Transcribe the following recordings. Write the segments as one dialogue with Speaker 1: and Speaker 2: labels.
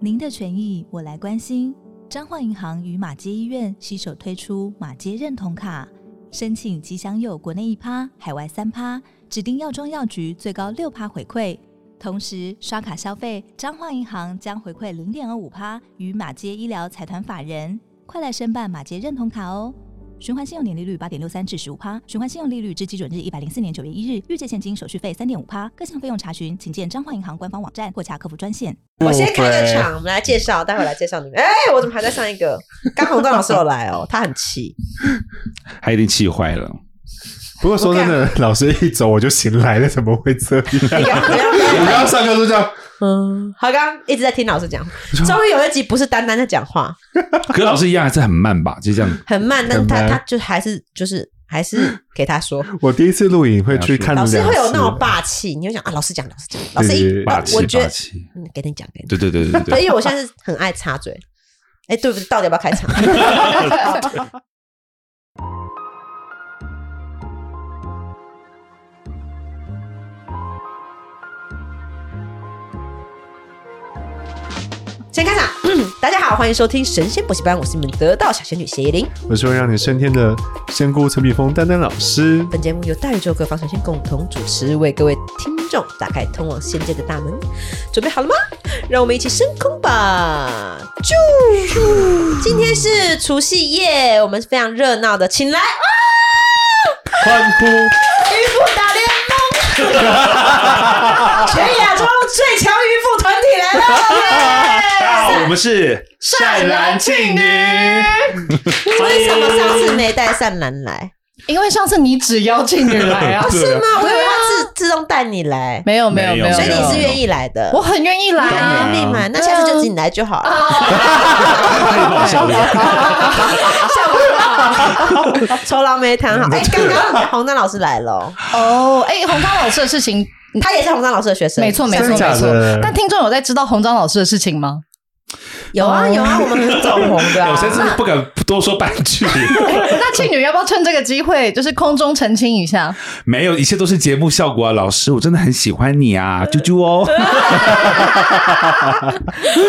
Speaker 1: 您的权益我来关心。彰化银行与马街医院携手推出马街认同卡，申请即享有国内一趴、海外三趴，指定药妆药局最高六趴回馈。同时，刷卡消费，彰化银行将回馈零点二五趴与马街医疗财团法人，快来申办马街认同卡哦！循环信用年利率八点六三至十五趴，循环信用利率至基准日一百零四年九月一日，预借现金手续费三点五趴，各项费用查询请见彰化银行官方网站或洽客服专线。
Speaker 2: 嗯
Speaker 3: 我先开个场，我们来介绍，待会儿来介绍你们。哎、我怎么还在上一个？刚洪章老师有来哦，他很 气。
Speaker 2: 他一定气坏了。不过说真的，老师一走我就醒来了，怎么会这
Speaker 3: 你
Speaker 2: 样？
Speaker 3: 看不要不
Speaker 2: 我
Speaker 3: 要
Speaker 2: 刚刚上课都这样，
Speaker 3: 嗯，他哎刚刚一直在听老师 讲，终于有一集不是单单在讲话，
Speaker 2: 可老师一样还是很慢吧，就这样。
Speaker 3: 很慢，但是
Speaker 2: 很
Speaker 3: 他
Speaker 2: 慢
Speaker 3: 他就还是就是还 是给他说。
Speaker 4: 我第一次录影会去 看
Speaker 3: 老
Speaker 4: 两
Speaker 3: 师
Speaker 4: 次，
Speaker 3: 会有那种霸气，你就想啊，老师讲，老师讲，老师
Speaker 4: 对对
Speaker 3: 一
Speaker 4: 对，
Speaker 5: 呃
Speaker 2: 霸
Speaker 3: 我
Speaker 2: 气
Speaker 3: 觉
Speaker 2: 霸
Speaker 3: 得，
Speaker 2: 气，
Speaker 3: 嗯，给你讲，给你
Speaker 2: 对对对对
Speaker 3: 讲，
Speaker 5: 哎
Speaker 2: 对。
Speaker 3: 因为我现在是很爱插嘴。哎，对不对？到底要不要开场？先开场，嗯大家好，欢迎收听《神仙补习班》，我是你们得道小仙女谢依霖。
Speaker 4: 我是会让你升天的仙姑陈碧峰丹丹老师。
Speaker 3: 本节目由大宇宙各方神仙共同主持，为各位听众打开通往仙界的大门。准备好了吗？让我们一起升空吧！啾！今天是除夕夜，我们非常热闹的，请来啊！
Speaker 4: 欢呼！
Speaker 3: 渔夫打联盟，全亚洲最强渔夫团体来
Speaker 2: 大家好，
Speaker 3: 了！
Speaker 2: 啊我们是善男信女。，
Speaker 3: 你为什么上次没带善男来？
Speaker 5: 因为上次你只邀请你 来啊
Speaker 2: 是吗？
Speaker 3: 那我以为他自自动带你来，
Speaker 5: 没有没有
Speaker 2: 没有
Speaker 5: 没有，
Speaker 3: 所以你是
Speaker 2: 没有
Speaker 3: 愿意来的。
Speaker 5: 我很愿意来
Speaker 2: 当然
Speaker 5: 啊。
Speaker 3: 命嘛，那下次就自己来就好了。
Speaker 5: 哦
Speaker 2: 太爆笑了！
Speaker 3: 酬劳没谈
Speaker 5: 嗯
Speaker 3: 好。哎，刚刚洪章老师来了哦，
Speaker 5: 哦，哎，洪章老师的事情，
Speaker 3: 他也是洪章老师的学生。
Speaker 5: 没错没错
Speaker 4: 真的
Speaker 5: 没
Speaker 4: 假
Speaker 5: 错
Speaker 4: 的。
Speaker 5: 但听众有在知道洪章老师的事情 吗？
Speaker 3: 有
Speaker 5: 哦
Speaker 3: 啊有啊，我们很走红 的啊
Speaker 2: 哎我甚至不敢多说半句。
Speaker 5: 那庆女要不要趁这个机会，就是空中澄清一下？
Speaker 2: 没有，一切都是节目效果啊！老师，我真的很喜欢你啊，啾啾哦！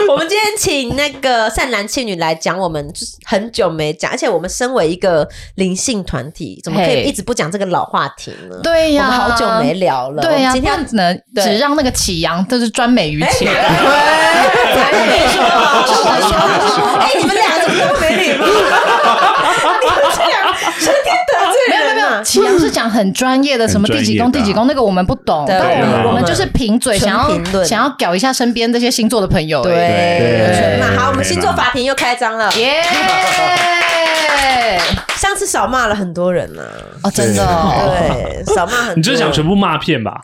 Speaker 3: 我们今天请那个善男信女来讲，我们就是很久没讲，而且我们身为一个灵性团体，怎么可以
Speaker 5: 嘿
Speaker 3: 一直不讲这个老话题呢？
Speaker 5: 对
Speaker 3: 我
Speaker 5: 呀，
Speaker 3: 们好久没。聊了。
Speaker 5: 对呀，
Speaker 3: 今
Speaker 5: 不
Speaker 3: 天
Speaker 5: 能
Speaker 3: 对
Speaker 5: 只让那个启阳就是专美于前。
Speaker 3: 才没说啊，是我说的。哎，你们俩怎么那么没礼 貌？你们这样成天得罪
Speaker 5: 没有没有
Speaker 3: 人
Speaker 5: 没有，
Speaker 3: 啊！
Speaker 5: 启阳是讲很专业的，什么第几宫
Speaker 2: 很专业的
Speaker 5: 第几宫那个我们不懂，
Speaker 3: 对
Speaker 5: 但我
Speaker 2: 对
Speaker 5: 们
Speaker 2: 啊
Speaker 5: 我们就是凭嘴
Speaker 3: 纯
Speaker 5: 想
Speaker 3: 评
Speaker 5: 要
Speaker 3: 论
Speaker 5: 想要搞一下身边这些星座的朋友而已。哎
Speaker 3: 对，
Speaker 4: 对
Speaker 3: 全骂。啊好，我们星座法庭又开张了，
Speaker 5: 耶！
Speaker 3: 上次少骂了很多人呢、啊。
Speaker 5: 哦，真的哦，
Speaker 3: 对，少骂很多。
Speaker 6: 你就是想全部骂遍吧？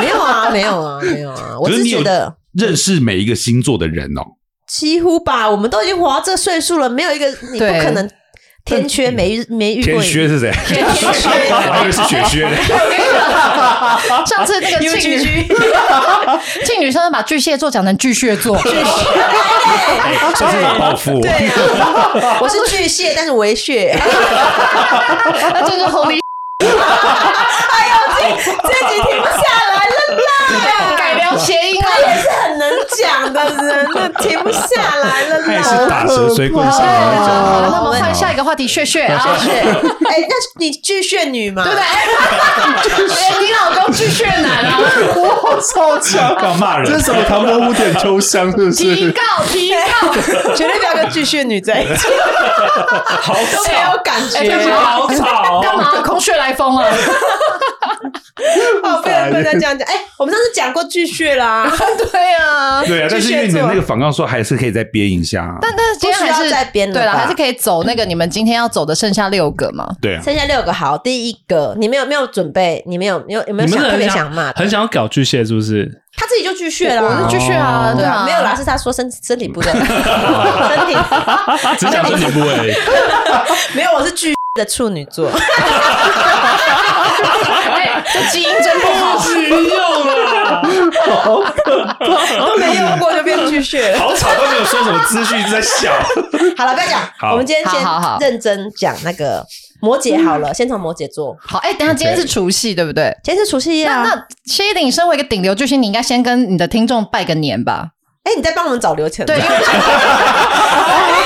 Speaker 3: 没有啊，没有啊，没有啊，我
Speaker 2: 可
Speaker 3: 是
Speaker 2: 是你
Speaker 3: 觉
Speaker 2: 有
Speaker 3: 得
Speaker 2: 认识每一个星座的人哦，
Speaker 3: 几乎吧，我们都已经活到这岁数了，没有一个你不
Speaker 5: 对
Speaker 3: 可能天缺没遇没遇
Speaker 2: 天
Speaker 3: 过。
Speaker 2: 蝎是谁？
Speaker 3: 天
Speaker 2: 我
Speaker 3: 缺，
Speaker 2: 还以为是雪靴呢。
Speaker 5: 上 次那个庆女， 庆女上次把巨蟹座讲成巨蟹 座，
Speaker 2: 上次有报复我，
Speaker 3: 对啊，我是巨蟹，但是哎为血。
Speaker 5: 那就是 Holy
Speaker 3: 这集停不下来了啦，
Speaker 5: 改良谐 音
Speaker 3: 他也
Speaker 5: 啊！
Speaker 3: 是很能讲的人，那停不下来了
Speaker 2: 他也
Speaker 3: 啦。
Speaker 2: 是打蛇随棍上
Speaker 5: 好
Speaker 2: 那种。
Speaker 3: 啊
Speaker 5: 了，那我们换下一个话题，血血啊，
Speaker 3: 对，哎、那你巨蟹女嘛，对不对？
Speaker 5: 哎你老公巨蟹男 啊，
Speaker 4: 我超强！
Speaker 2: 干嘛骂人
Speaker 4: 这是什么唐伯虎点秋香？是不
Speaker 5: 提
Speaker 4: 是？
Speaker 5: 告提告，
Speaker 3: 绝对不要跟巨蟹女在一起，
Speaker 6: 好
Speaker 3: 都没
Speaker 6: 吵，
Speaker 3: 有感觉。
Speaker 5: 哎干嘛
Speaker 6: 好吵
Speaker 5: 干
Speaker 6: 哦！
Speaker 5: 嘛空穴来风啊？
Speaker 3: 哦，不能不能这样讲。哎、我们上次讲过巨蟹啦，
Speaker 5: 对啊。
Speaker 2: 对啊，但是因为
Speaker 3: 巨蟹
Speaker 2: 你的
Speaker 3: 座
Speaker 2: 那个反抗说还是可以再编一下啊。
Speaker 5: 但但是今天还
Speaker 3: 不需要
Speaker 5: 是
Speaker 3: 再编了吧
Speaker 5: 对了，还是可以走那个你们今天要走的剩下六个嘛？
Speaker 2: 对啊，
Speaker 3: 剩下六个好。第一个，你没有没有准备，你没有没有有没有
Speaker 6: 你
Speaker 3: 想
Speaker 6: 们
Speaker 3: 特
Speaker 6: 很
Speaker 3: 别
Speaker 6: 想
Speaker 3: 想骂的？
Speaker 6: 很想要搞巨蟹是不是？
Speaker 3: 他自己就巨蟹
Speaker 5: 我
Speaker 3: 啦
Speaker 5: 是。巨蟹啊，对啊，
Speaker 3: 没有啦，是他说身身体不对，身体
Speaker 6: 只想说你不会，
Speaker 3: 没有，我是巨的处女座，
Speaker 5: 哎，这基因真不好。
Speaker 3: 都没用过就变巨蟹了。
Speaker 2: 好吵，都没有说什么资讯，一直在笑。
Speaker 3: 好了，不要讲，
Speaker 2: 好
Speaker 3: 我们今天先
Speaker 5: 好好好
Speaker 3: 认真讲那个摩羯好了，先从摩羯座，
Speaker 5: 好，哎，等一下今天是除夕，对不对？
Speaker 3: 今天是除夕夜
Speaker 5: 那
Speaker 3: 啊。
Speaker 5: 那薛一鼎身为一个顶流巨星，你应该先跟你的听众拜个年吧？
Speaker 3: 哎，你在帮我们找流程？
Speaker 5: 对，因为我想， 哎因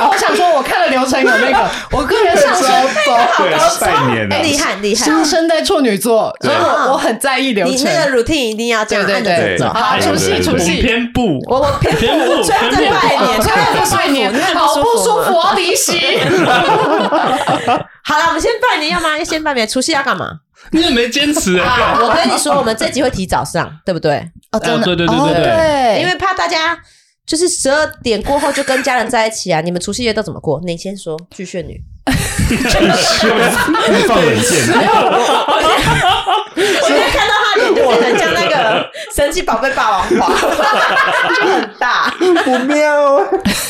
Speaker 5: 为我想说，我看了刘晨有那 个，我个人上哎升
Speaker 2: 啊
Speaker 7: 对，拜年
Speaker 3: 厉
Speaker 7: 了，
Speaker 3: 害厉
Speaker 6: 啊
Speaker 3: 害，
Speaker 5: 上升在处女座，所以我我很在意流
Speaker 3: 你那
Speaker 5: 程。
Speaker 3: 个 routine 一定要这样
Speaker 5: 对
Speaker 3: 按
Speaker 5: 对
Speaker 3: 着
Speaker 5: 对
Speaker 3: 走。
Speaker 5: 好
Speaker 6: 哎
Speaker 5: 啊，
Speaker 7: 对
Speaker 5: 除
Speaker 7: 对
Speaker 5: 夕
Speaker 7: 对
Speaker 5: 除
Speaker 7: 对
Speaker 5: 夕，
Speaker 2: 偏不，
Speaker 3: 我我偏
Speaker 2: 偏不
Speaker 3: 穿着
Speaker 2: 偏不
Speaker 3: 拜年，
Speaker 5: 所
Speaker 3: 哎穿着
Speaker 5: 以所
Speaker 3: 拜
Speaker 5: 以
Speaker 3: 年，
Speaker 5: 你
Speaker 3: 那
Speaker 5: 好
Speaker 3: 很
Speaker 5: 不舒
Speaker 3: 吗
Speaker 5: 服，我要离席。
Speaker 3: 好了，我们先拜年，要吗？先拜年，除夕要干嘛？
Speaker 2: 你也没坚持啊。
Speaker 3: 我跟你说，我们这集会提早 上，对不对？
Speaker 5: 哦，真的，
Speaker 2: 对对对对
Speaker 5: 哦
Speaker 2: 对
Speaker 5: 对，
Speaker 3: 因为怕大家就是十二点过后就跟家人在一起啊。你们除夕夜都怎么过？你先说，巨蟹女。
Speaker 7: 预放冷箭，
Speaker 3: 我现在看到他脸就变成像那个 神奇宝贝霸王花，就很大。
Speaker 8: 不妙。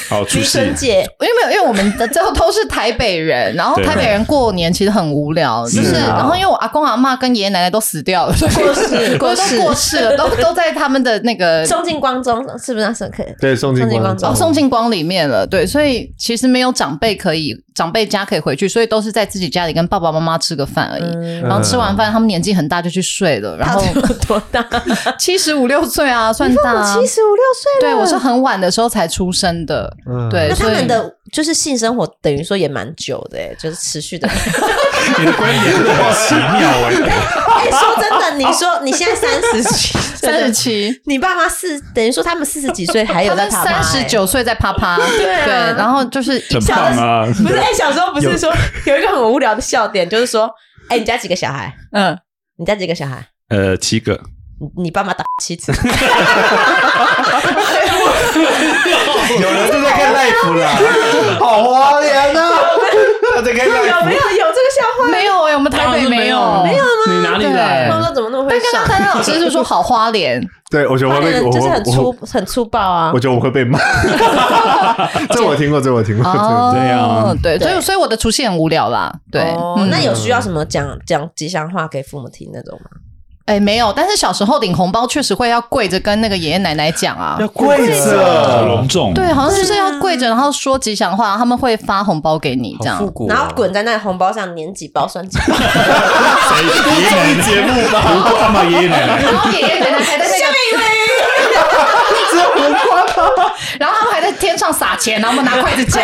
Speaker 7: 好，出
Speaker 3: 女
Speaker 7: 戏，
Speaker 3: 生姐，
Speaker 5: 因为没有，因为我们的都都是台北人，然后
Speaker 7: 对
Speaker 5: 台北人过年其实很无聊，就
Speaker 7: 是
Speaker 5: 是，
Speaker 7: 啊
Speaker 5: 然后因为我阿公阿妈跟爷爷奶奶都死掉了，所以
Speaker 3: 过 世
Speaker 5: 我
Speaker 3: 过
Speaker 5: 都
Speaker 3: 世
Speaker 5: 过世了，都都在他们的那 个
Speaker 3: 宋进呃光宗是不是那时候可以？
Speaker 8: 对，宋
Speaker 3: 宋
Speaker 8: 金
Speaker 3: 金
Speaker 8: 光
Speaker 3: 光
Speaker 5: 哦
Speaker 3: 宗
Speaker 5: 送进光里面了，对，所以其实没有长辈可以长辈家可以回去，所以都是在自己家里跟爸爸妈妈吃个饭而已。
Speaker 3: 嗯
Speaker 4: 嗯
Speaker 5: 然后吃完饭，他们年纪很大就去睡了，然
Speaker 3: 他
Speaker 5: 后
Speaker 3: 这么哦多 大？
Speaker 5: 七十五六岁啊，算大、啊。
Speaker 3: 七十五六岁了。
Speaker 5: 对，我是很晚的时候才出生的，
Speaker 8: 嗯
Speaker 5: 对，
Speaker 3: 那他
Speaker 5: 所以
Speaker 3: 们的就是性生活等于说也蛮久的、欸，就是持 续的。
Speaker 7: 你的观点好奇妙
Speaker 2: 啊
Speaker 7: 哎，
Speaker 3: 哎、说真的，你说你现在三十几，
Speaker 5: 三十，七。
Speaker 3: 你爸妈四，等于说他们四十几岁还有在
Speaker 5: 他们
Speaker 3: 爬
Speaker 5: 三十，九岁在啪啪，对
Speaker 3: 啊
Speaker 5: 然后就是
Speaker 2: 很棒啊！
Speaker 3: 哎不是？哎、小时候不是说有一个很无聊的笑点，就是说，哎、你家几个小孩？
Speaker 5: 嗯，
Speaker 3: 你家几个小孩？
Speaker 7: 呃，七个，
Speaker 3: 你你爸妈打七次，
Speaker 8: 有人正在看 life 啦，好花莲啊！他在看 life，
Speaker 3: 有没有有这个笑话？
Speaker 5: 没有哎、我们台北没有，
Speaker 2: 没有吗？你哪里
Speaker 5: 对
Speaker 3: 他
Speaker 2: 来？
Speaker 3: 说怎么那么会
Speaker 5: 但刚
Speaker 3: 笑
Speaker 5: 刚？丹丹老师就说好花莲，
Speaker 8: 对我觉得我
Speaker 3: 他
Speaker 8: 会被，
Speaker 3: 人
Speaker 8: 我
Speaker 3: 就是很
Speaker 8: 我
Speaker 3: 粗
Speaker 8: 我
Speaker 3: 很粗暴啊
Speaker 8: 我！觉得我会 被骂。这我听过，这我听过，这
Speaker 3: 哦
Speaker 8: 我听过
Speaker 2: 对啊，
Speaker 5: 哦对，所
Speaker 3: 对
Speaker 5: 以所以我的除夕很无聊啦，对，
Speaker 3: 哦
Speaker 5: 嗯
Speaker 3: 那有需要什么讲讲吉祥话给父母听那种吗？
Speaker 5: 哎没有，但是小时候领红包确实会要跪着跟那个爷爷奶奶讲啊，
Speaker 8: 跪
Speaker 2: 好
Speaker 8: 着，
Speaker 2: 隆重，
Speaker 5: 对，好像就是
Speaker 3: 啊
Speaker 5: 要跪着，然后说吉祥话，他们会发红包给你这样。
Speaker 8: 古
Speaker 2: 啊
Speaker 3: 然后滚在那红包上粘几包算几包？
Speaker 2: 谁爷爷奶
Speaker 8: 节目吧，
Speaker 2: 奶，不过他们爷爷奶奶，
Speaker 5: 然后爷爷奶奶还在那个，然后他们还在天上撒钱，然后我们拿筷子夹。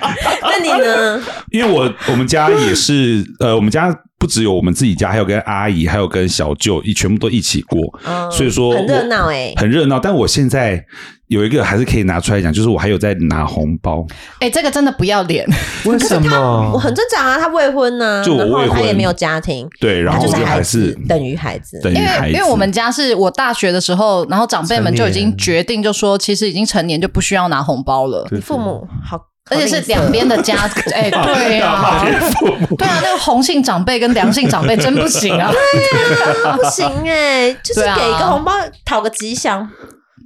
Speaker 3: 那你呢？
Speaker 2: 因为我我们家也是，呃，我们家不只有我们自己家，还有跟阿姨，还有跟小舅，一全部都一起过，
Speaker 3: 嗯
Speaker 2: 所以说
Speaker 3: 很热闹
Speaker 2: 我
Speaker 3: 哎。
Speaker 2: 很热闹。但我现在有一个还是可以拿出来讲，就是我还有在拿红包，
Speaker 5: 哎，这个真的不要脸，
Speaker 8: 为什
Speaker 3: 我
Speaker 8: 么？
Speaker 3: 很正常啊，他未婚呢、
Speaker 2: 就我
Speaker 3: 然后
Speaker 2: 未
Speaker 3: 他
Speaker 2: 婚
Speaker 3: 也没有家庭，
Speaker 2: 对，然
Speaker 3: 他
Speaker 2: 后
Speaker 3: 就
Speaker 2: 我
Speaker 3: 是
Speaker 2: 就
Speaker 3: 孩
Speaker 2: 还
Speaker 3: 子
Speaker 2: 是
Speaker 3: 等于孩子。
Speaker 2: 等于
Speaker 5: 因
Speaker 2: 孩
Speaker 5: 为
Speaker 2: 子，
Speaker 5: 因为我们家是我大学的时候，然后长辈们就已经
Speaker 8: 成年
Speaker 5: 决定，就说其实已经成年就不需要拿红包了。
Speaker 3: 你父母好，
Speaker 5: 而且是两边的家，哎、对啊，对啊，那个红杏长辈跟良姓长辈 真不行啊，
Speaker 3: 好 可怜哦不行哎、就是
Speaker 5: 对啊
Speaker 3: 给一个红包讨个吉祥，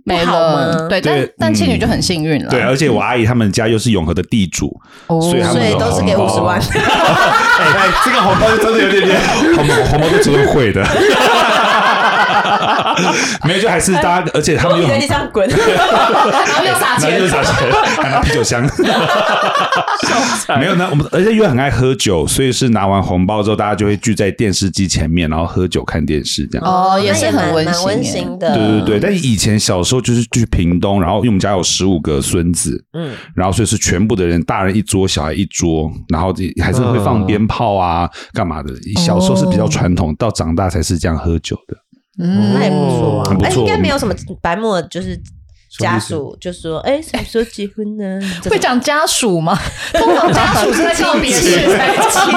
Speaker 5: 没
Speaker 3: 不好
Speaker 5: 了，
Speaker 3: 吗
Speaker 5: 对，但
Speaker 2: 对
Speaker 5: 但
Speaker 2: 嗯
Speaker 5: 庆女就很幸运了，
Speaker 2: 对，而且我阿姨他们家又是永和的地主，
Speaker 5: 哦，
Speaker 2: 所以他
Speaker 3: 所
Speaker 2: 们
Speaker 3: 以都是 给
Speaker 2: 啊
Speaker 3: 五十万。
Speaker 8: 哎哎，这个红包就真的有点点。
Speaker 2: 红包红包都只会会 的，没有就还是大家，而且他
Speaker 3: 我
Speaker 2: 们又
Speaker 3: 在
Speaker 2: 很
Speaker 3: 地上 滚，
Speaker 5: 然后又
Speaker 2: 然
Speaker 5: 撒
Speaker 2: 后
Speaker 5: 钱
Speaker 2: 就，撒钱，还拿啤酒 箱。没 有呢，我们而且因为很爱喝酒，所以是拿完红包之后，大家就会聚在电视机前面，然后喝酒看电视这样。
Speaker 5: 哦，
Speaker 3: 那也
Speaker 5: 是很
Speaker 3: 蛮
Speaker 5: 温
Speaker 3: 蛮
Speaker 5: 馨耶，
Speaker 3: 温馨的。
Speaker 2: 对对对，但以前小时候就是去屏东，然后因为我们家有十五个孙子，
Speaker 3: 嗯，
Speaker 2: 然后所以是全部的人，大人一桌，小孩一桌，然后还是会放鞭炮啊，干嘛的？小时候是比较传统，到长大才是这样喝酒的。
Speaker 5: 嗯，
Speaker 3: 那也不错
Speaker 2: 很
Speaker 3: 啊。
Speaker 2: 不
Speaker 3: 哎，
Speaker 2: 错
Speaker 3: 应该没有什么白目，就是家属就说，哎，什么时候结婚呢？这
Speaker 5: 会
Speaker 3: 种
Speaker 5: 讲家属吗？通常家属是在告 别式才讲，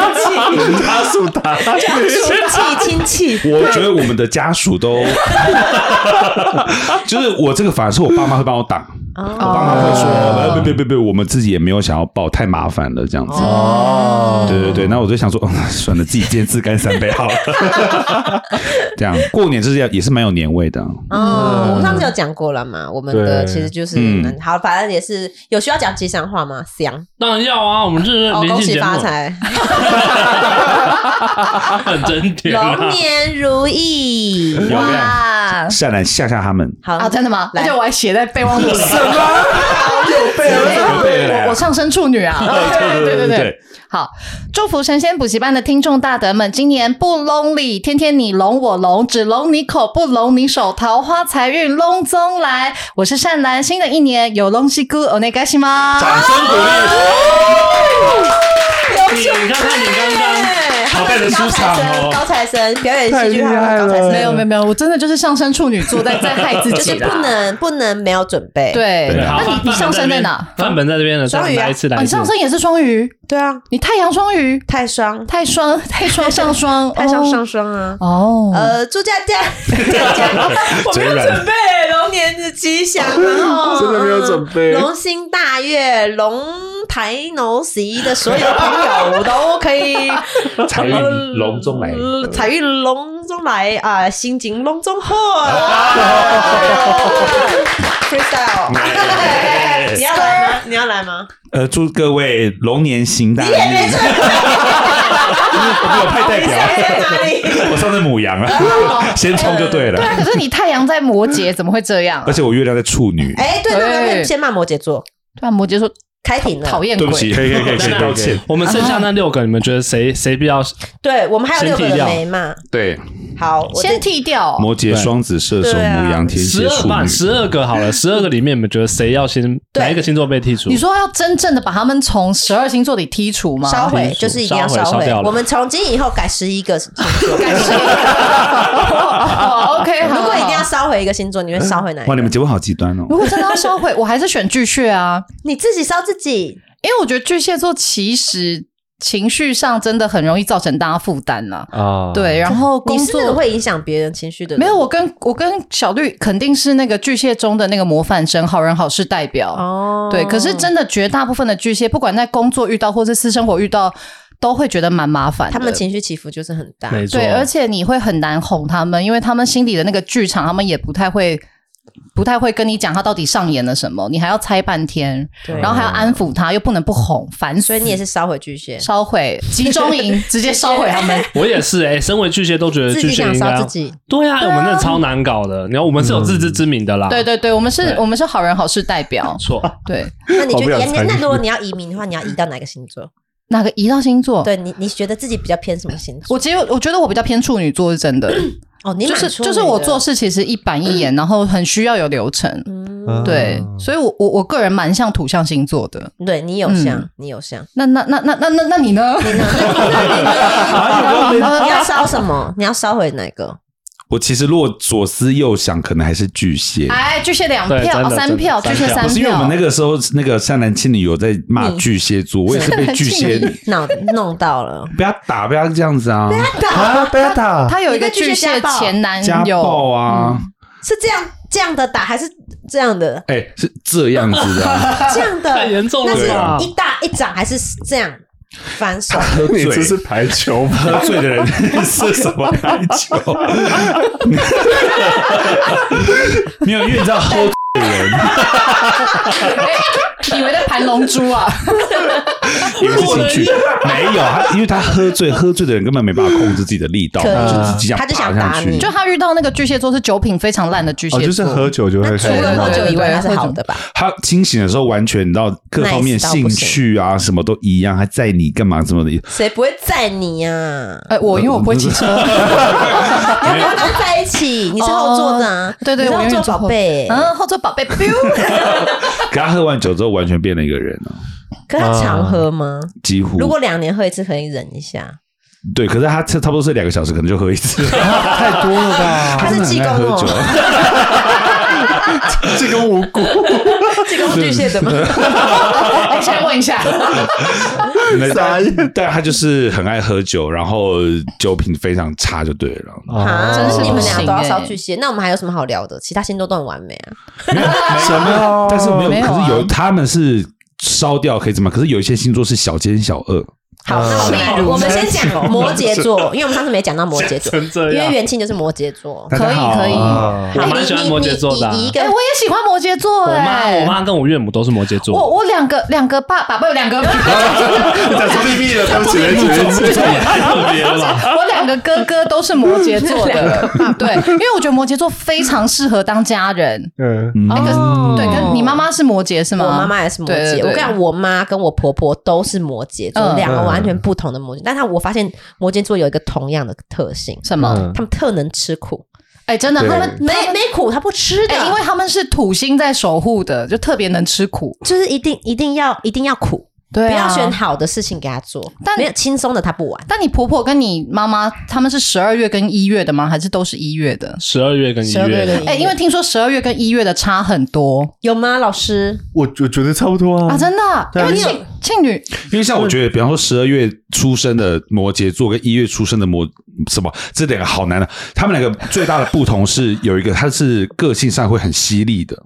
Speaker 8: 他属他，
Speaker 3: 亲戚亲戚，
Speaker 2: 我觉得我们的家属都， 就是我这个反而是我爸妈会帮我挡，我
Speaker 3: 哦，
Speaker 2: 爸妈会说，
Speaker 5: 哦
Speaker 2: 呃，别别别别，我们自己也没有想要报，太麻烦了这样子。
Speaker 5: 哦
Speaker 2: 对对对，那我就想说，嗯 算了，自己煎自干三杯好了。 这样过年就是要也是蛮有年味的，
Speaker 3: 哦，我们上次有讲过了嘛，我们的
Speaker 8: 对
Speaker 3: 其实就是
Speaker 2: 嗯
Speaker 3: 好，反正也是有需要讲吉祥话吗？祥，
Speaker 2: 当然要啊，我们这是
Speaker 3: 哦，恭喜发 财，
Speaker 2: 很真
Speaker 6: 啊
Speaker 3: 龙年如意，
Speaker 2: 啊 有没有
Speaker 3: 哇！
Speaker 5: 啦。
Speaker 2: 下来吓吓他们。
Speaker 3: 好
Speaker 5: 啊，真的吗？而
Speaker 3: 来
Speaker 5: 且我还写在备忘录里。什么？
Speaker 2: 有备而来
Speaker 5: 我我上升处女啊！ 对对对对。好，祝福神仙补习班的听众大德们，今年不 lonely，天天你龙我龙，只龙你口不龙你手，桃花财运龙中来。我是善兰，新的一年有龙西姑，お願いします。
Speaker 6: 哎
Speaker 8: 掌声鼓励。你看看你刚刚好拜的出场
Speaker 3: 高
Speaker 8: 哦，
Speaker 3: 材生表演戏剧化高材生，
Speaker 5: 没有没有没有，我真的就是上升处女座，在在害自
Speaker 3: 就
Speaker 5: 己
Speaker 3: 是
Speaker 5: 啦。
Speaker 3: 不能不能没有准备。
Speaker 5: 对，
Speaker 2: 对啊
Speaker 5: 那
Speaker 8: 好
Speaker 5: 你你上升在哪？
Speaker 8: 范本在这边呢，
Speaker 3: 双鱼啊
Speaker 8: 再来一次，
Speaker 5: 哦，
Speaker 8: 来一
Speaker 5: 你
Speaker 8: 次。
Speaker 5: 上升也是双鱼，
Speaker 3: 对啊，
Speaker 5: 你太阳双鱼，
Speaker 3: 太双
Speaker 5: 太双太双上双，
Speaker 3: 太上上双啊。
Speaker 5: 哦。哦
Speaker 3: 呃，祝大家，我没有准备龙年的吉祥，然后
Speaker 7: 真的没有准备
Speaker 3: 龙心大悦，龙台牛席的所有朋友都可以
Speaker 2: 财运龙中来
Speaker 3: 呃财运龙中来啊，心情龙中贺。freestyle，你要来吗？你要来吗？
Speaker 2: 呃，祝各位龙年行大运。我没有派代
Speaker 3: 你现在在
Speaker 2: 表，
Speaker 3: 哪里？
Speaker 2: 我上次母羊了， 先冲就对
Speaker 5: 对啊，
Speaker 2: 了。
Speaker 5: 可是你太阳在摩羯，怎么会这样啊
Speaker 2: 而？且我月亮在处女，
Speaker 3: 哎，对，那我们先骂摩羯座，
Speaker 5: 对啊，摩羯说
Speaker 3: 开庭了
Speaker 5: 讨。厌
Speaker 2: 对不
Speaker 5: 鬼
Speaker 2: 起，，可以可以可以，
Speaker 8: 可以
Speaker 2: 道歉。
Speaker 8: 我们剩下那六个，你们觉得谁谁比较？
Speaker 3: 对我们还有六个
Speaker 8: 先剃
Speaker 3: 人
Speaker 8: 掉
Speaker 3: 没骂。
Speaker 2: 对，
Speaker 3: 好，我
Speaker 5: 先
Speaker 3: 这
Speaker 5: 剃掉哦。
Speaker 2: 摩羯、双子、射手、
Speaker 3: 对啊
Speaker 2: 母羊、天蝎、
Speaker 8: 十二
Speaker 2: 处
Speaker 8: 吧，
Speaker 2: 女，
Speaker 8: 十二个好了，十二个里面你们觉得谁要先
Speaker 3: 对
Speaker 8: 哪一个星座被剔除
Speaker 5: 你？说要真正的把他们从十二星座里剔除吗？
Speaker 3: 烧毁
Speaker 8: 剔除
Speaker 3: 就是一定要
Speaker 8: 烧毁烧
Speaker 3: 毁
Speaker 8: 掉。了
Speaker 3: 我们从今以后改十一个星座。 哎
Speaker 5: 感谢。哦 OK，好
Speaker 3: 如果一定要
Speaker 5: 好
Speaker 3: 烧毁一个星座，你会烧毁哪一
Speaker 2: 哇，
Speaker 8: 哎
Speaker 2: 你
Speaker 3: 个？
Speaker 2: 们结婚好极端哦！
Speaker 5: 如果真的要烧毁，我还是选巨蟹啊，
Speaker 3: 你自己烧自己。
Speaker 5: 因为我觉得巨蟹座其实情绪上真的很容易造成大家负担啦。
Speaker 8: 啊，
Speaker 5: 对，
Speaker 2: 哦
Speaker 5: 然后工
Speaker 3: 你是那
Speaker 5: 作
Speaker 3: 种会影响别人情绪的人，
Speaker 5: 没有，我跟我跟小绿肯定是那个巨蟹中的那个模范生，好人好事代表。
Speaker 3: 哦。
Speaker 5: 对，可是真的绝大部分的巨蟹，不管在工作遇到或是私生活遇到，都会觉得蛮麻烦的。
Speaker 3: 他们情绪起伏就是很大。
Speaker 8: 没错。
Speaker 5: 对，而且你会很难哄他们，因为他们心里的那个剧场，他们也不太会。不太会跟你讲他到底上演了什么，你还要猜半天，
Speaker 3: 对
Speaker 5: 然后还要安抚他，又不能不哄，烦死。
Speaker 3: 所以你也是烧毁巨蟹，
Speaker 5: 烧毁集中营，直接烧毁他们。
Speaker 8: 我也是哎、身为巨蟹都觉得
Speaker 3: 自
Speaker 8: 巨
Speaker 3: 己
Speaker 8: 蟹
Speaker 3: 想
Speaker 8: 应该
Speaker 3: 烧
Speaker 8: 要
Speaker 3: 自己。
Speaker 8: 对啊，我们那超难搞的。你看，我们是有自知之明的啦。
Speaker 5: 对对对，我们是
Speaker 8: 对
Speaker 5: 我们是好人好事代表
Speaker 8: 不。错，
Speaker 5: 对，
Speaker 3: 那你
Speaker 7: 好
Speaker 3: 就
Speaker 7: 不想
Speaker 8: 哦
Speaker 3: 那
Speaker 7: 参与
Speaker 3: 那如果你要移民的话，你要移到哪个星座？
Speaker 5: 哪个移到星
Speaker 8: 哦
Speaker 5: 座？
Speaker 3: 对你，你觉得自己比较偏什么星座？
Speaker 5: 我其实我觉得我比较偏处女座是真的，
Speaker 3: 哦，你
Speaker 5: 就
Speaker 3: 蛮
Speaker 5: 是
Speaker 3: 处
Speaker 5: 就是
Speaker 3: 女的
Speaker 5: 我做事其实一板一眼，然后很需要有流程。
Speaker 3: 嗯，
Speaker 5: 对，所以我我我个人蛮像土象星座的。
Speaker 3: 对你有
Speaker 5: 嗯
Speaker 3: 像，你有像。
Speaker 5: 那那那那那那那你呢？
Speaker 3: 你要烧什么？你要烧毁哪个？
Speaker 2: 我其实如果左思右想，可能还是巨蟹。
Speaker 5: 哎，巨蟹两
Speaker 8: 对真
Speaker 5: 票，
Speaker 8: 的
Speaker 5: 哦三票，巨
Speaker 8: 真的
Speaker 5: 蟹
Speaker 8: 三票
Speaker 5: 三
Speaker 2: 不是因为我们那
Speaker 5: 票。
Speaker 2: 个时候那个善男信女有在骂
Speaker 3: 你
Speaker 2: 巨蟹座，我也是被巨蟹
Speaker 5: 善男
Speaker 3: 闹弄到了，
Speaker 2: 不要打，不要这样子啊，
Speaker 7: 啊，不要打，
Speaker 5: 他有一个巨蟹前男
Speaker 2: 家
Speaker 5: 友，
Speaker 2: 暴啊，
Speaker 3: 是这样这样的打还是这样的
Speaker 2: 哎、是这样子的、啊，
Speaker 3: 这样的？
Speaker 8: 太严重了吧
Speaker 3: 那是一打一掌还是这样反手？
Speaker 2: 喝
Speaker 7: 你
Speaker 2: 醉
Speaker 7: 这是排球吗？
Speaker 2: 喝醉 的人是什么排球？ 没有，因为你知道喝醉的人
Speaker 5: 哎以为在盘龙珠啊？
Speaker 2: 也是情绪，没有他，因为他喝醉，喝醉的人根本没办法控制自己的力道，
Speaker 3: 可以
Speaker 2: 就自己想
Speaker 3: 他就想
Speaker 2: 爬
Speaker 3: 打
Speaker 2: 上去
Speaker 3: 你。
Speaker 5: 就他遇到那个巨蟹座是酒品非常烂的巨蟹
Speaker 7: 哦，
Speaker 5: 座，
Speaker 7: 就是喝酒就会
Speaker 3: 那除
Speaker 7: 开始
Speaker 3: 了
Speaker 5: 对
Speaker 3: 喝
Speaker 7: 闹
Speaker 3: 酒以外，
Speaker 5: 对
Speaker 3: 它是
Speaker 5: 对
Speaker 3: 好的吧？
Speaker 2: 他清醒的时候，完全到各方面
Speaker 3: Nice 到不
Speaker 2: 兴
Speaker 3: 行
Speaker 2: 趣啊，什么都一样，还在你干嘛什么的，
Speaker 3: 谁不会载你呀？
Speaker 5: 哎，我因为我不会 骑车，
Speaker 3: 你跟他在一起，你是后座的啊
Speaker 5: 哦，对对，
Speaker 3: 你
Speaker 5: 我
Speaker 3: 是
Speaker 5: 永
Speaker 3: 后
Speaker 5: 远
Speaker 3: 座宝贝。欸
Speaker 5: 嗯，后座宝贝，biu，
Speaker 2: 可他喝完酒之后，完全变了一个人了，
Speaker 3: 可他常喝吗？
Speaker 2: 几乎。
Speaker 3: 如果两年喝一次，可以忍一下。
Speaker 2: 对，可是他差差不多是两个小时，可能就喝 一次，太多了吧？
Speaker 3: 他是
Speaker 2: 很
Speaker 3: 济公
Speaker 2: 爱喝酒，
Speaker 3: 哦，
Speaker 7: 这跟无辜，
Speaker 3: 济公是巨蟹的 吗？
Speaker 5: 哎，先问一下，
Speaker 2: 那
Speaker 7: 傻眼
Speaker 2: 但他就是很爱喝酒，然后酒品非常差，就对了。
Speaker 3: 啊，
Speaker 5: 真是
Speaker 3: 你
Speaker 5: 不
Speaker 3: 们俩
Speaker 5: 行
Speaker 3: 都要
Speaker 5: 欸
Speaker 3: 烧巨蟹，那我们还有什么好聊的？其他星座都很完美啊。
Speaker 7: 什么？
Speaker 2: 但是没有，
Speaker 5: 没有 啊
Speaker 2: 可是有他们是烧掉可以怎么样？可是有一些星座是小奸小恶，
Speaker 3: 好，那我
Speaker 5: 好
Speaker 6: 呃
Speaker 3: 们我们先 讲摩羯座，因为我们上次没讲到摩羯座，
Speaker 8: 成这
Speaker 3: 因为
Speaker 8: 样。
Speaker 3: 元庆就是摩羯座。
Speaker 2: 大家好
Speaker 5: 可以可以
Speaker 8: 啊
Speaker 3: 好
Speaker 6: 我
Speaker 3: 你
Speaker 6: 蛮喜欢
Speaker 3: 你
Speaker 6: 摩
Speaker 3: 你
Speaker 6: 羯座的啊
Speaker 3: 以以一个
Speaker 5: 哎、我也喜欢摩羯座、
Speaker 6: 我妈
Speaker 5: 哎，
Speaker 6: 我妈跟我岳母都是摩羯
Speaker 5: 我
Speaker 6: 座，
Speaker 5: 我两个两个爸爸不两 个，
Speaker 7: 讲出秘密了，对不起，对不起对不起，
Speaker 6: 太特别了吧？
Speaker 5: 我两个哥哥都是摩羯座 的，对，因为我觉得摩羯座非常适合当家人。
Speaker 7: 嗯，
Speaker 2: 嗯
Speaker 5: 那个、
Speaker 3: 哦
Speaker 5: 对，跟你妈妈是摩羯是吗？
Speaker 3: 我妈妈也是摩
Speaker 5: 对
Speaker 3: 羯，
Speaker 5: 对对
Speaker 3: 我跟你讲，我妈跟我婆婆都是摩羯座，
Speaker 5: 嗯
Speaker 3: 两个完全不同的摩羯。但她我发现摩羯座有一个同样的特性，
Speaker 5: 什么？
Speaker 8: 嗯
Speaker 3: 他们特能吃苦，
Speaker 5: 哎、真的，
Speaker 7: 对
Speaker 5: 他们
Speaker 3: 没没苦他不吃的，
Speaker 5: 哎、因为他们是土星在守护的，就特别能吃苦。
Speaker 3: 就是一定一定要一定要苦，
Speaker 5: 对
Speaker 3: 不要
Speaker 5: 啊，
Speaker 3: 选好的事情给她做，
Speaker 5: 但
Speaker 3: 没有轻松的她不玩。
Speaker 5: 但你婆婆跟你妈妈他们是十二月跟一月的吗？还是都是一月的？
Speaker 6: 十二月跟一
Speaker 3: 12
Speaker 6: 月，
Speaker 3: 跟
Speaker 5: 哎、因为听说十二月跟一月的差很多
Speaker 3: 有吗？老师，
Speaker 8: 我我觉得差不
Speaker 4: 哦
Speaker 8: 多
Speaker 5: 啊，
Speaker 8: 啊，
Speaker 5: 真的啊、
Speaker 8: 对
Speaker 5: 因
Speaker 8: 啊
Speaker 5: 为
Speaker 8: 你有
Speaker 5: 庆庆女
Speaker 2: 因为像我觉得，比方说十二月出生的摩羯座跟一月出生的摩什么，这两个好难啊。他们两个最大的不同是，有一个他是个性上会很犀利的，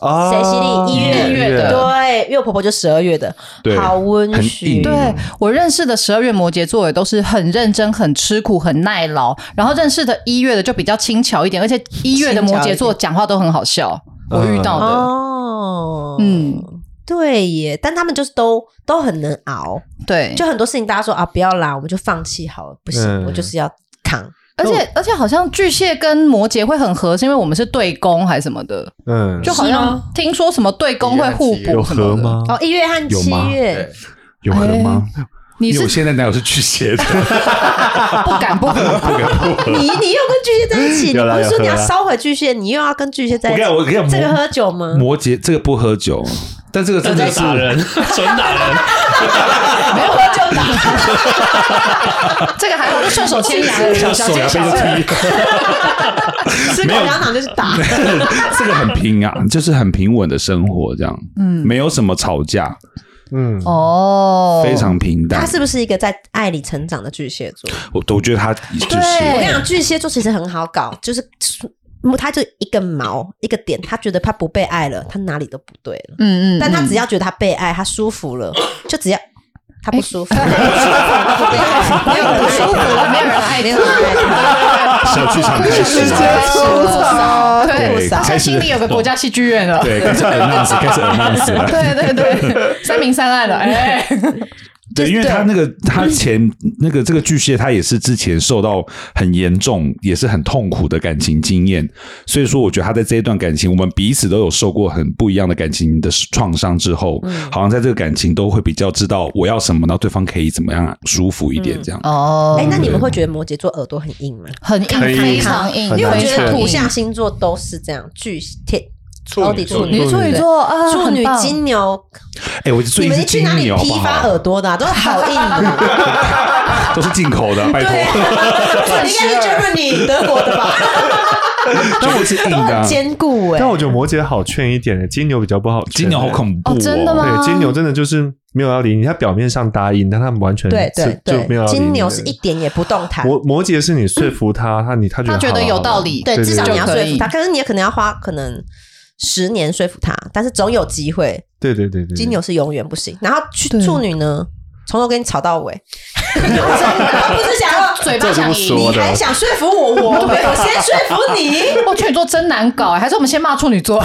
Speaker 8: 啊
Speaker 3: 谁犀利一月
Speaker 5: 一月的
Speaker 3: 对，因为我婆婆就十二月的，
Speaker 2: 对
Speaker 3: 好温
Speaker 2: 很
Speaker 3: 煦
Speaker 2: 硬，
Speaker 5: 对我认识的十二月摩羯座也都是很认真、很吃苦、很耐劳，然后认识的一月的就比较轻巧一点，而且一月的摩羯座讲话都很好笑，
Speaker 3: 嗯
Speaker 5: 我遇到的。
Speaker 3: 哦，
Speaker 5: 嗯，
Speaker 3: 对耶，但他们就是都都很能熬，
Speaker 5: 对，
Speaker 3: 就很多事情大家说啊，不要啦，我们就放弃好了，不行，
Speaker 8: 嗯
Speaker 3: 我就是要扛。
Speaker 5: 而且而且好像巨蟹跟摩羯会很合，是因为我们是对宫还是什么的，
Speaker 8: 嗯，
Speaker 5: 就好像听说什么对宫会互
Speaker 8: 有
Speaker 5: 补什
Speaker 8: 合
Speaker 5: 么的。
Speaker 8: 吗？
Speaker 3: 哦，一月和
Speaker 2: 有
Speaker 3: 七
Speaker 2: 吗
Speaker 3: 月，
Speaker 2: 有可能吗？
Speaker 5: 你
Speaker 2: 因为
Speaker 5: 是
Speaker 2: 我现在男友是巨蟹的，
Speaker 5: 不敢不合，
Speaker 3: 你你又跟巨蟹在一起， 你
Speaker 8: 有啦
Speaker 3: 不是说
Speaker 8: 有
Speaker 3: 你要
Speaker 8: 啦
Speaker 3: 烧毁巨蟹，你又要跟巨蟹在一起，
Speaker 2: 我跟你讲我跟
Speaker 3: 这
Speaker 2: 你讲
Speaker 3: 个
Speaker 2: 摩
Speaker 3: 喝酒吗？
Speaker 2: 摩羯这个不喝酒，但这个真
Speaker 6: 真的
Speaker 2: 的是
Speaker 6: 打人，纯打人。
Speaker 5: 没有喝 就打。这个还好，就顺手牵羊，小小
Speaker 2: 手
Speaker 5: 牵
Speaker 2: 要被
Speaker 5: 小
Speaker 2: 他踢。
Speaker 3: 吃口香糖就是打，
Speaker 2: 这个很平啊，就是很平稳的生活，这样，嗯，没有什么吵架，
Speaker 8: 嗯，
Speaker 5: 哦
Speaker 2: 非常平淡
Speaker 3: 他。是不是一个在爱里成长的巨蟹座？
Speaker 2: 我我觉得他就
Speaker 3: 我跟
Speaker 2: 是
Speaker 3: 你讲，巨蟹座其实很好搞，就是他就一个毛一个点，他觉得他不被爱了，他哪里都不对了。
Speaker 5: 嗯嗯，
Speaker 3: 但他
Speaker 5: 嗯
Speaker 3: 只要觉得他被爱，他舒服了，就只要他不舒服，
Speaker 5: 没
Speaker 3: 没
Speaker 5: 有人不舒服了，没有人爱
Speaker 3: 没
Speaker 5: 你
Speaker 3: 有人爱他。
Speaker 2: 小剧场开始了，
Speaker 5: 了，对，
Speaker 2: 对
Speaker 5: 他现在心里有个国家戏剧院了。
Speaker 2: 对，开始 announce，开始 announce 了。
Speaker 5: 对对对，三明三暗了，哎，
Speaker 2: 对，因为他那个他前那个这个巨蟹，他也是之前受到很严重，也是很痛苦的感情经验，所以说我觉得他在这一段感情，我们彼此都有受过很不一样的感情的创伤之后，
Speaker 3: 嗯
Speaker 2: 好像在这个感情都会比较知道我要什么，然后对方可以怎么样舒服一点这样。
Speaker 5: 哦
Speaker 3: 哎，那你们会觉得摩羯座耳朵很硬吗？
Speaker 5: 很硬，
Speaker 8: 可以
Speaker 5: 非常硬，
Speaker 8: 很
Speaker 3: 因为我
Speaker 8: 难
Speaker 3: 觉得
Speaker 5: 非常硬
Speaker 3: 土象星座都是这样，巨天
Speaker 8: 女
Speaker 3: 超底处
Speaker 5: 你
Speaker 3: 女
Speaker 5: 是处女座啊，
Speaker 3: 处
Speaker 5: 很
Speaker 3: 女、
Speaker 5: 棒
Speaker 3: 金牛，
Speaker 2: 哎、我
Speaker 3: 你
Speaker 2: 最近
Speaker 3: 们
Speaker 2: 是
Speaker 3: 去
Speaker 2: 金
Speaker 3: 哪里
Speaker 2: 牛，好不
Speaker 3: 批发
Speaker 2: 好？
Speaker 3: 耳朵的啊，都好硬啊！
Speaker 2: 都是进口的，拜托，
Speaker 3: 对，啊应该是 Germany 德国的吧，
Speaker 2: 绝对是硬
Speaker 3: 都
Speaker 2: 的
Speaker 3: 很
Speaker 2: 啊。
Speaker 3: 坚固哎。
Speaker 8: 但我觉得摩羯好劝一点，金牛比较不好劝。
Speaker 2: 金牛好恐怖、
Speaker 5: 哦真的吗
Speaker 8: 对，金牛真的就是没有要理你，他表面上答应，但他完全
Speaker 3: 对对
Speaker 8: 是就没有
Speaker 3: 对，
Speaker 8: 要理你的
Speaker 3: 金牛是一点也不动弹。
Speaker 8: 摩摩羯是你说服他，他你他觉得
Speaker 5: 他觉得
Speaker 8: 好啊
Speaker 5: 有道理
Speaker 3: 对，
Speaker 8: 对
Speaker 3: 至少
Speaker 8: 对
Speaker 3: 你要说
Speaker 5: 就可以
Speaker 3: 服他，可是你也可能要花可能十年说服他，但是总有机会。
Speaker 8: 对对对对，对
Speaker 3: 金牛是永远不行，然后去
Speaker 5: 对
Speaker 3: 处女呢，从头跟你吵到尾，我不是想要
Speaker 5: 嘴巴想
Speaker 8: 这这么
Speaker 5: 赢
Speaker 8: 说
Speaker 3: 你。还想说服我，哦我我先说服 你。
Speaker 5: 哦，处女座真难搞哎，还是我们先骂处女座。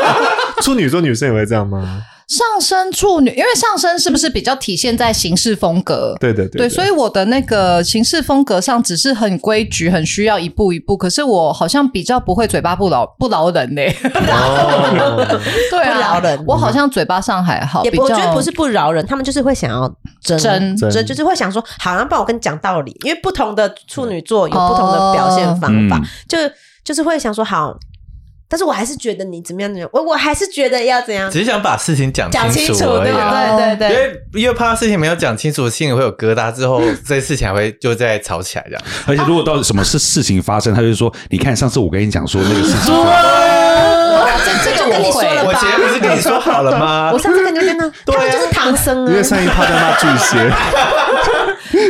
Speaker 8: 处女座女生也会这样吗？
Speaker 5: 上升处女，因为上升是不是比较体现在行事风格？
Speaker 8: 对对
Speaker 5: 对，所以我的那个行事风格上只是很规矩，很需要一步一步。可是我好像比较不会嘴巴不饶不饶人呢、
Speaker 8: 哦，
Speaker 5: 对啊，
Speaker 3: 不饶人
Speaker 5: 我好像嘴巴上还好，
Speaker 3: 也
Speaker 5: 比
Speaker 3: 不，
Speaker 5: 较
Speaker 3: 我觉得不是不饶人，他们就是会想要争
Speaker 5: 争
Speaker 3: 争，就是会想说，好，那不然我跟你讲道理，因为不同的处女座有不同的表现方法，
Speaker 2: 哦嗯
Speaker 3: 就就是会想说，好，但是我还是觉得你怎么样怎么样，我我还是觉得要怎样
Speaker 4: 只是想把事情讲
Speaker 3: 讲清
Speaker 4: 清
Speaker 3: 楚，
Speaker 4: 而
Speaker 3: 对
Speaker 4: 已啊。
Speaker 5: 啊
Speaker 3: 不对？对对
Speaker 4: 因
Speaker 3: 对。
Speaker 4: 为因为怕事情没有讲清楚，心里会有疙瘩，之后这些事情还会就再吵起来这样。
Speaker 2: 而且如
Speaker 3: 啊
Speaker 2: 果到什么事事情发生，他就说：“你看，上次我跟你讲说那个事 情，
Speaker 5: 这啊这个
Speaker 3: 哦就跟你
Speaker 5: 我会
Speaker 3: 说了吧
Speaker 4: 我前面不是跟你说好了吗
Speaker 3: 啊 我？上次跟你就跟他，他
Speaker 4: 对啊
Speaker 3: 们就是唐僧
Speaker 8: 因为
Speaker 3: 啊，
Speaker 8: 上一趴在骂巨蟹，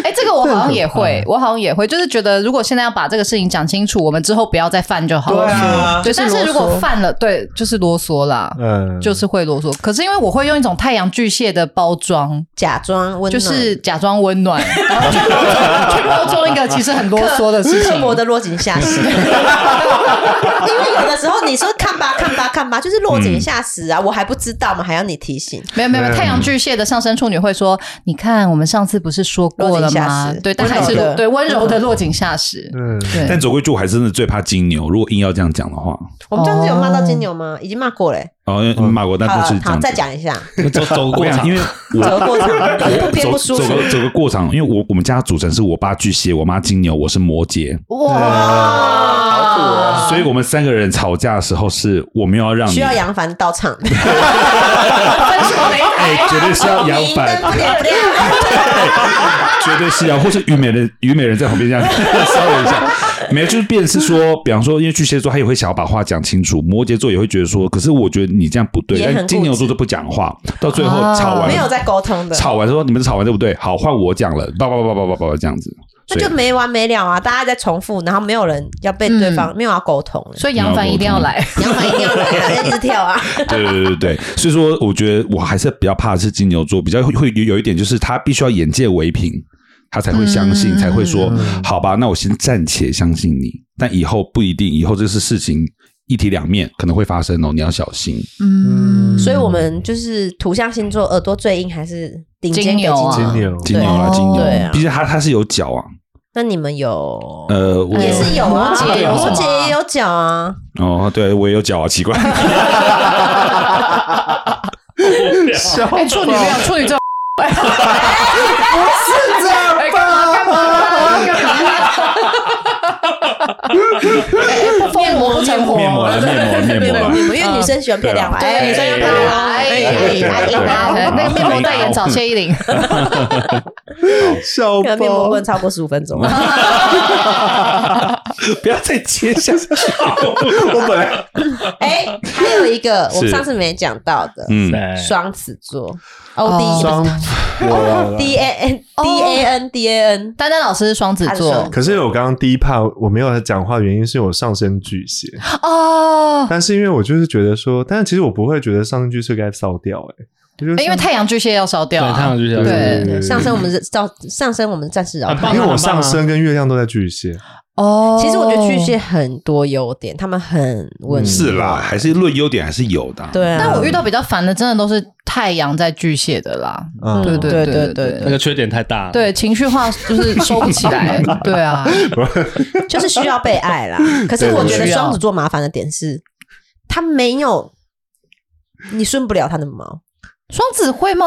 Speaker 5: 哎、这个我好像也会，我好像也会，就是觉得如果现在要把这个事情讲清楚，我们之后不要再犯就好了。
Speaker 4: 对啊
Speaker 5: 对
Speaker 3: 就是
Speaker 5: 但
Speaker 3: 啰
Speaker 5: 是
Speaker 3: 嗦
Speaker 5: 如果犯了，对，就是啰嗦啦，
Speaker 4: 嗯，
Speaker 5: 就是会啰嗦。可是因为我会用一种太阳巨蟹的包装，
Speaker 3: 假装温暖，
Speaker 5: 就是假装温暖，然后去包装去包装一个其实很啰嗦的事
Speaker 3: 刻
Speaker 5: 情。
Speaker 3: 薄的落井下石，因为有的时候你说看吧看吧看吧，就是落井下石啊，我还不知道嘛，还要你提醒。
Speaker 5: 没有没有，没有太阳巨蟹的上升处女会说：“你看，我们上次不是说过
Speaker 3: 落
Speaker 5: 了
Speaker 3: 井下
Speaker 5: 吗
Speaker 3: 石？
Speaker 5: 对，但还是
Speaker 3: 温柔的
Speaker 5: 对温柔的落井下石。
Speaker 4: 嗯，
Speaker 5: 对，
Speaker 2: 但走过去，我还真的最怕金牛。如果硬要这样讲的话，
Speaker 3: 我们上次有骂到金牛吗？已经骂过嘞。
Speaker 2: 哦，因为骂过，但
Speaker 3: 好
Speaker 2: 不是
Speaker 3: 了，
Speaker 2: 这
Speaker 3: 好，
Speaker 2: 样。
Speaker 3: 再，讲一下，
Speaker 6: 走走
Speaker 2: 我
Speaker 6: 过
Speaker 2: 跟你
Speaker 6: 场
Speaker 2: 讲，因为我
Speaker 3: 走过场不偏
Speaker 2: 走
Speaker 3: 不舒
Speaker 2: 走
Speaker 3: 服。
Speaker 2: 个走个过场，因为我我们家组成是我爸巨蟹，我妈金牛，我是摩羯，
Speaker 3: 哇，
Speaker 2: 所以我们三个人吵架的时候是我没有要让你
Speaker 3: 需要杨凡到场，
Speaker 5: 分手没
Speaker 2: 哎，绝对是要扬
Speaker 3: 明
Speaker 2: 反
Speaker 3: 灯，不亮不亮。
Speaker 2: 绝对是要，或是虞美人虞美人在旁边这样 稍微一下，没有，就是变成是说，比方说，因为巨蟹座他也会想要把话讲清楚，摩羯座也会觉得说，可是我觉得你这样不对，
Speaker 3: 也很
Speaker 2: 但金牛座
Speaker 3: 固执
Speaker 2: 就不讲话，到最后
Speaker 5: 啊
Speaker 2: 吵完了
Speaker 3: 没有在沟通的，
Speaker 2: 吵完说你们吵完对不对？好，换我讲了，叭叭叭叭叭叭叭这样子，
Speaker 3: 那
Speaker 2: 所以
Speaker 3: 就没完没了啊！大家在重复，然后没有人要被对方，没有要沟通了。
Speaker 5: 所以杨凡一定要来。
Speaker 3: 杨凡一定要来，要一直跳啊！
Speaker 2: 对对对对对，所以说我觉得我还是比较怕的是金牛座，比较会会有有一点就是他必须要眼界为凭，他才会相信，
Speaker 3: 嗯
Speaker 2: 才会说好吧，那我先暂且相信你，但以后不一定，以后这是事情一体两面可能会发生哦，你要小心。
Speaker 5: 嗯，
Speaker 3: 所以我们就是土象星座，耳朵最硬还是顶尖给
Speaker 5: 金牛啊
Speaker 3: 金
Speaker 4: 金
Speaker 3: 牛。
Speaker 4: 牛，
Speaker 2: 金牛啦，
Speaker 5: 对
Speaker 2: 金牛
Speaker 3: 对啊，
Speaker 2: 毕竟他他是有脚啊，
Speaker 3: 那你们有？
Speaker 2: 呃，我
Speaker 3: 也是有啊，
Speaker 5: 摩羯有
Speaker 3: 摩
Speaker 5: 什么
Speaker 3: 羯也有脚啊。
Speaker 2: 哦，对我也有脚啊，奇怪，
Speaker 5: 哎，处女没有，处女座
Speaker 4: 是这样吧？
Speaker 5: 面膜不成活，
Speaker 2: 面膜啦，面膜啦，面膜啦。
Speaker 3: 因为女生喜欢漂亮嘛，哎，女生要漂亮啊，哎，哎，
Speaker 5: 那个面膜代言找谢依霖，
Speaker 4: 笑
Speaker 3: 那个面膜不
Speaker 4: 爆
Speaker 3: 能！超过十五分钟。
Speaker 2: 不要再接下去。
Speaker 4: 我本来
Speaker 3: 哎，还有一个我
Speaker 2: 是
Speaker 3: 上次没讲到的，
Speaker 2: 嗯，
Speaker 6: 哎
Speaker 3: 双子座，O 哦 D
Speaker 4: 双，我
Speaker 3: D A N D A N D A N，
Speaker 5: 丹丹老师是双子座
Speaker 4: 可是我刚刚第一怕我没有讲话，原因是我上升巨蟹，
Speaker 5: 哦，
Speaker 4: 但是因为我就是觉得说，但是其实我不会觉得上升巨蟹该烧掉，哎，我觉得
Speaker 5: 因为太阳巨蟹要烧掉
Speaker 6: 对，太
Speaker 5: 啊
Speaker 6: 阳，巨蟹，
Speaker 5: 对
Speaker 3: 上升我们是到上升我们暂时饶
Speaker 6: 很棒
Speaker 3: 他。
Speaker 6: 啊
Speaker 4: 因为我上升跟月亮都在巨蟹，
Speaker 5: 哦，
Speaker 3: 其实我觉得巨蟹很多优点，他们很温柔
Speaker 2: 是啦，，还是论优点还是有的啊。
Speaker 3: 对啊。
Speaker 5: 但我遇到比较烦的，真的都是太阳在巨蟹的啦。
Speaker 4: 嗯，
Speaker 5: 对对
Speaker 3: 对
Speaker 5: 对
Speaker 3: 对
Speaker 5: 对
Speaker 6: 那个缺点太大了。
Speaker 5: 对，情绪化就是收不起 来。对啊，
Speaker 3: 就是需要被爱啦。可是我觉得双子座麻烦的点是，他没有你顺不了他的毛，
Speaker 5: 双子会吗？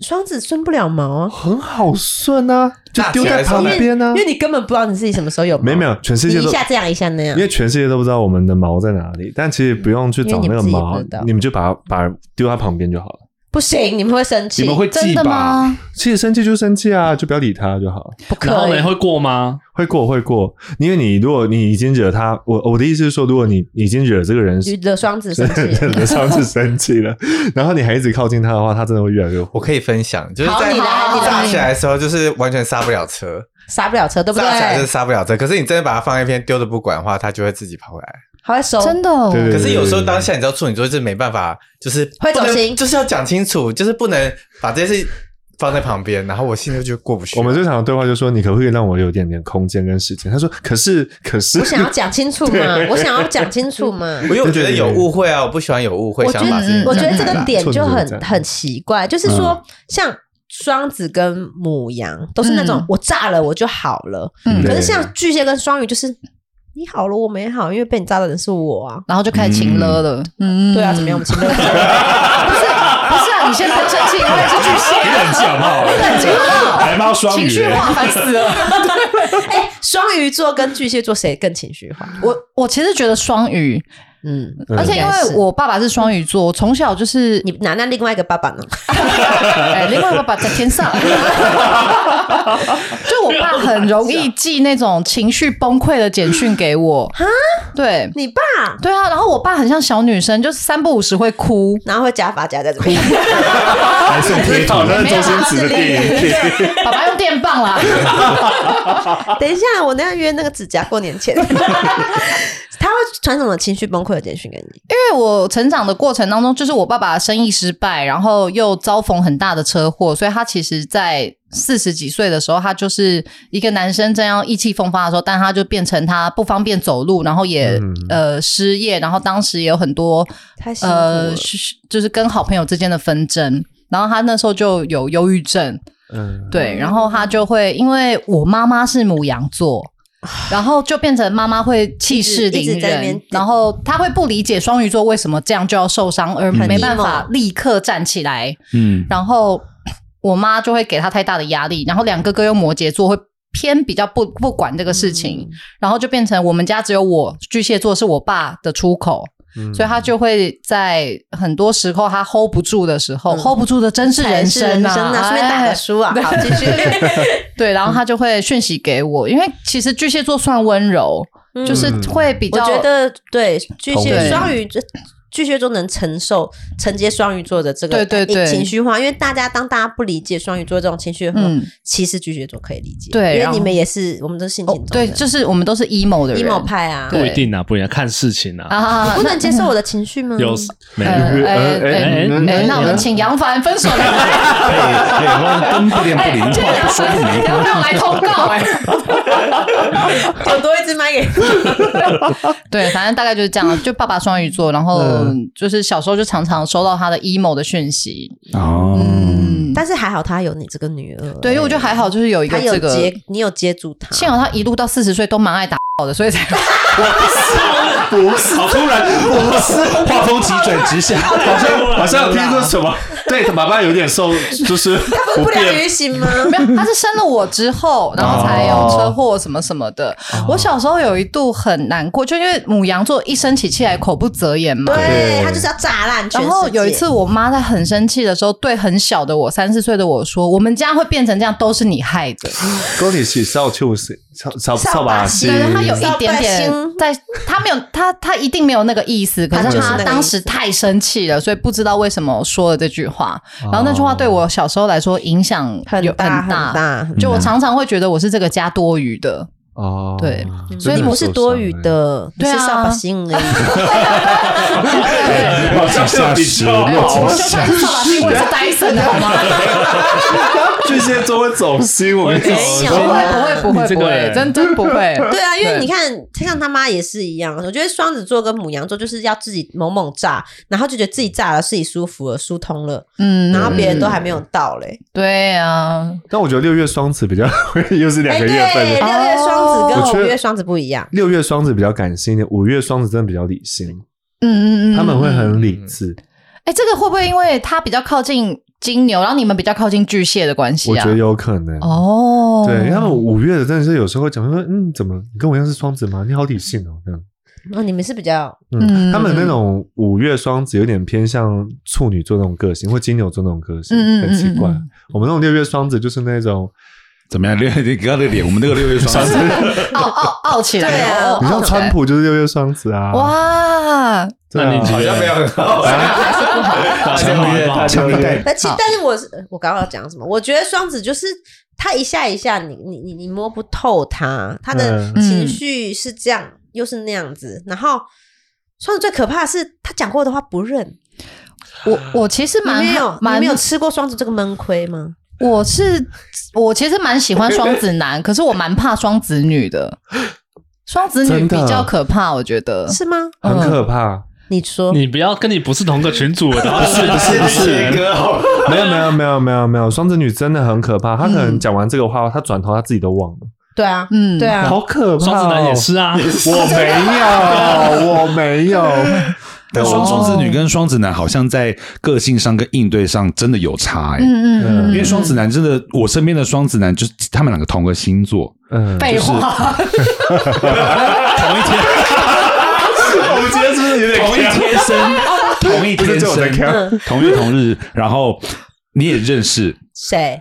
Speaker 3: 双子顺不了毛啊，
Speaker 4: 很好顺啊，就丢在旁边啊
Speaker 3: 因，为你根本不知道你自己什么时候有毛，
Speaker 4: 没有没有，全世
Speaker 3: 你
Speaker 4: 界
Speaker 3: 一
Speaker 4: 都
Speaker 3: 下这样一下那样
Speaker 4: 因。为全世界都不知道我们的毛在哪里，但其实不用去找
Speaker 3: 嗯
Speaker 4: 那个
Speaker 3: 因为你们自己
Speaker 4: 毛
Speaker 3: 也不知道，
Speaker 4: 你们就把它把它丢在旁边就好了。
Speaker 3: 不行，你们会生气，
Speaker 2: 你们会
Speaker 5: 真
Speaker 2: 记
Speaker 5: 的
Speaker 2: 吧？
Speaker 5: 吗？
Speaker 4: 其实生气就生气啊，就不要理它就好了。
Speaker 3: 不
Speaker 6: 然
Speaker 3: 可
Speaker 6: 后呢，
Speaker 3: 以。
Speaker 6: 会过吗？
Speaker 4: 会过会过，因为你如果你已经惹他，我我的意思是说，如果你已经惹这个人
Speaker 3: 你惹双子生气，
Speaker 4: 惹上次生气了， 然后你还一直靠近他的话，他真的会越来越火。
Speaker 9: 我可以分享，就是
Speaker 3: 好
Speaker 9: 在
Speaker 3: 你来你来
Speaker 9: 炸起来的时候，就是完全刹不了车，
Speaker 3: 刹不了车，对不
Speaker 9: 炸起来就是
Speaker 3: 对？
Speaker 9: 刹不了车。可是你真的把它放一边丢着不管的话，它就会自己跑回来。
Speaker 3: 还会收，
Speaker 5: 真的哦，
Speaker 4: 对对
Speaker 9: 可
Speaker 4: 对
Speaker 9: 是有时候当下你知道处女座是没办法，就是
Speaker 3: 会走
Speaker 9: 不能
Speaker 3: 心
Speaker 9: 就是要讲清楚，就是不能把这些事放在旁边，然后我心里就觉得过不去。
Speaker 4: 我们最常的对话就说，你可不可以让我有点点空间跟时间？他说，可是可是
Speaker 3: 我，想要讲清楚嘛，我想要讲清楚 嘛。
Speaker 9: 因为我觉得有误会啊，我不喜欢有误会，
Speaker 3: 我觉
Speaker 9: 想要把事情
Speaker 3: 得，嗯我觉得这个点就
Speaker 4: 寸土
Speaker 3: 很
Speaker 4: 寸金
Speaker 3: 很奇怪，就是说，像双子跟母羊都是那种
Speaker 5: 嗯
Speaker 3: 我炸了我就好了，
Speaker 5: 嗯
Speaker 3: 可是
Speaker 4: 对
Speaker 3: 像巨蟹跟双鱼就是你好了我没好，因为被你炸的人是我啊。
Speaker 5: 然后就开始情勒了。嗯，
Speaker 3: 对啊，怎么样？我们？情乐
Speaker 5: 不是不是啊，你先不要生气，我也是巨蟹，
Speaker 2: 你
Speaker 5: 啊
Speaker 2: 冷静好不好
Speaker 5: 你冷静好不好
Speaker 2: 白猫双
Speaker 5: 情
Speaker 2: 鱼，
Speaker 5: 绪化，烦死了。
Speaker 3: 嗯 哎，双鱼座跟巨蟹座谁更情绪化？
Speaker 5: 我我其实觉得双鱼，
Speaker 3: 嗯，
Speaker 5: 而且因为我爸爸是双鱼座，我从小就是
Speaker 3: 你拿那另外一个爸爸呢？
Speaker 5: 哎，另外我爸爸在 天上，就我爸很容易寄那种情绪崩溃的简讯给我。对
Speaker 3: 你爸，
Speaker 5: 对啊，然后我爸很像小女生，就是三不五时会哭。
Speaker 3: 然后会加发夹在这边。
Speaker 7: 还送贴图，那是周星驰的电影贴图。
Speaker 5: 爸爸用电棒啦，
Speaker 3: 等一下，我等一下约那个指甲过年前。他会传什么情绪崩溃的简讯给你？
Speaker 5: 因为我成长的过程当中，就是我爸爸生意失败，然后又遭逢很大的车祸，所以他其实，在四十几岁的时候，他就是一个男生正要意气风发的时候，但他就变成他不方便走路，然后也、呃失业，然后当时也有很多
Speaker 3: 太辛苦了
Speaker 5: 呃，是是就是跟好朋友之间的纷争。然后他那时候就有忧郁症，
Speaker 4: 呃
Speaker 8: 嗯，
Speaker 5: 对，然后他就会因为我妈妈是母羊 座。然后就变成妈妈会气势
Speaker 3: 一直一
Speaker 5: 凌
Speaker 3: 直在那边
Speaker 5: 人，然后他会不理解双鱼座为什么这样就要受伤，而没办法
Speaker 3: emo
Speaker 5: 立刻站起来。
Speaker 2: 嗯，
Speaker 5: 然后我妈就会给他太大的压力，然后两个哥又摩羯座，会偏比较不不管这个事情，
Speaker 3: 嗯
Speaker 5: 然后就变成我们家只有我巨蟹座是我爸的出口，
Speaker 3: 嗯
Speaker 5: 所以他就会在很多时候他 hold 不住的时候、
Speaker 3: 嗯
Speaker 5: hold 不住的真是
Speaker 3: 才
Speaker 5: 人
Speaker 3: 是
Speaker 5: 生
Speaker 3: 人
Speaker 5: 啊，
Speaker 3: 生啊，顺便打
Speaker 5: 哎
Speaker 3: 个书啊，好，继续。
Speaker 5: 对，然后他就会讯息给我，因为其实巨蟹座算温柔，
Speaker 3: 嗯
Speaker 5: 就是会比
Speaker 3: 我
Speaker 5: 较
Speaker 3: 觉得对巨蟹
Speaker 5: 对
Speaker 3: 双鱼这。巨蟹座能承受承接双鱼座的这个
Speaker 5: 对对对
Speaker 3: 情绪化，因为大家当大家不理解双鱼座这种情绪的时候
Speaker 5: 嗯，
Speaker 3: 其实巨蟹座可以理解，
Speaker 5: 对
Speaker 3: 因
Speaker 5: 然
Speaker 3: 为
Speaker 5: 后
Speaker 3: 你们也是我们都是性情
Speaker 5: 哦
Speaker 3: 中人，
Speaker 5: 对，就是我们都是 emo 的人
Speaker 3: emo 派啊，
Speaker 5: 对
Speaker 6: 不一定啊，不一定啊，看事情啊。
Speaker 5: 啊
Speaker 3: 你，不能接受我的情绪吗？
Speaker 6: 有没有？
Speaker 5: 呃哎哎
Speaker 6: 哎
Speaker 4: 嗯
Speaker 5: 哎哎，那我们请杨凡分手来，
Speaker 2: 可以可以，乱灯不恋不离，
Speaker 5: 哎这
Speaker 2: 不
Speaker 5: 杨
Speaker 2: 说
Speaker 5: 凡
Speaker 2: 不离，
Speaker 5: 要不要来通告？哎，
Speaker 3: 有多一只麦给你，
Speaker 5: 对，反正大概就是这样，就爸爸双鱼座，然后就是小时候就常常收到他的 emo 的讯息，
Speaker 2: 哦，
Speaker 5: 嗯，
Speaker 3: 但是还好他有你这个女儿，哎
Speaker 5: 对，因为我觉得还好，就是有一
Speaker 3: 他
Speaker 5: 个
Speaker 3: 有
Speaker 5: 这个，
Speaker 3: 接，你有接住他，
Speaker 5: 幸好他一路到四十岁都蛮爱打炮的，所以才。
Speaker 7: 不是，好突然，不是，
Speaker 2: 画风急转直下，
Speaker 7: 好像好像有听说什么，对，他爸爸有点受，就是
Speaker 3: 不
Speaker 7: 不
Speaker 3: 不良
Speaker 7: 变，
Speaker 3: 于行吗？
Speaker 5: 没有，他是生了我之后，然后才有车祸什么什么的。
Speaker 3: 哦
Speaker 5: 我小时候有一度很难过，就因为母羊座一生起气来口不择言嘛。
Speaker 3: 对他就是要炸烂全世界。
Speaker 5: 然后有一次，我妈在很生气的时候，对很小的我三四岁的我说：“我们家会变成这样，都是你害的。
Speaker 8: 恭喜是少秋是少少少把戏，
Speaker 5: 对”她有一点
Speaker 3: 小
Speaker 5: 点
Speaker 3: 百姓
Speaker 5: 在，她没有，她她一定没有那个意思，可
Speaker 3: 她
Speaker 5: 是
Speaker 3: 就是那
Speaker 5: 她
Speaker 3: 个
Speaker 5: 当
Speaker 3: 意
Speaker 5: 时
Speaker 3: 思
Speaker 5: 太生气了，所以不知道为什么说了这句话。然后那句话对我小时候来说影响
Speaker 3: 哦很
Speaker 5: 有
Speaker 3: 大很
Speaker 5: 大，
Speaker 3: 大，嗯
Speaker 5: 就我常常会觉得我是这个家多余的。
Speaker 8: 哦，
Speaker 5: 对，
Speaker 3: 所以你不是多余
Speaker 8: 欸
Speaker 3: 的，你
Speaker 5: 对
Speaker 3: 是
Speaker 5: 啊
Speaker 3: 少把心而已。
Speaker 2: 落井哎下石，落井
Speaker 5: 就算是扫把星，我也是 Dyson 的 好吗？
Speaker 8: 巨蟹座会走心，我 跟你
Speaker 3: 没
Speaker 5: 不
Speaker 3: 有
Speaker 5: 会
Speaker 3: 啊
Speaker 5: 不会不
Speaker 6: 你
Speaker 5: 会
Speaker 6: 这
Speaker 5: 不
Speaker 6: 个
Speaker 5: 会
Speaker 6: 欸，
Speaker 5: 真真不会。
Speaker 3: 对啊，因为
Speaker 5: 对
Speaker 3: 你看，像他妈也是一样。我觉得双子座跟母羊座就是要自己猛猛炸，然后就觉得自己炸了，自己舒服了，疏通了，
Speaker 5: 嗯
Speaker 3: 然后别人都还没有到嘞。
Speaker 5: 对啊，
Speaker 8: 但我觉得六月双子比较 又是两
Speaker 3: 哎，
Speaker 8: 个
Speaker 3: 对，
Speaker 8: 月份的，
Speaker 3: 六月双子
Speaker 8: 我觉
Speaker 3: 跟
Speaker 8: 得
Speaker 3: 五月双子不一样。
Speaker 8: 六月双子比较感性一点，五月双子真的比较理性，
Speaker 5: 嗯嗯嗯，
Speaker 8: 他们会很理智。
Speaker 5: 哎，这个会不会因为他比较靠近金牛，然后你们比较靠近巨蟹的关系
Speaker 8: 我
Speaker 5: 啊
Speaker 8: 觉？得有可能。
Speaker 5: 哦，
Speaker 8: 对，因为他们五月的真的是有时候会讲说，嗯，怎么你跟我一样是双子吗？你好理性哦，这样。
Speaker 3: 那你们是比较
Speaker 5: 嗯
Speaker 8: 嗯，他们那种五月双子有点偏向处女座那种个性，或金牛座那种个性，
Speaker 5: 嗯嗯嗯
Speaker 8: 很奇怪
Speaker 5: 嗯嗯。
Speaker 8: 我们那种六月双子就是那种，
Speaker 2: 怎么样？六你刚刚的脸，我们那个六月双子，
Speaker 5: 傲傲傲起来，
Speaker 3: 对啊
Speaker 5: 哦
Speaker 8: 你像川。普就是六月双子啊，
Speaker 5: 傲哇，
Speaker 8: 对啊，
Speaker 6: 那你觉
Speaker 4: 好像没有很好，
Speaker 8: 强力代
Speaker 3: 而且
Speaker 5: 好，
Speaker 3: 但是我是呃我刚刚要讲什么？我觉得双子就是他一下一下你，你你你摸不透他，他的
Speaker 5: 嗯
Speaker 3: 情绪是这样，又是那样子。然后双子最可怕的是，他讲过的话不认。
Speaker 5: 我我其实
Speaker 3: 你
Speaker 5: 蛮
Speaker 3: 没有，你
Speaker 5: 蛮
Speaker 3: 没有吃过双子这个闷亏吗？
Speaker 5: 我是我其实蛮喜欢双子 男，可是我蛮怕双子女的。双子女
Speaker 8: 真
Speaker 5: 比
Speaker 8: 的
Speaker 5: 较可怕，我觉得
Speaker 3: 是吗？
Speaker 8: 很
Speaker 5: 嗯
Speaker 8: 可怕。
Speaker 3: 你说，
Speaker 6: 你不要跟你不是同个群组的，不是不是不
Speaker 4: 切割好，
Speaker 8: 没有没有没有没有没有，双子女真的很可怕。她可能讲完这个话，她转头她自己都忘了，
Speaker 3: 对啊，
Speaker 5: 嗯
Speaker 3: 对啊，
Speaker 8: 好可怕。
Speaker 6: 双子男也，是啊，
Speaker 8: 我没有，我没有。
Speaker 2: 但双双子女跟双子男好像在个性上跟应对上真的有差哎、
Speaker 5: 嗯嗯嗯，
Speaker 2: 因为双子男真的，我身边的双子男就是他们两个同个星座，
Speaker 8: 嗯，
Speaker 5: 废话，
Speaker 6: 同一天。
Speaker 8: 我们今天是不是有点
Speaker 2: 一
Speaker 7: 不是
Speaker 2: 天
Speaker 7: 只有在
Speaker 2: 生，
Speaker 7: 看，
Speaker 2: 同月同日，然后你也认识，
Speaker 3: 谁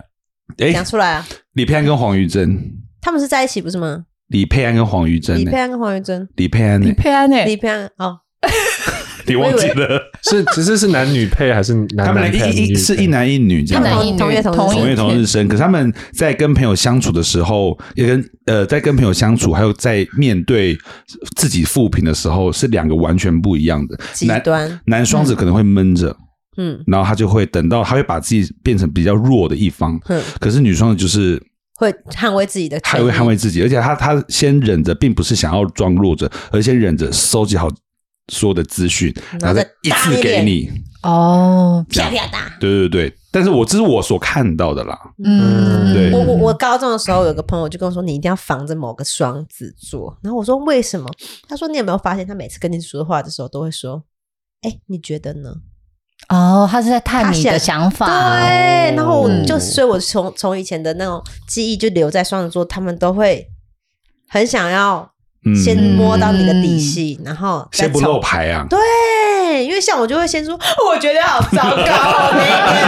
Speaker 2: 哎，
Speaker 3: 讲出来啊？
Speaker 2: 李佩安跟黄玉珍，
Speaker 3: 他们是在一起不是吗？
Speaker 2: 李佩安跟黄玉珍
Speaker 3: 李
Speaker 2: 呢
Speaker 3: 佩，安跟黄玉珍，
Speaker 2: 李佩安呢
Speaker 5: 李，佩安诶、
Speaker 3: 李佩安哦，
Speaker 2: 你忘记了？
Speaker 8: 是其实是男女配还是男
Speaker 2: 他们
Speaker 8: 男
Speaker 2: 俩
Speaker 8: 配？
Speaker 2: 一一
Speaker 8: 女
Speaker 2: 一
Speaker 8: 配
Speaker 2: 是一男一女这
Speaker 5: 一
Speaker 2: 样，
Speaker 5: 男一女
Speaker 3: 同月同日
Speaker 5: 一
Speaker 2: 同月同日
Speaker 5: 天
Speaker 2: 生，可是他们在跟朋友相处的时候，也跟呃在跟朋友相处，还有在面对自己负评的时候，是两个完全不一样的
Speaker 3: 极
Speaker 2: 男
Speaker 3: 端，
Speaker 2: 男双子可能会闷着，
Speaker 3: 嗯
Speaker 2: 然后他就会等到他会把自己变成比较弱的一方，
Speaker 3: 哼，
Speaker 2: 可是女双子就是
Speaker 3: 会捍卫自己的权
Speaker 2: 还
Speaker 3: 益，
Speaker 2: 会捍卫自己，而且她她先忍着，并不是想要装弱者，而先忍着收集好所有的资讯，
Speaker 3: 然
Speaker 2: 然
Speaker 3: 后
Speaker 2: 后
Speaker 3: 再
Speaker 2: 再一次给你。
Speaker 5: 哦，
Speaker 3: 啪啪打。
Speaker 2: 对对对，但是我这是我所看到的啦。
Speaker 5: 嗯，
Speaker 2: 对
Speaker 3: 我我我高中的时候有个朋友就跟我说，你一定要防着某个双子座。然后我说为什么？他说你有没有发现，他每次跟你说话的时候都会说，哎，你觉得呢？
Speaker 5: 哦，他是在探你
Speaker 3: 他
Speaker 5: 的
Speaker 3: 想
Speaker 5: 想法，
Speaker 3: 对，然后我就
Speaker 2: 嗯
Speaker 3: 所以，我从从以前的那种记忆就留在双子座，他们都会很想要
Speaker 2: 嗯，
Speaker 3: 先摸到你的底
Speaker 5: 嗯
Speaker 3: 细，然后再
Speaker 2: 先不露
Speaker 3: 从
Speaker 2: 牌啊，
Speaker 3: 对，因为像我就会先说，我觉得好糟 糕哦，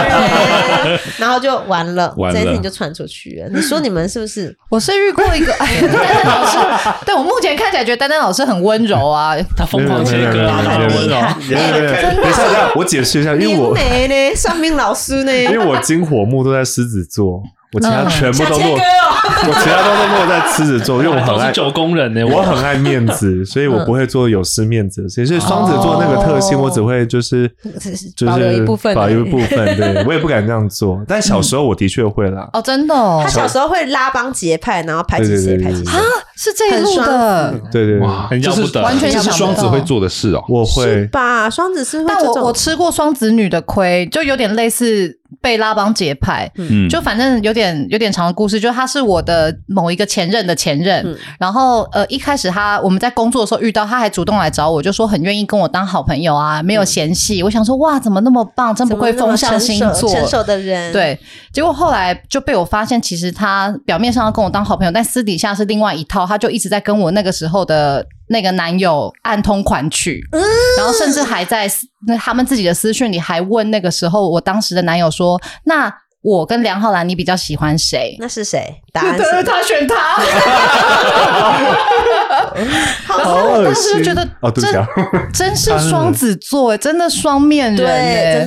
Speaker 3: 那个人，然后就完了，
Speaker 2: 完
Speaker 3: 这件事
Speaker 2: 了
Speaker 3: 情就传出去了。你说你们是不是？
Speaker 5: 我是遇过一个，哎，丹丹老师，对我目前看起来觉得丹丹老师很温柔啊，
Speaker 6: 他疯狂切割啊，
Speaker 3: 没
Speaker 6: 他
Speaker 3: 有
Speaker 6: 很
Speaker 3: 没有没有
Speaker 6: 温柔。
Speaker 7: 对对对
Speaker 3: 真的
Speaker 7: 等一下，等一下，我解释一下，因为
Speaker 3: 灵
Speaker 7: 我
Speaker 3: 媒呢？ 算命老师呢？
Speaker 8: 因为我金火木都在狮子座，我其他
Speaker 5: 嗯
Speaker 8: 全部都落，
Speaker 3: 切割
Speaker 8: 我其他都都落在狮子座，因为我
Speaker 6: 都
Speaker 8: 很爱
Speaker 6: 是九宫人欸呢，
Speaker 8: 我
Speaker 6: 我
Speaker 8: 很爱面
Speaker 5: 嗯
Speaker 8: 子，所以我不会做有失面子的事情。所以双子座那个特性，
Speaker 5: 哦
Speaker 8: 我只会 就是
Speaker 3: 只是
Speaker 8: 就是
Speaker 3: 保留一部分
Speaker 8: 保留
Speaker 3: 而
Speaker 8: 一
Speaker 3: 已
Speaker 8: 部分，对我也不敢这样做。但小时候我的确会啦，
Speaker 5: 哦，真的哦
Speaker 3: 他，小时候会拉帮结派，然后排挤谁
Speaker 8: 对对对
Speaker 3: 排挤谁
Speaker 5: 啊。，是这一路的，
Speaker 8: 对对对，
Speaker 6: 很要
Speaker 2: 这
Speaker 6: 不
Speaker 2: 是
Speaker 6: 得，
Speaker 5: 完全
Speaker 2: 这是
Speaker 5: 想不
Speaker 2: 双子
Speaker 5: 到
Speaker 2: 会做的事哦。
Speaker 8: 我
Speaker 3: 是
Speaker 8: 会。
Speaker 3: 吧？双子是会
Speaker 5: 但
Speaker 3: 这
Speaker 5: 我我
Speaker 3: 种，
Speaker 5: 吃过双子女的亏，就有点类似被拉帮结派，
Speaker 2: 嗯，
Speaker 5: 就反正有点有点长的故事，就他是我的某一个前任的前任，
Speaker 3: 嗯
Speaker 5: 然后呃一开始他我们在工作的时候遇到，他还主动来找我，就说很愿意跟我当好朋友啊，没有嫌弃。我想说哇，怎么那么棒，真不愧风象星
Speaker 3: 嗯怎么那么成
Speaker 5: 座。
Speaker 3: 熟成熟的人，，
Speaker 5: 对，结果后来就被我发现，其实他表面上要跟我当好朋友，但私底下是另外一套，他就一直在跟我那个时候的那个男友暗通款曲，
Speaker 3: 嗯
Speaker 5: 然后甚至还在私那他们自己的私讯里还问那个时候我当时的男友说，那我跟梁浩然你比较喜欢谁？
Speaker 3: 那是谁？ 答案是
Speaker 5: 他选 他，然后我当时就觉得
Speaker 8: 哦对不起啊
Speaker 5: 真真是双子座，欸真的双面人
Speaker 3: 对，真
Speaker 5: 哎。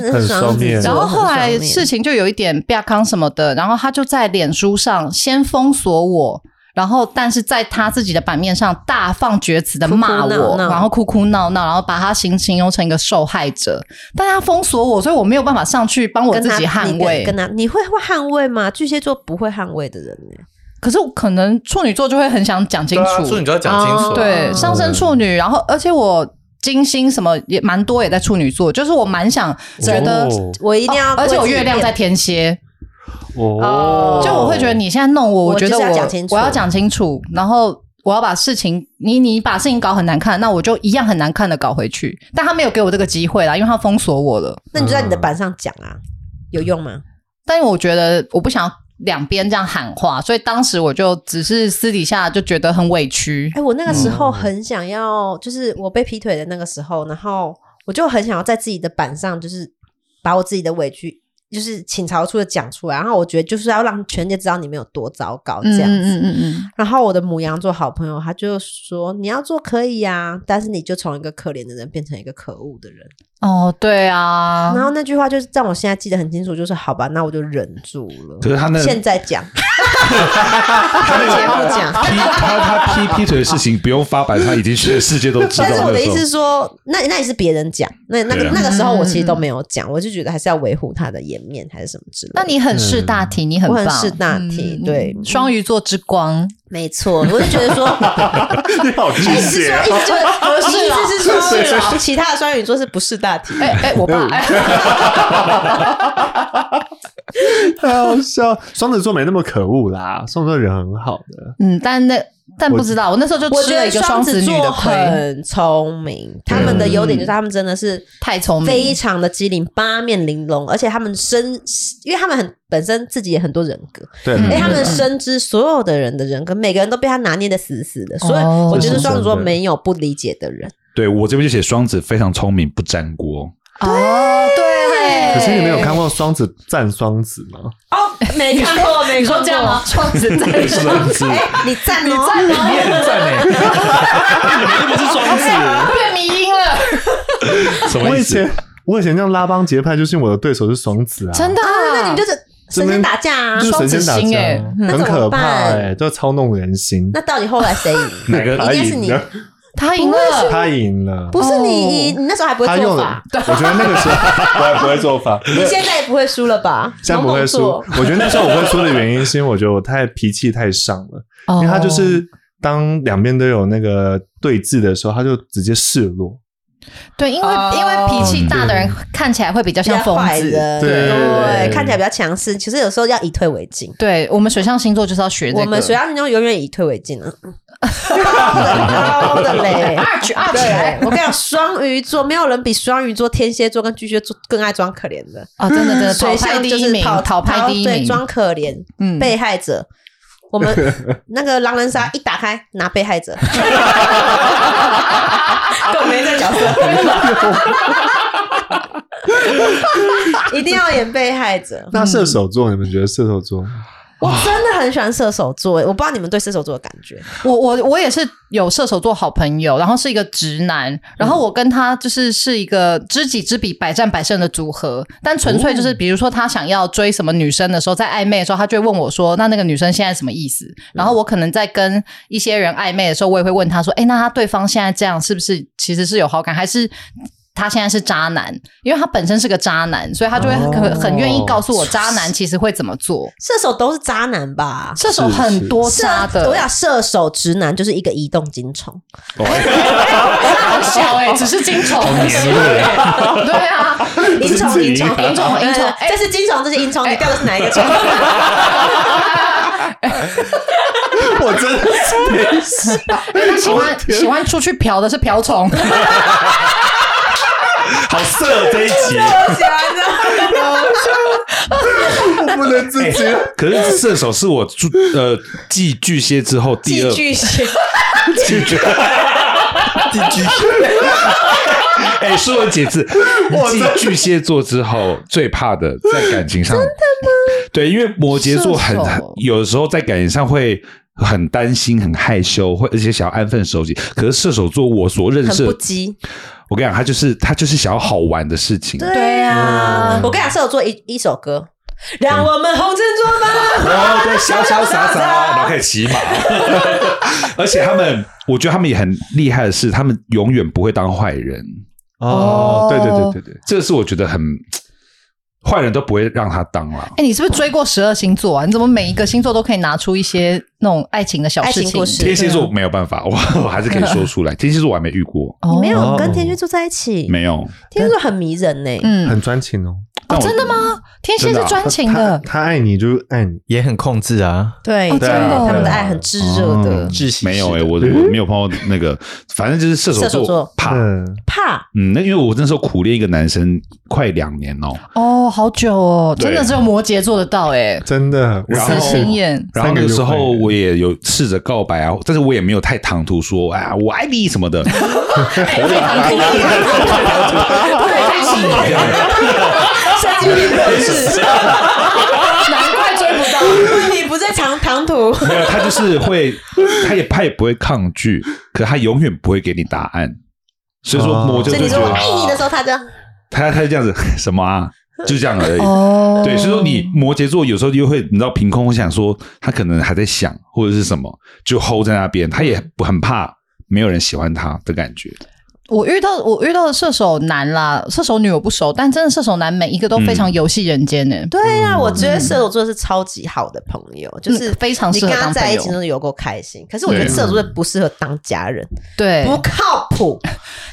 Speaker 3: 的是
Speaker 8: 很
Speaker 3: 双
Speaker 8: 双
Speaker 3: 子
Speaker 8: 面
Speaker 3: 座
Speaker 5: 然后后来
Speaker 3: 很双面
Speaker 5: 事情就有一点不康什么的，然后他就在脸书上先封锁我。然后，但是在他自己的版面上大放厥词的骂我，
Speaker 3: 哭哭闹闹
Speaker 5: 然后哭哭闹闹，然后把他形形容成一个受害者。但他封锁我，所以我没有办法上去帮我
Speaker 3: 跟
Speaker 5: 自
Speaker 3: 他
Speaker 5: 己捍
Speaker 3: 你跟
Speaker 5: 卫。
Speaker 3: 跟他，你会会捍卫吗？巨蟹座不会捍卫的人呢。
Speaker 5: 可是我可能处女座就会很想讲清
Speaker 4: 对啊，
Speaker 5: 楚，
Speaker 4: 处女就要讲清楚啊，
Speaker 5: 对，
Speaker 3: 哦
Speaker 5: 上升处女，然后而且我金星什么也蛮多，也在处女座，就是我蛮想觉得，
Speaker 8: 哦
Speaker 3: 我一定要，
Speaker 5: 而且我月亮在天蝎，
Speaker 8: 哦，
Speaker 5: 就我会觉得你现在弄我，
Speaker 3: 我
Speaker 5: 觉得
Speaker 3: 就是要
Speaker 5: 我
Speaker 3: 讲清楚
Speaker 5: 我要讲清楚，然后我要把事情你你把事情搞很难看，那我就一样很难看的搞回去。但他没有给我这个机会啦，因为他封锁我了。
Speaker 3: 那你就在你
Speaker 8: 嗯
Speaker 3: 的板上讲啊，有用吗？
Speaker 5: 但我觉得我不想要两边这样喊话，所以当时我就只是私底下就觉得很委屈
Speaker 3: 哎、。我那个时候很想要，就是我被劈腿的那个时候，然后我就很想要在自己的板上，就是把我自己的委屈，就是倾巢出的讲出来。然后我觉得就是要让全世界知道你们有多糟糕这
Speaker 5: 嗯
Speaker 3: 样子。
Speaker 5: 嗯嗯嗯嗯，
Speaker 3: 然后我的母羊座好朋友，他就说你要做可以呀、但是你就从一个可怜的人变成一个可恶的人。
Speaker 5: 哦，对啊。
Speaker 3: 然后那句话就是让我现在记得很清楚，就是好吧，那我就忍住了。
Speaker 2: 可是他那
Speaker 3: 现在讲，他节 目讲，
Speaker 2: 劈他他劈劈腿的事情不用发版，他已经全世界都知道
Speaker 3: 但是我
Speaker 2: 那
Speaker 3: 的意
Speaker 2: 时候
Speaker 3: 思是说，那那也是别人讲，那那个、
Speaker 2: 对啊
Speaker 3: 那个时候我其
Speaker 5: 嗯
Speaker 3: 实都没有讲，我就觉得还是要维护他的颜面还是什么之类的。
Speaker 5: 那你很识大体，你很
Speaker 3: 我
Speaker 5: 棒，
Speaker 3: 很识大体对
Speaker 5: 嗯双鱼座之光，
Speaker 3: 没错，我就觉得 说，
Speaker 8: 你 好巨
Speaker 3: 意思是
Speaker 8: 蟹
Speaker 3: 说，
Speaker 8: 啊
Speaker 3: 意，思就是合适了，意思是说，其他的双鱼座是不识大体。
Speaker 5: 哎哎，我爸，
Speaker 8: 太好笑。双子座没那么可恶啦，双子座人很好的。
Speaker 5: 嗯，但那但不知道，我那时候就
Speaker 3: 我
Speaker 5: 吃
Speaker 3: 觉
Speaker 5: 了
Speaker 3: 得
Speaker 5: 一个
Speaker 3: 双
Speaker 5: 子
Speaker 3: 子
Speaker 5: 女
Speaker 3: 座
Speaker 5: 的亏，
Speaker 3: 很聪明，他们的优点就是他们真的是
Speaker 5: 太聪明
Speaker 3: 非常的机灵，八面玲珑，而且他们深，因为他们很本身自己也很多人格，
Speaker 8: 对，
Speaker 5: 嗯
Speaker 3: 哎、
Speaker 5: 欸
Speaker 3: 他们
Speaker 5: 嗯
Speaker 3: 深知所有的人的人格，每个人都被他拿捏的死死的，所以
Speaker 5: 哦
Speaker 3: 我觉得双子座
Speaker 8: 这是真的
Speaker 3: 没有不理解的人。
Speaker 2: 对我这边就写双子非常聪明，不粘锅。
Speaker 5: 哦，对，
Speaker 8: 可是你没有看过双子战双子吗？
Speaker 3: 哦，没看过，没
Speaker 5: 你说
Speaker 3: 看
Speaker 5: 这样吗
Speaker 3: 过？？
Speaker 5: 双子在双子，
Speaker 3: 你赞哦，
Speaker 5: 赞哦
Speaker 6: 你也很赞哎，你们又不是双子，
Speaker 5: 变迷音了，
Speaker 2: 什么
Speaker 8: 我
Speaker 2: 意
Speaker 8: 以
Speaker 2: 思
Speaker 8: 前？我以前像拉帮结派，就是因为我的对手是双子啊，
Speaker 5: 真的啊？
Speaker 3: 啊，那你就是神仙打架啊
Speaker 8: 就！是神仙打
Speaker 5: 双子星
Speaker 8: 架
Speaker 5: 欸
Speaker 8: 啊，
Speaker 3: 那
Speaker 8: 很
Speaker 3: 怎么
Speaker 8: 可怕
Speaker 3: 办
Speaker 8: 哎，就操弄人心。
Speaker 3: 那到底后来谁赢？
Speaker 2: 哪 个
Speaker 8: 他
Speaker 3: 应该是
Speaker 8: 赢
Speaker 3: 你
Speaker 8: 了，
Speaker 5: 他赢了，
Speaker 8: 他赢了。
Speaker 3: 不是你
Speaker 5: 哦
Speaker 3: 赢，你那时候还不
Speaker 8: 他
Speaker 3: 会
Speaker 8: 用
Speaker 3: 做
Speaker 8: 了
Speaker 3: 法，，
Speaker 8: 我觉得那个时 候我也不会做法，
Speaker 3: 你现在也不会输了吧？
Speaker 8: 现在不会输
Speaker 3: 懵懵。
Speaker 8: 我觉得那时候我会输的原因，是因为我觉得我太脾气太上了，因为他
Speaker 3: 哦
Speaker 5: 哦
Speaker 8: 就是当两边都有那个对峙的时候，他就直做直接示弱。
Speaker 5: 对，因为
Speaker 3: 哦
Speaker 5: 因为脾气大的人看起来会比较像疯
Speaker 3: 坏
Speaker 5: 子。
Speaker 3: 人，
Speaker 8: 对
Speaker 3: 对，
Speaker 8: 对
Speaker 3: 看起来比较强势。其实有时候要以退为进。
Speaker 5: 对我们水象星座就是要学这个，
Speaker 3: 我们水象运动永远以退为 进啊，高的嘞，
Speaker 5: 二举二举
Speaker 3: 对，我跟你讲，双鱼座没有人比双鱼座、天蝎座跟巨蟹座更爱装可怜的。
Speaker 5: 啊，真的真的，
Speaker 3: 水
Speaker 5: 讨拍
Speaker 3: 象
Speaker 5: 第
Speaker 3: 就
Speaker 5: 一
Speaker 3: 是
Speaker 5: 名，
Speaker 3: 跑
Speaker 5: 讨拍第一
Speaker 3: 对，
Speaker 5: 名，
Speaker 3: 装可怜，
Speaker 5: 嗯
Speaker 3: 被害者。我 们那个狼人杀一打开，拿被害者，都没这角 色，一定要演被害者。
Speaker 8: 那射手座，你们觉得射手座？
Speaker 3: 我真的很喜欢射手座，我不知道你们对射手座的感觉。
Speaker 5: 我我我也是有射手座好朋友，然后是一个直男，然后我跟他就是是一个知己知彼、百战百胜的组合。但纯粹就是，比如说他想要追什么女生的时候，在暧昧的时候，他就会问我说：“那那个女生现在什么意思？”然后我可能在跟一些人暧昧的时候，我也会问他说：“哎，那他对方现在这样是不是其实是有好感，还是？”他现在是渣男，因为他本身是个渣男，所以他就会很、
Speaker 8: 哦
Speaker 5: 很愿意告诉我渣男其实会怎么做。
Speaker 3: 射手都是渣男吧？
Speaker 5: 射手很多渣的，
Speaker 3: 射啊我想射手直男就是一个移动金 虫，
Speaker 5: 很小哎、只是金虫，对啊，
Speaker 3: 银虫银虫
Speaker 5: 银虫银虫哎
Speaker 3: 这是金虫，这是银虫，你掉的是哪一个虫？
Speaker 8: 我真的
Speaker 5: 他喜欢喜欢出去嫖的是瓢虫，
Speaker 2: 好色这一集。
Speaker 3: 我喜欢的，
Speaker 8: 不能自己。
Speaker 2: 哎可是射手是我住呃继巨蟹之后第二
Speaker 3: 巨蟹，
Speaker 2: 继巨蟹。哎，说文解字，继巨蟹座之后最怕的在感情上，真的吗？对，因为摩羯座很
Speaker 5: 射手
Speaker 2: 很有的时候在感情上会。很担心，很害羞，会而且想要安分守己。可是射手座，我所认识
Speaker 3: 很
Speaker 2: 的
Speaker 3: 不，羁。
Speaker 2: 我跟你讲，他就是他就是想要好玩的事情。
Speaker 3: 对
Speaker 5: 嗯
Speaker 3: 呀，呃我跟你讲，射手座一一首歌，让我们红尘作伴。
Speaker 2: 哦，对，潇潇洒洒，然后开始骑马。 而且他们，我觉得他们也很厉害的是，他们永远不会当坏人。
Speaker 8: 哦，对对对对对，
Speaker 2: 这是我觉得很坏人都不会让他当啦。
Speaker 5: 哎、你是不是追过十二星座啊？你怎么每一个星座都可以拿出一些那种爱情的小事
Speaker 3: 爱情
Speaker 5: 情
Speaker 3: 故？事
Speaker 2: 天蝎座没有办法，我 我还是可以说出来。天蝎座我还没遇过，
Speaker 5: 哦
Speaker 3: 你没有
Speaker 8: 哦
Speaker 3: 跟天蝎座在一起，
Speaker 2: 没有。
Speaker 3: 天蝎座很迷人呢。
Speaker 5: 嗯，
Speaker 8: 很专情哦。
Speaker 5: 哦
Speaker 2: 但，我
Speaker 5: 真的？吗？天蝎
Speaker 2: 真
Speaker 5: 是
Speaker 2: 的啊
Speaker 5: 专情
Speaker 8: 他
Speaker 5: 的，
Speaker 8: 他爱你就是爱你，
Speaker 4: 也很控制啊，
Speaker 3: 对
Speaker 5: 哦真的
Speaker 3: 他们的爱很炙热的
Speaker 8: 哦，
Speaker 4: 窒息
Speaker 2: 没有哎、
Speaker 4: 哎、
Speaker 2: 我我没有碰到那个，反正就是射手
Speaker 3: 射手
Speaker 2: 座
Speaker 3: 座
Speaker 2: 怕。
Speaker 8: 嗯，
Speaker 3: 怕
Speaker 2: 嗯，那因为我那时候苦练一个男生快两年哦，
Speaker 5: 哦，好久哦，
Speaker 2: 对
Speaker 5: 真的只有摩羯做得到哎、
Speaker 8: 真的，我
Speaker 2: 然后
Speaker 5: 此
Speaker 8: 相信
Speaker 5: 心眼。
Speaker 2: 然后那个时
Speaker 8: 三个
Speaker 2: 候
Speaker 8: 月
Speaker 2: 我也有试着告白啊，但是我也没有太唐突说啊我爱你什么的，
Speaker 3: 神经病博士，
Speaker 5: 难怪追
Speaker 3: 啊
Speaker 5: 不到。
Speaker 3: 你不在 长唐突，
Speaker 2: 没有，他就是会，他也他也不会抗拒，可他永远不会给你答案。所以说
Speaker 8: 哦
Speaker 2: 摩羯
Speaker 3: 所以
Speaker 2: 座
Speaker 3: 你
Speaker 2: 就
Speaker 3: 说我爱你的时候，他就
Speaker 2: 他他就这样子 什么啊，就这样而已。
Speaker 5: 哦，
Speaker 2: 对，所以说你摩羯座有时候又会，你知道凭空想说他可能还在想或者是什么，就 hold 在那边，他也不很怕没有人喜欢他的感觉。
Speaker 5: 我遇到我遇到的射手男啦，射手女我不熟，但真的射手男每一个都非常游戏人间呢、
Speaker 3: 对
Speaker 6: 嗯
Speaker 3: 呀、我觉得射手座是超级好的朋友，就是
Speaker 5: 嗯非常
Speaker 3: 你
Speaker 5: 适合
Speaker 3: 跟他
Speaker 5: 当
Speaker 3: 在
Speaker 5: 朋
Speaker 3: 一
Speaker 5: 友
Speaker 3: 起真的有够开心。可是我觉得
Speaker 2: 对
Speaker 3: 射手座不适合当家人，
Speaker 5: 对，
Speaker 3: 不靠 谱，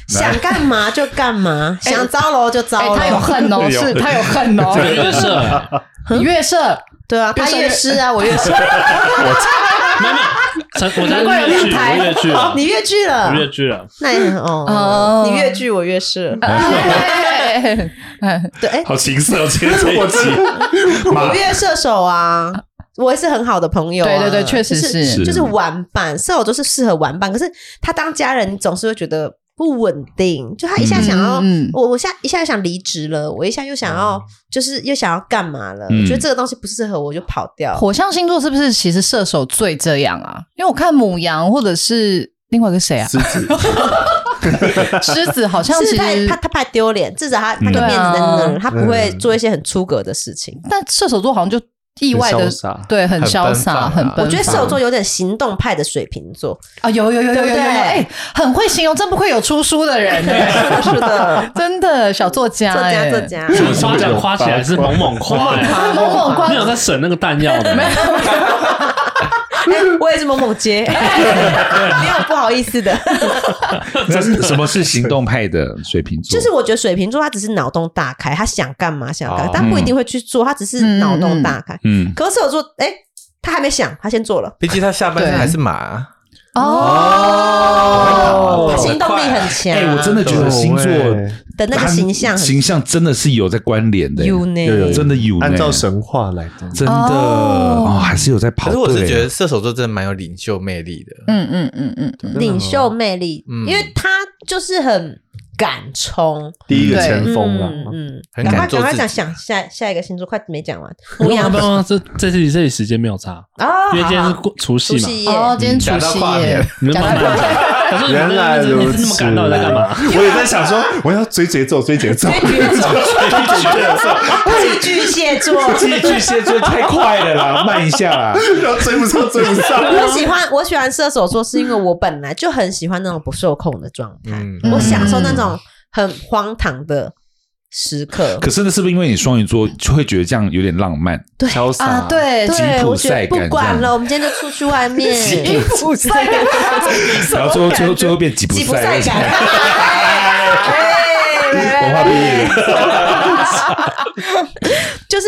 Speaker 3: 想干嘛就干嘛，想糟楼就
Speaker 5: 哎、
Speaker 3: 糟
Speaker 5: 他有
Speaker 3: 楼。
Speaker 5: 恨哦，是他有恨哦，
Speaker 6: 我觉得是哎
Speaker 5: 你月射，
Speaker 3: 对啊，他越是啊， 我越是，
Speaker 6: 没有没有，成我在
Speaker 3: 难怪有
Speaker 6: 越
Speaker 3: 两
Speaker 6: 剧，
Speaker 3: 台
Speaker 6: 我越剧了，
Speaker 3: 哦你越剧了
Speaker 6: 我，越剧了，
Speaker 3: 那也很哦
Speaker 5: 哦，呃
Speaker 3: 你越剧我越是，对，哎，
Speaker 2: 好情色，今天这一集
Speaker 3: 我越射手啊。我也是很好的朋友啊、
Speaker 5: 对对对确实
Speaker 3: 就是是就是玩伴，射手座是适合玩伴，可是他当家人，你总是会觉得不稳定，就他一下想要，
Speaker 5: 嗯嗯嗯嗯
Speaker 3: 我我下一下想离职了，我一下又想要，就是又想要干嘛了？
Speaker 2: 嗯
Speaker 3: 我觉得这个东西不适合我，我就跑掉。
Speaker 5: 火象星座是不是其实射手最这样啊？因为我看母羊或者是另外一个谁啊，
Speaker 8: 狮子，
Speaker 5: 狮子好像
Speaker 3: 是
Speaker 5: 其
Speaker 3: 他
Speaker 5: 实
Speaker 3: 他他怕丢脸，至少他他
Speaker 2: 嗯
Speaker 3: 的面子在那
Speaker 5: 对
Speaker 3: 儿，他不会做一些很出格的事情。
Speaker 5: 但射手座好像就意外的
Speaker 4: 很潇洒
Speaker 5: 对，很
Speaker 4: 很
Speaker 5: 潇
Speaker 4: 奔
Speaker 5: 洒，
Speaker 4: 放啊
Speaker 5: 很奔放。
Speaker 3: 我觉得射手座有点行动派的水瓶座，
Speaker 5: 啊，有有有有有
Speaker 3: 对不
Speaker 5: 有，
Speaker 3: 对
Speaker 5: 哎，很会形容，真不愧有出书 的人，
Speaker 3: 是 的，
Speaker 5: 真的小作家，
Speaker 3: 作家
Speaker 5: 哎
Speaker 3: 作，家，
Speaker 6: 我们夸奖夸起来是猛猛夸，哎
Speaker 5: 猛猛夸
Speaker 6: 没有在省那个弹药的，
Speaker 3: 哎我也是某某街，没有不好意思的，
Speaker 2: 这是什么是行动派的水瓶座？
Speaker 3: 就是我觉得水瓶座他只是脑洞大开，他想干嘛想干嘛，但不一定会去做，他只是脑洞大开。
Speaker 2: 嗯，
Speaker 3: 可是射手座，哎，他还没想，他先做了。
Speaker 4: 毕竟他下半身还是马，
Speaker 5: 哦，
Speaker 3: 他行动力很强，
Speaker 2: 啊哎，我真的觉得星座
Speaker 3: 的那个形象
Speaker 2: 它
Speaker 3: 很
Speaker 2: 形象真的是有在关联的，
Speaker 3: 有呢，
Speaker 8: 有有
Speaker 2: 真的有呢，
Speaker 8: 按照神话来的，
Speaker 2: 真的
Speaker 5: 哦
Speaker 2: 哦，还是有在跑
Speaker 4: 可
Speaker 2: 队。
Speaker 4: 是我 是觉得射手座真的蛮有领袖魅力的。
Speaker 5: 嗯嗯嗯嗯嗯，
Speaker 3: 领袖魅力，
Speaker 4: 嗯
Speaker 3: 因为他就是很敢冲，
Speaker 8: 第一个前锋啦。
Speaker 3: 嗯，
Speaker 4: 很
Speaker 3: 赶快
Speaker 4: 敢做
Speaker 3: 赶
Speaker 4: 自己
Speaker 3: 快讲想下下一个星座，快没讲完，
Speaker 6: 不
Speaker 3: 母
Speaker 6: 用
Speaker 3: 羊
Speaker 6: 不用，这这里这里时间没有差，
Speaker 3: 哦，
Speaker 6: 因为今天是过除
Speaker 3: 除
Speaker 6: 夕嘛，
Speaker 3: 夕夜，
Speaker 5: 哦，今天除
Speaker 4: 讲到
Speaker 5: 夕
Speaker 4: 跨
Speaker 5: 夜
Speaker 4: 年，
Speaker 6: 你们慢慢讲。可 是你们
Speaker 8: 原来
Speaker 6: 你
Speaker 8: 如
Speaker 6: 们
Speaker 8: 此，
Speaker 6: 是那么感到底在干嘛？？
Speaker 8: 我也在想说，我要追节奏，追节奏。
Speaker 3: 是 巨蟹座。
Speaker 2: 巨蟹座太 快了啦，慢一下啦。
Speaker 8: 然后追不上，追不上。
Speaker 3: 我喜欢我喜欢射手座，是因为我本来就很喜欢那种不受控的状态，
Speaker 4: 嗯，
Speaker 3: 我享受那种很荒唐的时刻。
Speaker 2: 可是那是不是因为你双鱼座就会觉得这样有点浪漫？
Speaker 8: 潇洒
Speaker 5: 啊， 对，
Speaker 3: 对，
Speaker 2: 吉普
Speaker 3: 我觉
Speaker 2: 赛
Speaker 3: 得
Speaker 2: 感
Speaker 3: 不管
Speaker 2: 这样
Speaker 3: 了，我们今天就出去外面。
Speaker 2: 吉
Speaker 3: 普赛感，
Speaker 2: 然 后最后最后最后 变吉普
Speaker 3: 吉普
Speaker 2: 赛
Speaker 3: 赛 感。哎
Speaker 2: 文化毕业，
Speaker 3: 就是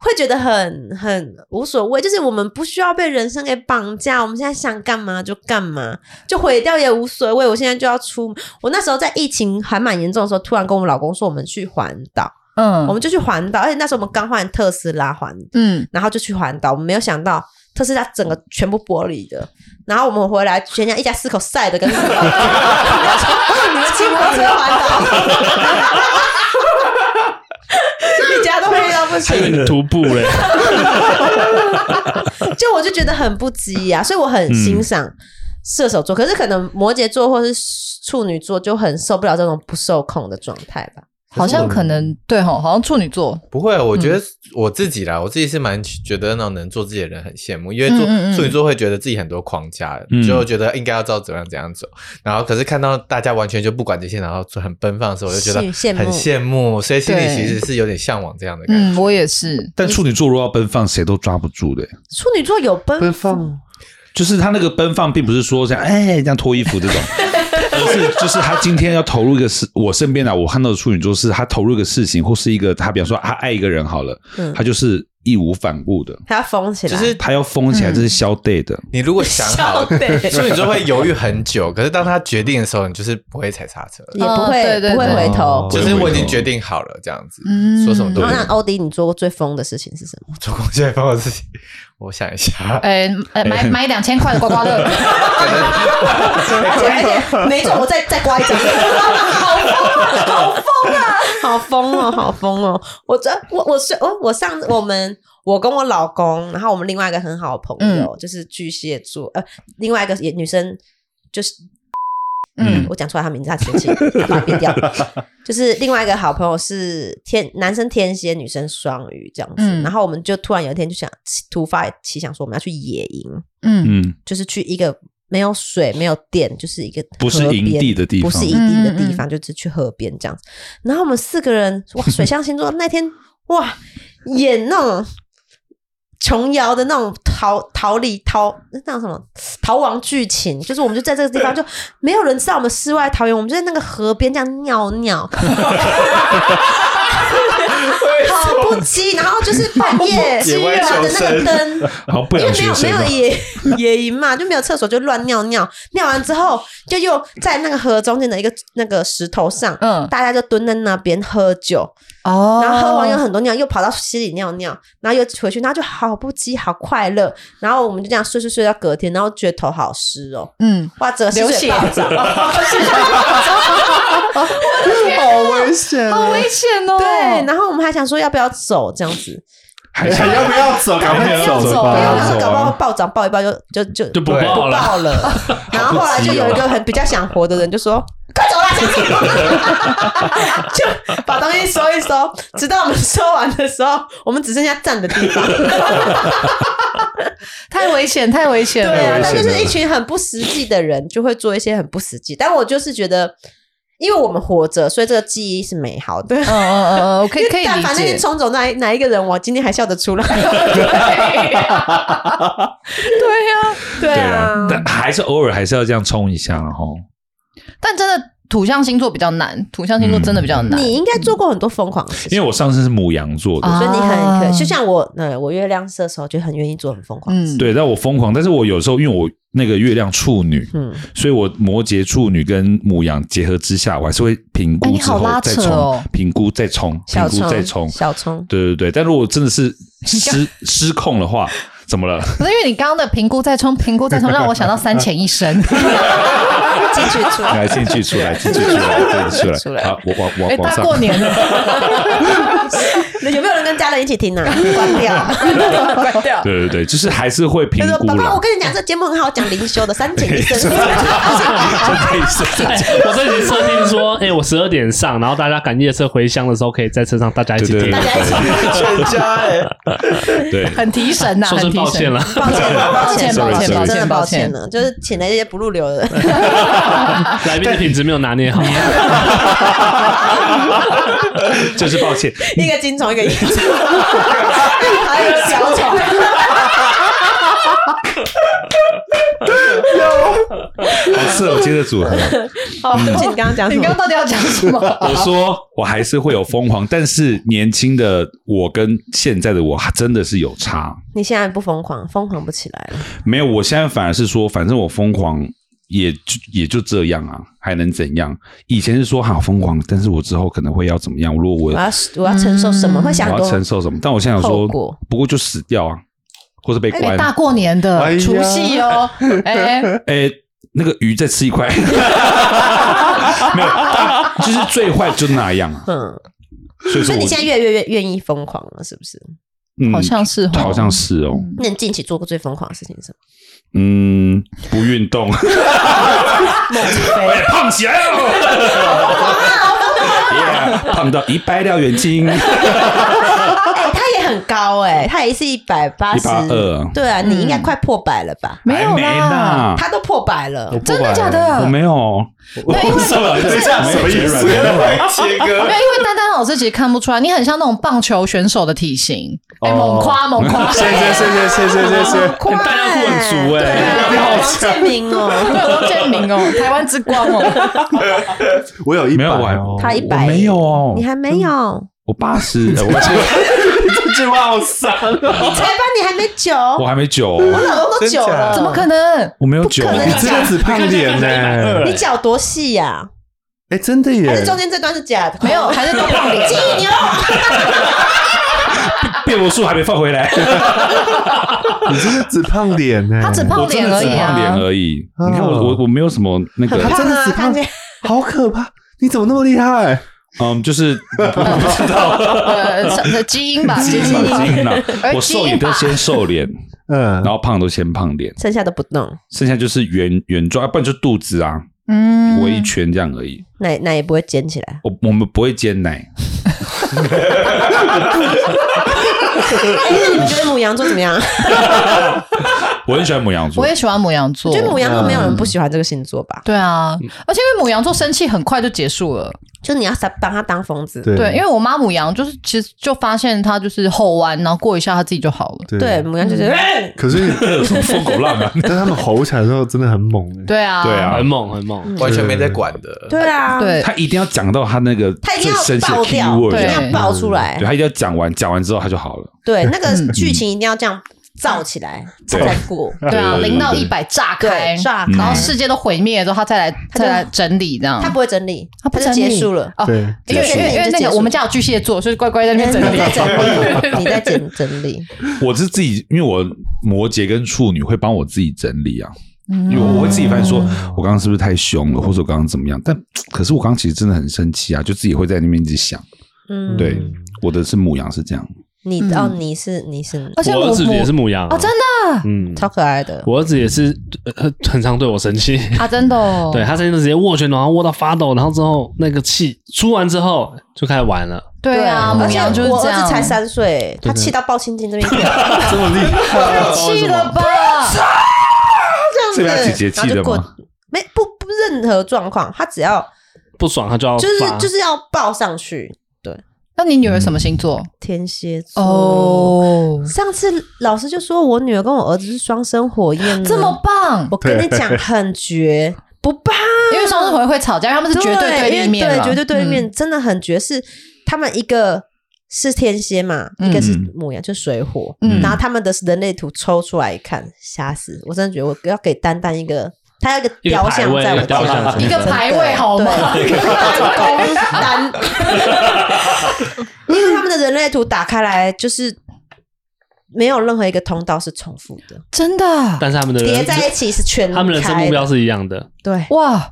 Speaker 3: 会觉得很很无所谓，就是我们不需要被人生给绑架，我们现在想干嘛就干嘛，就毁掉也无所谓。我现在就要出门，我那时候在疫情还蛮严重的时候，突然跟我老公说我们去环岛，我
Speaker 5: 嗯
Speaker 3: 们就去环岛，而且那时候我们刚换特斯拉环，
Speaker 5: 嗯，
Speaker 3: 然后就去环岛，我们没有想到。特斯拉整个全部玻璃的，然后我们回来，全家一家四口晒的跟 什么？你们骑摩托车环岛，一家啊都黑
Speaker 8: 哎
Speaker 3: 到不
Speaker 6: 还以为
Speaker 3: 行。
Speaker 6: 你徒步嘞，
Speaker 3: 就我就觉得很不羁啊，所以我很欣赏射手座，可是可能摩羯座或是处女座就很受不了这种不受控的状态吧。
Speaker 5: 好像可能
Speaker 3: 嗯
Speaker 5: 对吼，好像处女座，
Speaker 4: 不会，啊我觉得我自己啦，我自己是蛮觉得那种能做自己的人很羡慕，因为做
Speaker 5: 嗯嗯嗯
Speaker 4: 处女座会觉得自己很多框架，
Speaker 2: 嗯
Speaker 4: 就觉得应该要照怎样怎样走，然后可是看到大家完全就不管这些，然后做很奔放的时候，我就觉得
Speaker 3: 是羡慕
Speaker 4: 很羡慕，所以心里
Speaker 5: 对
Speaker 4: 其实是有点向往这样的感觉。
Speaker 5: 嗯，我也是，
Speaker 2: 但处女座如果要奔放，谁都抓不住的。
Speaker 3: 处女座有奔
Speaker 8: 奔放，
Speaker 2: 就是他那个奔放，并不是说像哎这样脱衣 服这种，而是就是他今天要投入一个事。我身边啊，我看到的处女座是他投入一个事情，或是一个他，比方说他爱一个人好了，
Speaker 3: 嗯
Speaker 2: 他就是义无反顾的，
Speaker 3: 他要疯起来，
Speaker 4: 就是
Speaker 2: 他要疯起来，这是消 day 的。
Speaker 4: 你如果想好，
Speaker 3: 笑对
Speaker 4: 处女座会犹豫很久，可是当他决定的时候，你就是不会踩刹车，
Speaker 3: 也不会、
Speaker 5: 哦对对
Speaker 3: 不会
Speaker 5: 对
Speaker 3: 回头
Speaker 2: 哦。
Speaker 4: 就是我已经决定好了这样子，
Speaker 5: 嗯
Speaker 4: 说什么都
Speaker 3: 然
Speaker 4: 不
Speaker 3: 后
Speaker 4: 用
Speaker 3: 那欧迪，你做过最疯的事情是什么？
Speaker 4: 做贡献帮我自己，我想一 下，
Speaker 5: 哎，呃买买两千块的刮刮 乐，
Speaker 3: 没错，我再再刮一 张，好疯啊，好疯啊，好疯哦，好疯哦！我这我我是我我上我们我跟我老公，然后我们另外一个很好的朋友、就是巨蟹座，呃，另外一个也女生就是
Speaker 5: 嗯
Speaker 3: 我讲出来他名字，他生气， 他把它变掉。就是另外一个好朋友是天男生天蝎，女生双鱼这样子。
Speaker 5: 嗯
Speaker 3: 然后我们就突然有一天就想突发奇想说我们要去野营，
Speaker 5: 嗯
Speaker 2: 嗯，
Speaker 3: 就是去一个没有水、没有电，就是一个
Speaker 2: 不是
Speaker 3: 河边
Speaker 2: 营地的地方
Speaker 3: 不是营地的地方，就是去河边这样子。然后我们四个人哇， 水象星座那天哇演那种。琼瑶的那种逃逃离逃那叫什么逃亡剧情，就是我们就在这个地方，就没有人知道我们 世外桃源，我们就在那个河边这样尿尿，跑步机，然后就是半夜
Speaker 8: 机野外
Speaker 3: 打
Speaker 8: 求
Speaker 3: 着那个
Speaker 8: 生
Speaker 3: 灯，
Speaker 2: 好不
Speaker 3: 因
Speaker 2: 了
Speaker 3: 为没
Speaker 2: 学
Speaker 3: 有没
Speaker 2: 生
Speaker 3: 有
Speaker 2: 了。
Speaker 3: 野 野营嘛，就没有厕所，就乱尿尿，尿完之后就又在那个河中间的一个那个石头上，
Speaker 5: 嗯
Speaker 3: 大家就蹲在那边喝酒，
Speaker 5: 哦
Speaker 3: 然后喝完有很多尿，又跑到溪里尿尿，然后又回去，然后就好不羁，好快乐，然后我们就这样睡睡睡到隔天，然后觉得头好湿哦，
Speaker 5: 嗯，
Speaker 3: 哇，整个
Speaker 5: 流
Speaker 3: 溪水
Speaker 5: 血
Speaker 3: 暴涨，
Speaker 8: 好危险
Speaker 5: 好危险哦。
Speaker 3: 对，然后我们还想说要不要走这样子，
Speaker 2: 还想要
Speaker 8: 不要走？赶快
Speaker 5: 要走
Speaker 3: 没有，
Speaker 5: 不
Speaker 3: 那时候
Speaker 2: 哦
Speaker 5: 要
Speaker 3: 搞不好
Speaker 8: 吧！
Speaker 3: 暴涨抱一抱就就就
Speaker 6: 就不
Speaker 4: 对
Speaker 6: 报了。
Speaker 3: 爆 了。然后后来就有一个很比较想活的人就说：“快走啦， 小心！”就把东西收一收，直到我们收完的时候，我们只剩下站的地方。
Speaker 5: 太危险，太危险
Speaker 3: 对
Speaker 5: 了。
Speaker 3: 啊，
Speaker 8: 危
Speaker 3: 但
Speaker 8: 险
Speaker 3: 就是
Speaker 8: 了
Speaker 3: 一群很不实际的人就会做一些很不实际。但我就是觉得，因为我们活着，所以这个记忆是美好的。
Speaker 5: 嗯嗯嗯嗯，我可以可以
Speaker 3: 但凡那
Speaker 5: 理
Speaker 3: 天
Speaker 5: 解。
Speaker 3: 冲走哪一哪一个人，我今天还笑得出来。对
Speaker 2: 对
Speaker 3: 啊
Speaker 2: 啊，，但还是偶尔还是要这样冲一下，然后
Speaker 5: 但真的土象星座比较难，土象星座真的比较难。
Speaker 3: 你应该做过很多疯狂的事情。
Speaker 2: 因为我上次是母羊座的，
Speaker 5: 啊
Speaker 3: 所以你很可，就像我，呃，我月亮射手就很愿意做很疯狂的事。
Speaker 5: 嗯，
Speaker 2: 对，但我疯狂，但是我有时候因为我那个月亮处女，
Speaker 3: 嗯，
Speaker 2: 所以我摩羯处女跟母羊结合之下，我还是会评估
Speaker 5: 哎你
Speaker 2: 之
Speaker 5: 好
Speaker 2: 后
Speaker 5: 拉
Speaker 2: 再
Speaker 5: 扯
Speaker 2: 冲，
Speaker 5: 哦
Speaker 2: 评估再冲，评
Speaker 3: 小
Speaker 2: 估
Speaker 3: 冲
Speaker 2: 再冲，
Speaker 3: 小冲，
Speaker 2: 对对对。但如果真的是失失控的话，怎么了？
Speaker 5: 不是因为你刚刚的评估再冲，评估再 冲，让我想到三潜一生。
Speaker 3: 进去出来。
Speaker 2: 来，进去出来，进去出来，进去
Speaker 5: 出
Speaker 2: 出
Speaker 5: 来
Speaker 2: 来。好，我往往
Speaker 5: 哎、
Speaker 2: 往
Speaker 5: 大
Speaker 2: 上。
Speaker 5: 过年的，
Speaker 3: 有没有人跟家人一起听 呢？关掉，
Speaker 5: 关掉。
Speaker 2: 对对对，就是还是会评
Speaker 3: 他说：“
Speaker 2: 估
Speaker 3: 爸爸，我
Speaker 2: 了。
Speaker 3: 跟你讲，这节目很好，讲灵 修的三点一生。
Speaker 6: 哎我这里设定说，哎，我十二点上，然后大家赶夜车回乡的时候，可以在车上大家一起
Speaker 2: 对
Speaker 6: 听
Speaker 3: 大
Speaker 2: 对。
Speaker 3: 家一起，
Speaker 8: 全家哎，
Speaker 2: 对，
Speaker 5: 很提神呐、
Speaker 6: 说
Speaker 5: 很
Speaker 6: 声
Speaker 5: 提
Speaker 6: 抱歉
Speaker 5: 神。
Speaker 6: 了，
Speaker 3: 抱歉，抱歉，
Speaker 5: Sorry，
Speaker 3: 抱歉，
Speaker 5: sorry
Speaker 3: 真的抱
Speaker 5: 抱
Speaker 3: 歉
Speaker 5: 歉
Speaker 3: 了，就是请了一些不入流的。
Speaker 6: 来宾的品质没有拿捏好。
Speaker 2: 就是抱歉。
Speaker 3: 一个金虫，一个银虫， 啊还有一个小虫。
Speaker 2: 好适合今天的组合。
Speaker 3: 好，
Speaker 2: 嗯
Speaker 3: 你刚刚讲什
Speaker 5: 哦你刚刚
Speaker 3: 么？
Speaker 5: 到底要讲什 么？
Speaker 2: 我说我还是会有疯狂，但是年轻的我跟现在的我真的是有差。
Speaker 3: 你现在不疯狂，疯狂不起来了。
Speaker 2: 没有，我现在反而是说，反正我疯狂也就也就这样啊，还能怎样？以前是说好疯狂，但是我之后可能会要怎么样？如果我
Speaker 3: 我要，我嗯要承受什么？会想
Speaker 2: 我
Speaker 3: 很
Speaker 2: 要
Speaker 3: 多
Speaker 2: 承受什么？但我现在想说
Speaker 3: 后果，
Speaker 2: 不过就死掉啊，或是被
Speaker 5: 哎、
Speaker 2: 关。
Speaker 5: 大过年的、
Speaker 8: 哎呀
Speaker 5: 除夕哦，哎、
Speaker 2: 哎、那个鱼再吃 一块，没有，但就是最坏就那样啊。
Speaker 3: 嗯，
Speaker 2: 所以
Speaker 3: 所
Speaker 2: 说
Speaker 3: 以
Speaker 2: 我，
Speaker 3: 你现在越来越越愿意疯狂了，是不是？
Speaker 2: 嗯
Speaker 5: 好像是哦，
Speaker 2: 好像是哦，
Speaker 3: 那你近期做过最疯狂的事情是什么？
Speaker 2: 嗯，不运动，哎胖起来了，耶，胖到一百两元斤，一
Speaker 3: 哎，他也很高哎，他也是一百八十
Speaker 2: 八，二，
Speaker 3: 对啊，你应该快破百了吧？
Speaker 5: 没有
Speaker 2: 还没
Speaker 5: 啦，
Speaker 2: 呢，
Speaker 3: 他都破百了，
Speaker 5: 真的假的？
Speaker 2: 嗯我没有，我
Speaker 5: 因为
Speaker 2: 什么？等一下，什么意思？
Speaker 8: 切
Speaker 5: 没
Speaker 8: 割
Speaker 5: 有，因为丹丹老师其实看不出来，你很像那种棒球选手的体型，
Speaker 2: 哦
Speaker 5: 哎、猛夸猛 夸，
Speaker 8: 谢谢谢谢谢谢谢谢，
Speaker 3: 快，
Speaker 6: 大家都很足哎
Speaker 3: 对啊
Speaker 8: 你好
Speaker 3: 王建民哦，
Speaker 5: 对，王建民哦，台湾之光 哦，
Speaker 8: 我有一
Speaker 2: 没
Speaker 8: 百
Speaker 2: 有我还
Speaker 8: 哦，
Speaker 3: 他一百，
Speaker 2: 我没有哦
Speaker 3: 你还没有，
Speaker 2: 我八十，呃我
Speaker 8: 这句话好伤。
Speaker 3: 你才八，你还没九，
Speaker 2: 我还没九，
Speaker 3: 我老公都九
Speaker 8: 真假
Speaker 3: 了，
Speaker 8: 的
Speaker 5: 怎么可能？
Speaker 2: 我没有九
Speaker 3: 不，可能
Speaker 8: 你真的只胖脸呢？
Speaker 3: 你脚多细呀？
Speaker 8: 哎，真的
Speaker 3: 还
Speaker 8: 耶
Speaker 3: 是！中间这段是假的？
Speaker 5: 没有，还是都胖 脸。
Speaker 2: 嗯
Speaker 5: 啊
Speaker 3: 一牛，
Speaker 2: 变魔术还没放回来，
Speaker 8: 你真的只胖脸呢？
Speaker 5: 他只胖
Speaker 2: 我真的只
Speaker 5: 脸而已啊
Speaker 2: 胖脸而已。你看我
Speaker 8: 哦
Speaker 2: 我我没有什么那 个
Speaker 3: 很，
Speaker 8: 他
Speaker 3: 胖
Speaker 8: 真的
Speaker 3: 啊，
Speaker 8: 只
Speaker 3: 看
Speaker 8: 胖
Speaker 3: 起来。
Speaker 8: 好可怕！你怎么那么厉害？
Speaker 2: 嗯，就是
Speaker 5: 呃，什么基因吧，基
Speaker 2: 基因
Speaker 5: 因。
Speaker 2: 嘛，基因啦
Speaker 5: 而，
Speaker 2: 我瘦也都先瘦脸，
Speaker 8: 嗯
Speaker 2: 然，后胖都先胖脸，
Speaker 3: 剩下的不弄，
Speaker 2: 剩下就是圆圆状，啊不然就肚子啊，
Speaker 5: 嗯
Speaker 2: 围一圈这样而已。
Speaker 3: 奶奶也不会捡起来。
Speaker 2: 我我们不会煎奶，
Speaker 3: 哎，那 你们觉得母羊座怎么 样？
Speaker 2: 我很喜欢母羊座
Speaker 5: 我。也喜欢母羊座，
Speaker 3: 我觉得母羊座没有人不喜欢这个星座吧？
Speaker 5: 对啊，而且因为母羊座生气很快就结束了，
Speaker 3: 就你要撒帮他当疯子。
Speaker 8: 对
Speaker 5: 对，因为我妈母羊就是其实就发现它就是后弯，然后过一下它自己就好了。
Speaker 8: 对
Speaker 3: 对，母羊就是、
Speaker 8: 可是
Speaker 2: 疯狗浪啊！
Speaker 8: 但他们吼起来的时候真的很猛哎、
Speaker 5: 对啊，
Speaker 2: 对啊
Speaker 6: 很猛很猛。
Speaker 4: 完全没在管的。
Speaker 3: 对啊，
Speaker 5: 对
Speaker 2: 他一定要讲到他那个
Speaker 3: 他一定
Speaker 2: 最生
Speaker 3: 要
Speaker 2: 气的
Speaker 3: 爆掉，
Speaker 2: keyword，
Speaker 3: 一定
Speaker 5: 对
Speaker 3: 要爆出来
Speaker 2: 对，他一定要讲完，讲完之后他就好了。
Speaker 3: 对，那个剧情一定要这样造起来
Speaker 2: 对
Speaker 3: 再过。
Speaker 5: 对啊，
Speaker 2: 对对
Speaker 5: 零到一百炸开，
Speaker 3: 对炸
Speaker 5: 然后
Speaker 3: 开
Speaker 5: 世界都毁灭了之后，他再来
Speaker 3: 它就
Speaker 5: 再来整理这 样。
Speaker 3: 他不会整理，
Speaker 5: 它不
Speaker 3: 它
Speaker 5: 整
Speaker 3: 就
Speaker 5: 理
Speaker 3: 结束了。
Speaker 5: 哦，
Speaker 8: 对，
Speaker 5: 因为因为因为那个我们家有巨蟹座，所以乖乖在那边整
Speaker 3: 你
Speaker 5: 理。
Speaker 3: 在整理，你在整整理，
Speaker 2: 我是自己，因为我摩羯跟处女会帮我自己整理啊，因为
Speaker 5: 嗯
Speaker 2: 我会自己发现说，我刚刚是不是太凶了，或者我刚刚怎么样？但可是我刚刚其实真的很生气啊，就自己会在那边一直想。
Speaker 3: 嗯，
Speaker 2: 对，我的是母羊是这样，
Speaker 3: 你
Speaker 5: 嗯
Speaker 3: 哦，你是你是
Speaker 5: 而且
Speaker 6: 我儿
Speaker 5: 母
Speaker 6: 子
Speaker 5: 母
Speaker 6: 也是母羊
Speaker 5: 哦，真
Speaker 6: 的，
Speaker 5: 的
Speaker 6: 嗯，
Speaker 3: 超可爱的，
Speaker 6: 我儿子也是呃很常对我生气，
Speaker 5: 啊，真的哦。
Speaker 6: 对他真的直接握拳，然后握到发抖，然后之后那个气出完之后就开始玩了。
Speaker 5: 对啊，母
Speaker 3: 而且
Speaker 5: 羊就是
Speaker 3: 我
Speaker 5: 这
Speaker 3: 儿
Speaker 5: 样。
Speaker 3: 子才三岁，他气到爆青筋这 边一条，
Speaker 8: 这么厉害，
Speaker 5: 太气了 吧？
Speaker 3: 这
Speaker 2: 这边
Speaker 3: 样
Speaker 2: 他
Speaker 3: 子，
Speaker 2: 姐姐
Speaker 3: 然
Speaker 2: 气
Speaker 3: 后
Speaker 2: 的
Speaker 3: 就过
Speaker 2: 吗？
Speaker 3: 没不不任何状况，他只要
Speaker 6: 不爽他就要
Speaker 3: 就是
Speaker 6: 发
Speaker 3: 就是要抱上去。
Speaker 5: 那你女儿什么星座？
Speaker 3: 天蝎座，
Speaker 5: 哦，
Speaker 3: 上次老师就说我女儿跟我儿子是双生火焰，
Speaker 5: 这么，棒！
Speaker 3: 我跟你讲很绝，不怕，
Speaker 5: 因为双生火焰会吵架，因为 他们是绝对
Speaker 3: 因为
Speaker 5: 立面嗯
Speaker 3: 对
Speaker 5: 嘛，
Speaker 3: 绝对对立面，真的很绝，是他们一个是天蝎嘛，一个是
Speaker 2: 嗯
Speaker 3: 母羊，就是水火，
Speaker 5: 嗯
Speaker 3: 然后他们的人类图抽出来一看，吓死！我真的觉得我要给丹丹一个，他要一个雕像在我
Speaker 6: 一个牌位
Speaker 3: 家
Speaker 6: 一个雕像
Speaker 5: 嗯一个牌位好吗
Speaker 3: 嗯对公 丹， 因为他们的人类图打开来就是。没有任何一个通道是重复的，
Speaker 5: 真的啊
Speaker 6: 但是他们的人
Speaker 3: 叠在一起是全
Speaker 6: 他们人生
Speaker 3: 开
Speaker 6: 目标是一样的，
Speaker 3: 对
Speaker 5: 哇！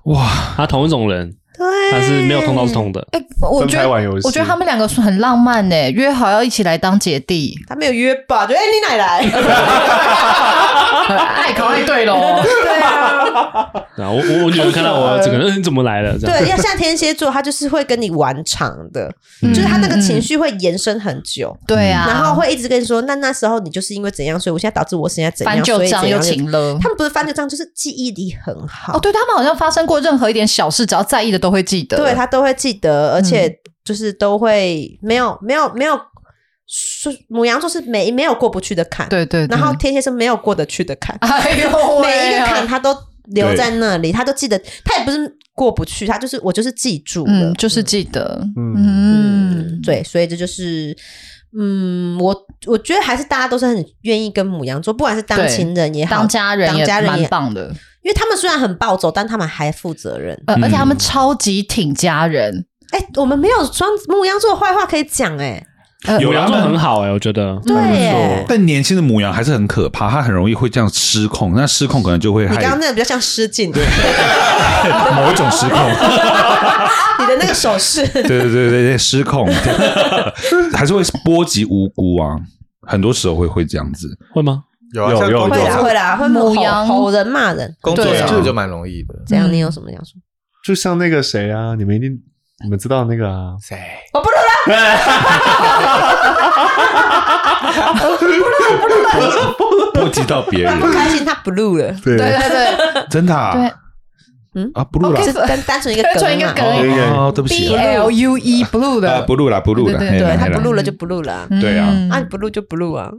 Speaker 6: 他同一种人，
Speaker 3: 对，
Speaker 6: 他是没有通道是通的。
Speaker 5: 哎，我觉
Speaker 8: 分开
Speaker 5: 得
Speaker 8: 玩游戏
Speaker 5: 我觉得他们两个是很浪漫呢，约好要一起来当姐 弟，
Speaker 3: 他没有约吧？就哎、你奶 奶，
Speaker 5: 爱考爱对喽。
Speaker 3: 对啊，
Speaker 6: 然后我我我女儿看到我儿子，可能嗯你怎么来了这样。
Speaker 3: 对，要像天蝎座，他就是会跟你玩长的，
Speaker 6: 嗯
Speaker 3: 就是他那个情绪会延伸很久，
Speaker 5: 嗯对啊，
Speaker 3: 然后会一直跟你说，那那时候你就是因为怎样，所以我现在导致我现在怎
Speaker 5: 翻
Speaker 3: 样，
Speaker 5: 旧
Speaker 3: 所以
Speaker 5: 账
Speaker 3: 怎
Speaker 5: 又
Speaker 3: 样。
Speaker 5: 情了。
Speaker 3: 他们不是翻旧账，就是记忆力很好，
Speaker 5: 哦，对他们好像发生过任何一点小事，只要在意的都会记得。
Speaker 3: 对他都会记得，而
Speaker 6: 嗯
Speaker 3: 且就是都会没有没有没有，说母羊座是没没有过不去的坎，，
Speaker 5: 对对对
Speaker 3: 然后天蝎是没有过得去的坎，
Speaker 5: 哎呦喂啊
Speaker 3: 每一个坎他都留在那里，他都记得，他也不是过不去，他就是我就是记住了，
Speaker 5: 嗯，就是记得，
Speaker 3: 嗯
Speaker 5: 嗯，，
Speaker 3: 对，所以这就是。嗯，我我觉得还是大家都是很愿意跟母羊座，不管是当
Speaker 5: 对
Speaker 3: 情人也好，
Speaker 5: 当家人也
Speaker 3: 当家人
Speaker 5: 蛮
Speaker 3: 也，
Speaker 5: 棒的，
Speaker 3: 因为他们虽然很暴走，但他们还负责任。
Speaker 5: 呃，而且他们超级挺家人，
Speaker 3: 哎、我们没有双母羊座的坏话可以讲哎、
Speaker 5: 呃
Speaker 6: 有羊座很好哎、我觉得
Speaker 3: 对耶，
Speaker 2: 但年轻的母羊还是很可怕，它很容易会这样失控，那失控可能就会
Speaker 3: 你
Speaker 2: 害
Speaker 3: 刚刚那个比较像失禁，你
Speaker 2: 某一种失 控。
Speaker 3: 的那个手势，
Speaker 2: 对对对对对，失控，还是会波及无辜啊。很多时候会会这样子，
Speaker 6: 会吗？
Speaker 4: 有啊
Speaker 8: 有
Speaker 4: 像
Speaker 8: 有
Speaker 4: 工
Speaker 3: 会
Speaker 4: 作
Speaker 3: 啦
Speaker 4: 上
Speaker 3: 会啦，会
Speaker 5: 母
Speaker 3: 吼
Speaker 5: 羊
Speaker 3: 吼人骂人，
Speaker 4: 工作
Speaker 5: 对啊
Speaker 4: 上就蛮容易的。
Speaker 3: 这样
Speaker 5: 嗯
Speaker 3: 你有什么想说？
Speaker 8: 就像那个谁啊，你们一定你们知道那个啊，
Speaker 4: 谁？
Speaker 3: 我不录了，
Speaker 2: 波及到别人
Speaker 3: 他，不开心，他不录了，
Speaker 8: 对
Speaker 5: 对对对
Speaker 2: 真的、啊，
Speaker 5: 对，
Speaker 2: 啊，不录了
Speaker 3: 就是单单纯一个
Speaker 5: 单纯
Speaker 3: 梗啊
Speaker 5: 一个
Speaker 3: 嘛
Speaker 5: 梗
Speaker 8: 对对
Speaker 2: 哦，对不起
Speaker 5: ，B，L U E blue
Speaker 2: 啊，
Speaker 5: 的
Speaker 2: 不，录了，不录了，哎
Speaker 5: 对对
Speaker 2: 嘿
Speaker 3: 对
Speaker 2: 啦
Speaker 5: 对
Speaker 3: 他
Speaker 2: 嘿啦
Speaker 3: 不录了就不录了啊，
Speaker 2: 对啊
Speaker 5: 嗯
Speaker 3: 啊你不录就不录啊，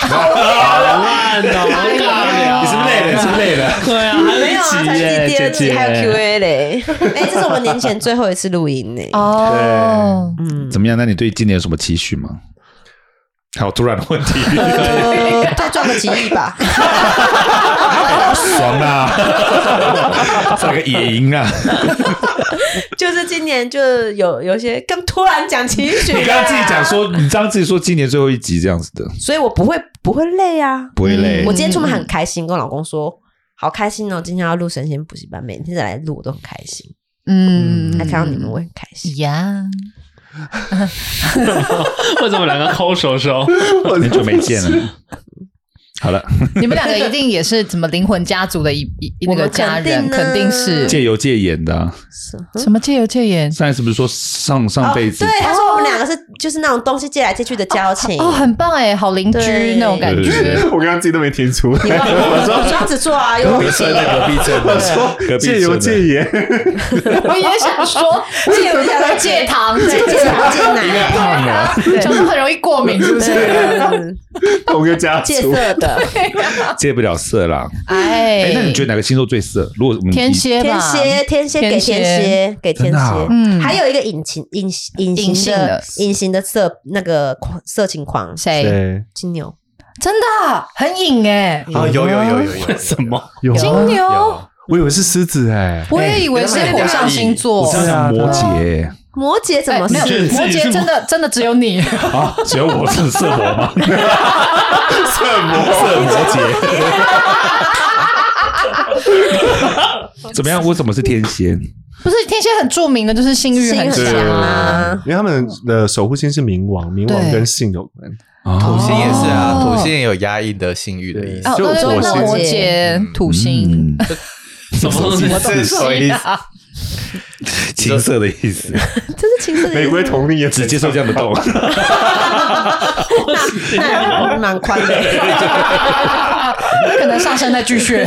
Speaker 6: 好烂哦，好尬
Speaker 2: 哎你是不是累了？你是不是累了？
Speaker 6: 对啊，还有
Speaker 3: 哎没有啊，才
Speaker 6: 一集
Speaker 3: 是
Speaker 6: 耶，
Speaker 3: 第二
Speaker 6: 姐
Speaker 3: 季
Speaker 6: 姐
Speaker 3: 还有 Q&A 嘞。哎、这是我们年前最后一次录音呢、
Speaker 5: 哦，
Speaker 3: 嗯，
Speaker 2: 怎么样？那你对今年有什么期许吗？好突然的问 题，
Speaker 3: 呃，再赚个几亿吧。
Speaker 2: 爽啊！这个野营啊！
Speaker 3: 就是今年就有有些更突然讲情绪，
Speaker 2: 你刚刚自己讲，说，你刚刚自己说今年最后一集这样子的，
Speaker 3: 所以我不会不会累啊。
Speaker 2: 不会累
Speaker 3: 我。今天出门很开心，跟我老公说。好开心哦！今天要录神仙补习班，每天再来录我都很开心。
Speaker 5: 嗯，
Speaker 3: 来看到你们我也很开心。
Speaker 5: 呀，
Speaker 6: 为什么两个抠手手？
Speaker 2: 很久没见了。好了，
Speaker 5: 你们两个一定也是怎么灵魂家族的一一一
Speaker 3: 我
Speaker 5: 那
Speaker 3: 们
Speaker 5: 个家
Speaker 3: 肯
Speaker 5: 人，
Speaker 3: 定啊嗯
Speaker 5: 肯定是
Speaker 2: 戒油戒盐的啊、
Speaker 3: 是
Speaker 5: 什么戒油戒盐，
Speaker 2: 上一次不是说上上辈子、
Speaker 3: 对，他说我们两个是就是那种东西借来借去的交情。
Speaker 5: 哦，很棒哎，好邻居
Speaker 3: 对
Speaker 5: 那种感
Speaker 2: 对对
Speaker 5: 觉。
Speaker 10: 我刚刚自己都没听出来。
Speaker 3: 你忘了我双子座啊，有
Speaker 9: 壁村的隔壁村
Speaker 10: 我
Speaker 9: 的，
Speaker 10: 说
Speaker 2: 隔壁
Speaker 10: 戒油
Speaker 2: 村的
Speaker 10: 戒盐，
Speaker 5: 我也想 说，
Speaker 3: 借有想要
Speaker 5: 戒糖，
Speaker 3: 对
Speaker 5: 戒
Speaker 3: 戒糖戒奶，
Speaker 5: 小时候啊很容易过敏，是不是？
Speaker 3: 嗯
Speaker 10: 同个家
Speaker 3: 戒
Speaker 10: 族。
Speaker 3: 色 的
Speaker 2: 戒不了色啦。哎
Speaker 5: 哎，
Speaker 2: 那你觉得哪个星座最色？如果我们
Speaker 5: 天蝎吧
Speaker 3: 天？蝎，天蝎给
Speaker 5: 哎天
Speaker 3: 天
Speaker 5: 蝎
Speaker 3: 蝎给天
Speaker 2: 真的啊
Speaker 3: 蝎。
Speaker 5: 嗯，
Speaker 3: 还有一个隐情隐隐
Speaker 5: 隐性
Speaker 3: 形的
Speaker 5: 的
Speaker 3: 隐形的色那个狂色情狂
Speaker 5: 谁？
Speaker 4: 对，
Speaker 3: 金牛，
Speaker 5: 真的很隐哎，
Speaker 9: 哦，有有有有有
Speaker 6: 什么？
Speaker 4: 有啊
Speaker 5: 金牛，
Speaker 4: 我以为是狮子哎、
Speaker 5: 我也以为是火象星座
Speaker 2: 我。真的想摩羯
Speaker 3: 摩羯怎么
Speaker 5: 哎没有
Speaker 3: 是？
Speaker 5: 摩羯真的真的只有你，
Speaker 2: 啊，只有我是色魔吗？
Speaker 10: 色魔，
Speaker 2: 色摩羯。 怎么样？我怎么是天蝎？
Speaker 5: 不是天蝎很著名的就是性欲
Speaker 3: 性
Speaker 5: 很
Speaker 3: 很
Speaker 5: 强
Speaker 3: 强
Speaker 5: 啊，
Speaker 3: 啊，
Speaker 4: 因为他们的守护星是冥王，冥
Speaker 5: 对
Speaker 4: 王跟性有关。
Speaker 9: 土星也是啊，
Speaker 5: 哦
Speaker 9: 土星也有压抑的性欲的意思
Speaker 5: 哦，，
Speaker 4: 就
Speaker 5: 对对，嗯
Speaker 4: 火
Speaker 5: 那
Speaker 4: 星
Speaker 5: 摩羯、土星、
Speaker 2: 嗯，
Speaker 6: 什么 东西？
Speaker 9: 是什么意思？
Speaker 5: 啊
Speaker 2: 青色的意思，
Speaker 3: 这是情色的
Speaker 10: 玫
Speaker 3: 意
Speaker 10: 瑰
Speaker 3: 思，
Speaker 10: 同龄也
Speaker 2: 只
Speaker 10: 只
Speaker 2: 接受这样的洞。
Speaker 3: 那蛮宽的。
Speaker 5: 可能上升在巨蟹、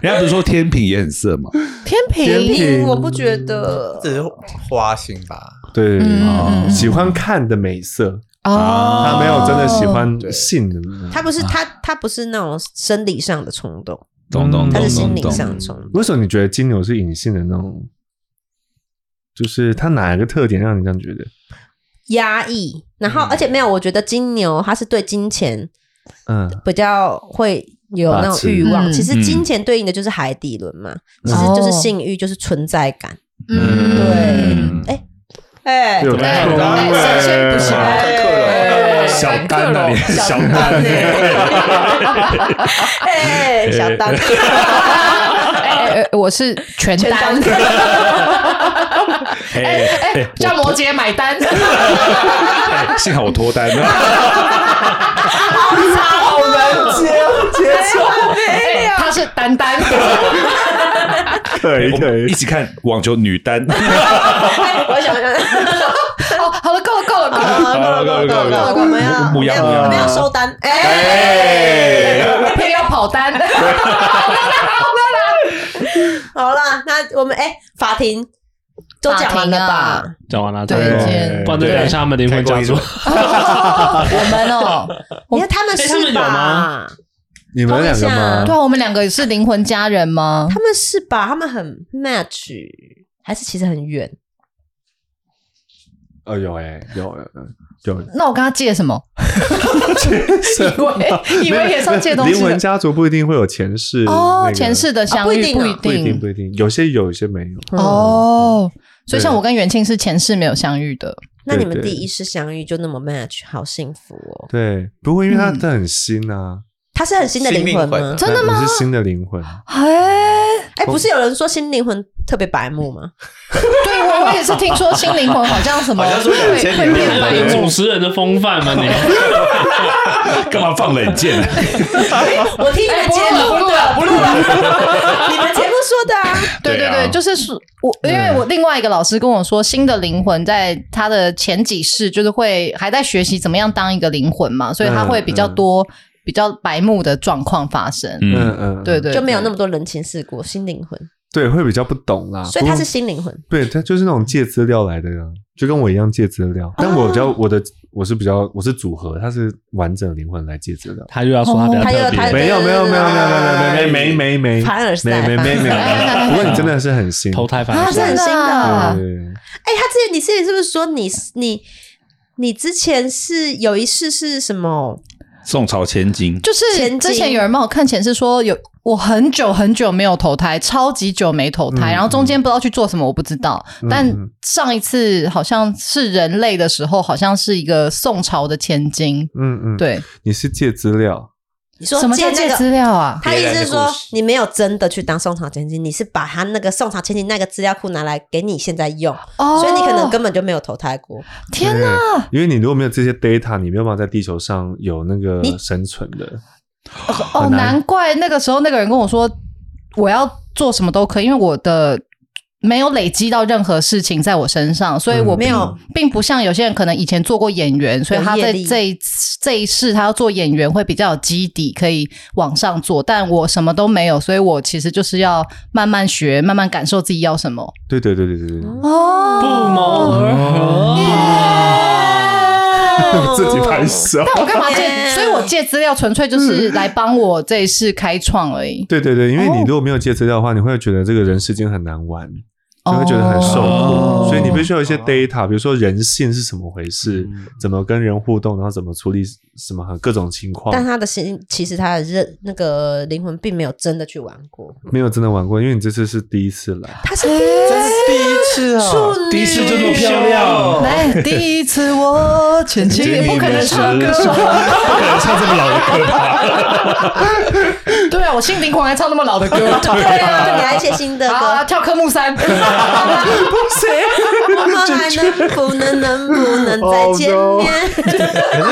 Speaker 2: 人家不是说天平也很色吗？
Speaker 5: 天
Speaker 4: 天
Speaker 5: 平。
Speaker 4: 平
Speaker 3: 我不觉得，
Speaker 9: 这是花心吧？
Speaker 4: 对，
Speaker 5: 嗯
Speaker 4: 哦
Speaker 5: 嗯
Speaker 4: 喜欢看的美色，啊
Speaker 5: 哦，
Speaker 4: 他没有真的喜
Speaker 9: 对
Speaker 4: 欢性的。
Speaker 3: 他不是他他不是那种生理上的冲动，
Speaker 2: 懂懂
Speaker 3: 他
Speaker 2: 懂
Speaker 3: 是心
Speaker 2: 懂
Speaker 3: 灵上
Speaker 2: 懂。
Speaker 3: 的冲动。
Speaker 4: 为什么你觉得金牛是隐性的那种？就是他哪一个特点让你这样觉得？
Speaker 3: 压抑，然
Speaker 2: 嗯
Speaker 3: 后而且没有，我觉得金牛他是对金钱
Speaker 4: 嗯，
Speaker 3: 比较会有那
Speaker 4: 把
Speaker 3: 种
Speaker 4: 持
Speaker 3: 欲望。
Speaker 5: 嗯
Speaker 3: 其实金钱对应的就是海底轮嘛，其实就是性欲，就是存在感。
Speaker 5: 嗯，
Speaker 3: 对，哎哎，
Speaker 4: 有
Speaker 5: 哎
Speaker 4: 空
Speaker 5: 哎神仙不行
Speaker 9: 太克
Speaker 3: 哎
Speaker 9: 了，
Speaker 2: 小丹
Speaker 4: 啊
Speaker 5: 哎
Speaker 2: 那里，小
Speaker 3: 丹哎，哎小丹，
Speaker 5: 哎，哎我是全
Speaker 3: 全
Speaker 5: 单
Speaker 3: 单，
Speaker 2: 哎哎哎，
Speaker 5: 叫摩羯买 单，
Speaker 2: 哎幸好我脱 单了。
Speaker 3: 好难接接受。
Speaker 5: 他是单单，哦
Speaker 4: 可以
Speaker 2: 我
Speaker 4: 可
Speaker 2: 们
Speaker 4: 以
Speaker 2: 一，起看网球女单。
Speaker 3: 哎我想想，
Speaker 5: 哦，好了，够了，够了，够
Speaker 3: 好
Speaker 5: 了，
Speaker 3: 了够了够了够了，我们要
Speaker 2: 母
Speaker 3: 没
Speaker 2: 羊
Speaker 3: 有
Speaker 2: 母羊
Speaker 3: 我们要收单，哎。
Speaker 5: 偏要跑单，
Speaker 3: 好啦，那我们哎、法庭都讲完了
Speaker 5: 法
Speaker 3: 吧？
Speaker 5: 庭
Speaker 6: 讲完了，
Speaker 5: 对
Speaker 6: 讲完了
Speaker 5: 今天
Speaker 6: 不然就讲一下他们灵魂家族。
Speaker 5: 我们哦，
Speaker 3: 你看他们
Speaker 6: 哎他们
Speaker 3: 是
Speaker 6: 有
Speaker 3: 吧
Speaker 6: 吗？
Speaker 4: 你们两个吗
Speaker 5: 对？啊，我们两个是灵魂家人吗？
Speaker 3: 他们是吧？他们很 match，还是其实很远？
Speaker 4: 哦，有哎，有有 有
Speaker 5: 那我跟他借什么？以为以为也是要借
Speaker 4: 有。
Speaker 5: 东西
Speaker 4: 灵魂
Speaker 5: 的
Speaker 4: 家族不一定会有前世
Speaker 5: 哦
Speaker 4: 那，个
Speaker 5: 前世的相
Speaker 3: 啊不一
Speaker 5: 遇
Speaker 3: 定
Speaker 5: 不
Speaker 3: 啊
Speaker 5: 一
Speaker 4: 不一定不
Speaker 5: 定
Speaker 4: 一定，有些有，有些没有。
Speaker 5: 哦，所以像
Speaker 4: 对
Speaker 5: 我跟元庆是前世没有相遇的，
Speaker 3: 那你们
Speaker 4: 对
Speaker 3: 第
Speaker 4: 对
Speaker 3: 一次相遇就那么 match，好幸福哦！
Speaker 4: 对，不过因为他他很新啊，
Speaker 3: 他是很新的灵魂
Speaker 9: 新灵
Speaker 3: 吗
Speaker 9: 魂？
Speaker 5: 嗯真的吗
Speaker 4: 你是新的灵魂，
Speaker 5: 哎，
Speaker 3: 哎、不是有人说新灵魂特别白目 吗？
Speaker 5: 对我我也是听说新灵魂好像什么
Speaker 9: 好像说有
Speaker 5: 会
Speaker 9: 些
Speaker 5: 会
Speaker 9: 灵魂
Speaker 5: 变白
Speaker 6: 有
Speaker 5: 目
Speaker 6: 主持人的风范吗？你
Speaker 2: 干嘛放冷箭？
Speaker 3: 我听你们
Speaker 5: 哎不
Speaker 3: 节
Speaker 5: 录了
Speaker 3: 目，
Speaker 5: 不录了不录
Speaker 3: 了，你 们节目说的啊。
Speaker 5: 对
Speaker 2: 对
Speaker 5: 对
Speaker 2: 啊
Speaker 5: 对，就是说我，因为我另外一个老师跟我说，新的灵魂在他的前几世就是会还在学习怎么样当一个灵魂嘛，所以他会比较多、比较白目的状况发生。
Speaker 4: 嗯
Speaker 2: 嗯，
Speaker 4: 嗯，
Speaker 5: 对对，
Speaker 3: 就没有那么多人情世故，新灵魂，
Speaker 4: 对，会比较不懂
Speaker 6: 啊
Speaker 4: 啦。
Speaker 3: 所以他是
Speaker 4: 不
Speaker 3: 新灵魂。
Speaker 4: 对他就是那种借资料来的啊，就跟我一样借资料，但我比较我的我是比较我是组合，他是完整灵魂来借资料。
Speaker 6: 他又要说他比较
Speaker 3: 哦他又
Speaker 6: 特
Speaker 3: 他又
Speaker 6: 别，
Speaker 4: 没有没有没有没有没有没有没没没没
Speaker 3: 凡尔赛
Speaker 4: 没没没没有。不过你真的是很新，
Speaker 6: 投胎反
Speaker 5: 啊，
Speaker 6: 正
Speaker 3: 是
Speaker 5: 真
Speaker 3: 很
Speaker 5: 的
Speaker 3: 新的
Speaker 5: 啊
Speaker 4: 对，对
Speaker 3: 哎、他之前你之前是不是说你你你之前是有一世是什么？
Speaker 2: 宋朝千金，
Speaker 5: 就是
Speaker 3: 前
Speaker 5: 之
Speaker 3: 进
Speaker 5: 前有人帮我看前世说有。我很久很久没有投胎，超级久没投胎，
Speaker 4: 嗯
Speaker 5: 然后中间不知道去做什么，我不知道。但上一次好像是人类的时候，好像是一个宋朝的千金，
Speaker 4: 嗯嗯，，
Speaker 5: 对，
Speaker 4: 你是借资料，
Speaker 3: 你说
Speaker 5: 什么
Speaker 3: 借
Speaker 5: 叫
Speaker 3: 那
Speaker 5: 借
Speaker 3: 个？
Speaker 5: 资料啊？
Speaker 3: 他意思是
Speaker 9: 别人
Speaker 3: 说
Speaker 9: 的故事
Speaker 3: 你没有真的去当宋朝千金，你是把他那个宋朝千金那个资料库拿来给你现在用，
Speaker 5: 哦，
Speaker 3: 所以你可能根本就没有投胎过。
Speaker 5: 天哪，
Speaker 4: 因为你如果没有这些 data，你没有办法在地球上有那个
Speaker 3: 你
Speaker 4: 生存的。
Speaker 5: 哦，
Speaker 4: 很难
Speaker 5: 难怪那个时候那个人跟我说，我要做什么都可以，因为我的没有累积到任何事情在我身上，所以我
Speaker 3: 没
Speaker 5: 并、
Speaker 3: 有
Speaker 5: 并不像有些人可能以前做过演员，所以
Speaker 3: 有
Speaker 5: 他
Speaker 3: 业
Speaker 5: 在
Speaker 3: 力
Speaker 5: 这一次这一世他要做演员会比较有基底，可以往上做。但我什么都没有，所以我其实就是要慢慢学，慢慢感受自己要什么。
Speaker 4: 对对对对对对，
Speaker 6: 不谋而合。哦
Speaker 3: 嗯
Speaker 4: 自己拍手。
Speaker 5: 但我干嘛借？
Speaker 3: Yeah
Speaker 5: 所以我借资料纯粹就是来帮我这一世开创而已。
Speaker 4: 对对对，因为
Speaker 3: 哦
Speaker 4: 你如果没有借资料的话，你会觉得这个人世间很难玩，你会觉得很受苦，
Speaker 5: 哦
Speaker 4: 所以你必须有一些 data，比如说人性是怎么回事，怎么跟人互动，然后怎么处理什么各种情况。
Speaker 3: 但他的心其实他的认那个灵魂并没有真的去玩过，
Speaker 4: 没有真的玩过，因为你这次是第一次来，
Speaker 3: 他是第一
Speaker 9: 这是第一次
Speaker 5: 啊
Speaker 9: 哦，
Speaker 2: 啊第一次就这么漂亮，
Speaker 5: 来，第一次我前进，
Speaker 4: 你
Speaker 5: 不可能唱歌
Speaker 4: 不
Speaker 5: 手。
Speaker 4: 可能唱这么老的歌吧？
Speaker 5: 对啊，我姓林狂还唱那么老 的歌，对
Speaker 3: 对啊，就给他一些新的歌，
Speaker 5: 啊，跳科目三，
Speaker 3: 我们还能不能能不能再见面？
Speaker 4: 可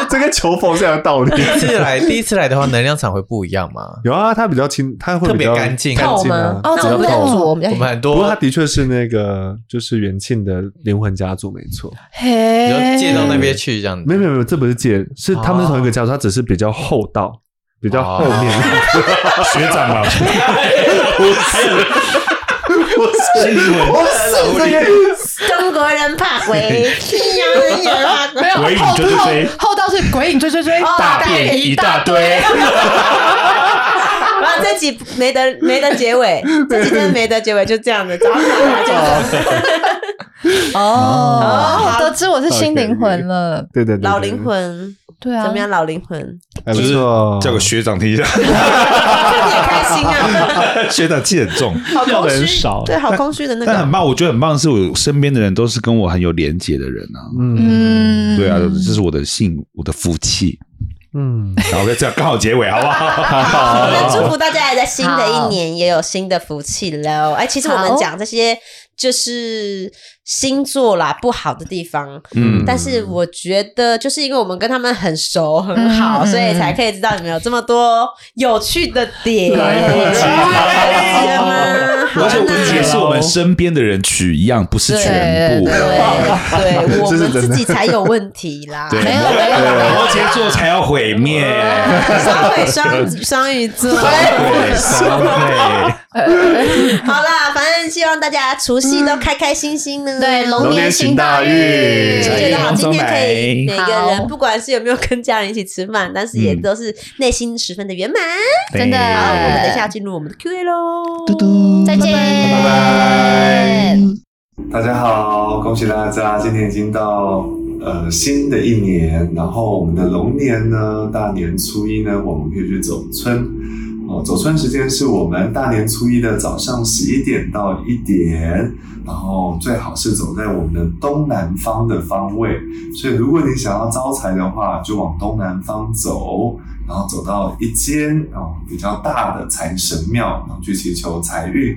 Speaker 4: 是这跟求佛是有道理。
Speaker 9: 第一次来，第一次来的话，能量场会不一样吗？
Speaker 4: 有啊，他比较清，他会
Speaker 9: 特
Speaker 4: 比
Speaker 9: 别
Speaker 4: 较
Speaker 9: 干净
Speaker 4: 干净啊
Speaker 3: 吗？，哦，
Speaker 4: 比
Speaker 3: 怎
Speaker 4: 较
Speaker 3: 么在
Speaker 4: 透。
Speaker 3: 煮？我们
Speaker 9: 我们
Speaker 3: 在
Speaker 9: 很
Speaker 4: 不
Speaker 9: 多
Speaker 4: 过他的确是那个，就是元庆的灵魂家族，没错。
Speaker 5: 嗯
Speaker 9: 你
Speaker 5: 嘿
Speaker 9: 就借到那
Speaker 5: 哎
Speaker 9: 边去这样
Speaker 4: 没
Speaker 9: 子。
Speaker 4: 有没有没有，这不是借，是他们是同一个家族，他只是比较厚道，比较后面。
Speaker 2: 学长嘛，
Speaker 4: 心灵魂
Speaker 3: 中国人怕鬼，洋人怕鬼。
Speaker 5: 没有
Speaker 2: 鬼影
Speaker 5: 后
Speaker 2: 追追追
Speaker 5: 后后道是鬼影追追追，
Speaker 3: 哦
Speaker 2: 大便一大堆，
Speaker 3: 然后这集没得没得结尾，这集真的没得结尾，就这样子，找打就
Speaker 5: 哦，
Speaker 3: 好
Speaker 5: 我得知我是新灵魂了，
Speaker 4: 对对对，对
Speaker 3: 老灵，魂。
Speaker 5: 对啊，
Speaker 3: 怎么样，老灵魂？
Speaker 4: 哎，不错，
Speaker 2: 叫个学长听一下，
Speaker 3: 你也开心啊，
Speaker 2: 学长气很 重。
Speaker 3: 好
Speaker 6: 要
Speaker 3: 空
Speaker 6: 的
Speaker 3: 虚
Speaker 6: 人少，
Speaker 3: 对，好空虚的那
Speaker 2: 但很
Speaker 3: 个。
Speaker 2: 棒，我觉得很棒，是我身边的人都是跟我很有连结的人啊。
Speaker 4: 嗯
Speaker 5: 嗯，
Speaker 2: 对啊，这是我的幸，我的福气。
Speaker 4: 嗯，
Speaker 2: 然后在这样刚好结尾，好不 嗯好？
Speaker 3: 那祝福大家也在新的一年也有新的福气喽！哎，其实我们
Speaker 5: 好
Speaker 3: 讲这些就是星座啦，不好的地方，
Speaker 2: 嗯，
Speaker 3: 但是我觉得，就是因为我们跟他们很熟很好，
Speaker 5: 嗯
Speaker 3: 所以才可以知道你们有这么多有趣的点。来吗？好
Speaker 2: 而且我
Speaker 3: 那
Speaker 2: 觉得是我们身边的人取一样，不是全部
Speaker 5: 对。
Speaker 3: 对对，我
Speaker 4: 这是
Speaker 3: 们
Speaker 4: 真的
Speaker 3: 自己才有问题啦。
Speaker 2: 对，
Speaker 5: 没有没有没有
Speaker 2: 摩羯座才要毁灭。
Speaker 3: 哎双腿双双鱼座，
Speaker 2: 对，双倍
Speaker 3: 呃 好啦，反正希望大家除夕都开开心心呢。
Speaker 5: 对，龙
Speaker 4: 龙
Speaker 5: 年
Speaker 4: 年
Speaker 5: 行
Speaker 4: 行
Speaker 5: 大
Speaker 4: 大
Speaker 5: 运
Speaker 4: 运，
Speaker 3: 我觉得好，今天可以每个
Speaker 5: 好
Speaker 3: 人，不管是有没有跟家人一起吃饭，但是也都是内心十分的圆满。
Speaker 5: 真的
Speaker 3: 好，我们等一下进入我们的 Q&A 喽。
Speaker 5: 再见，拜拜。
Speaker 4: 大家好，恭喜大家，今年已经到呃新的一年，然后我们的龙年呢，大年初一呢，我们可以去走春。哦，走春时间是我们大年初一的早上十一点到一点，然后最好是走在我们的东南方的方位，所以如果你想要招财的话，就往东南方走，然后走到一间哦比较大的财神庙，然后去祈求财运。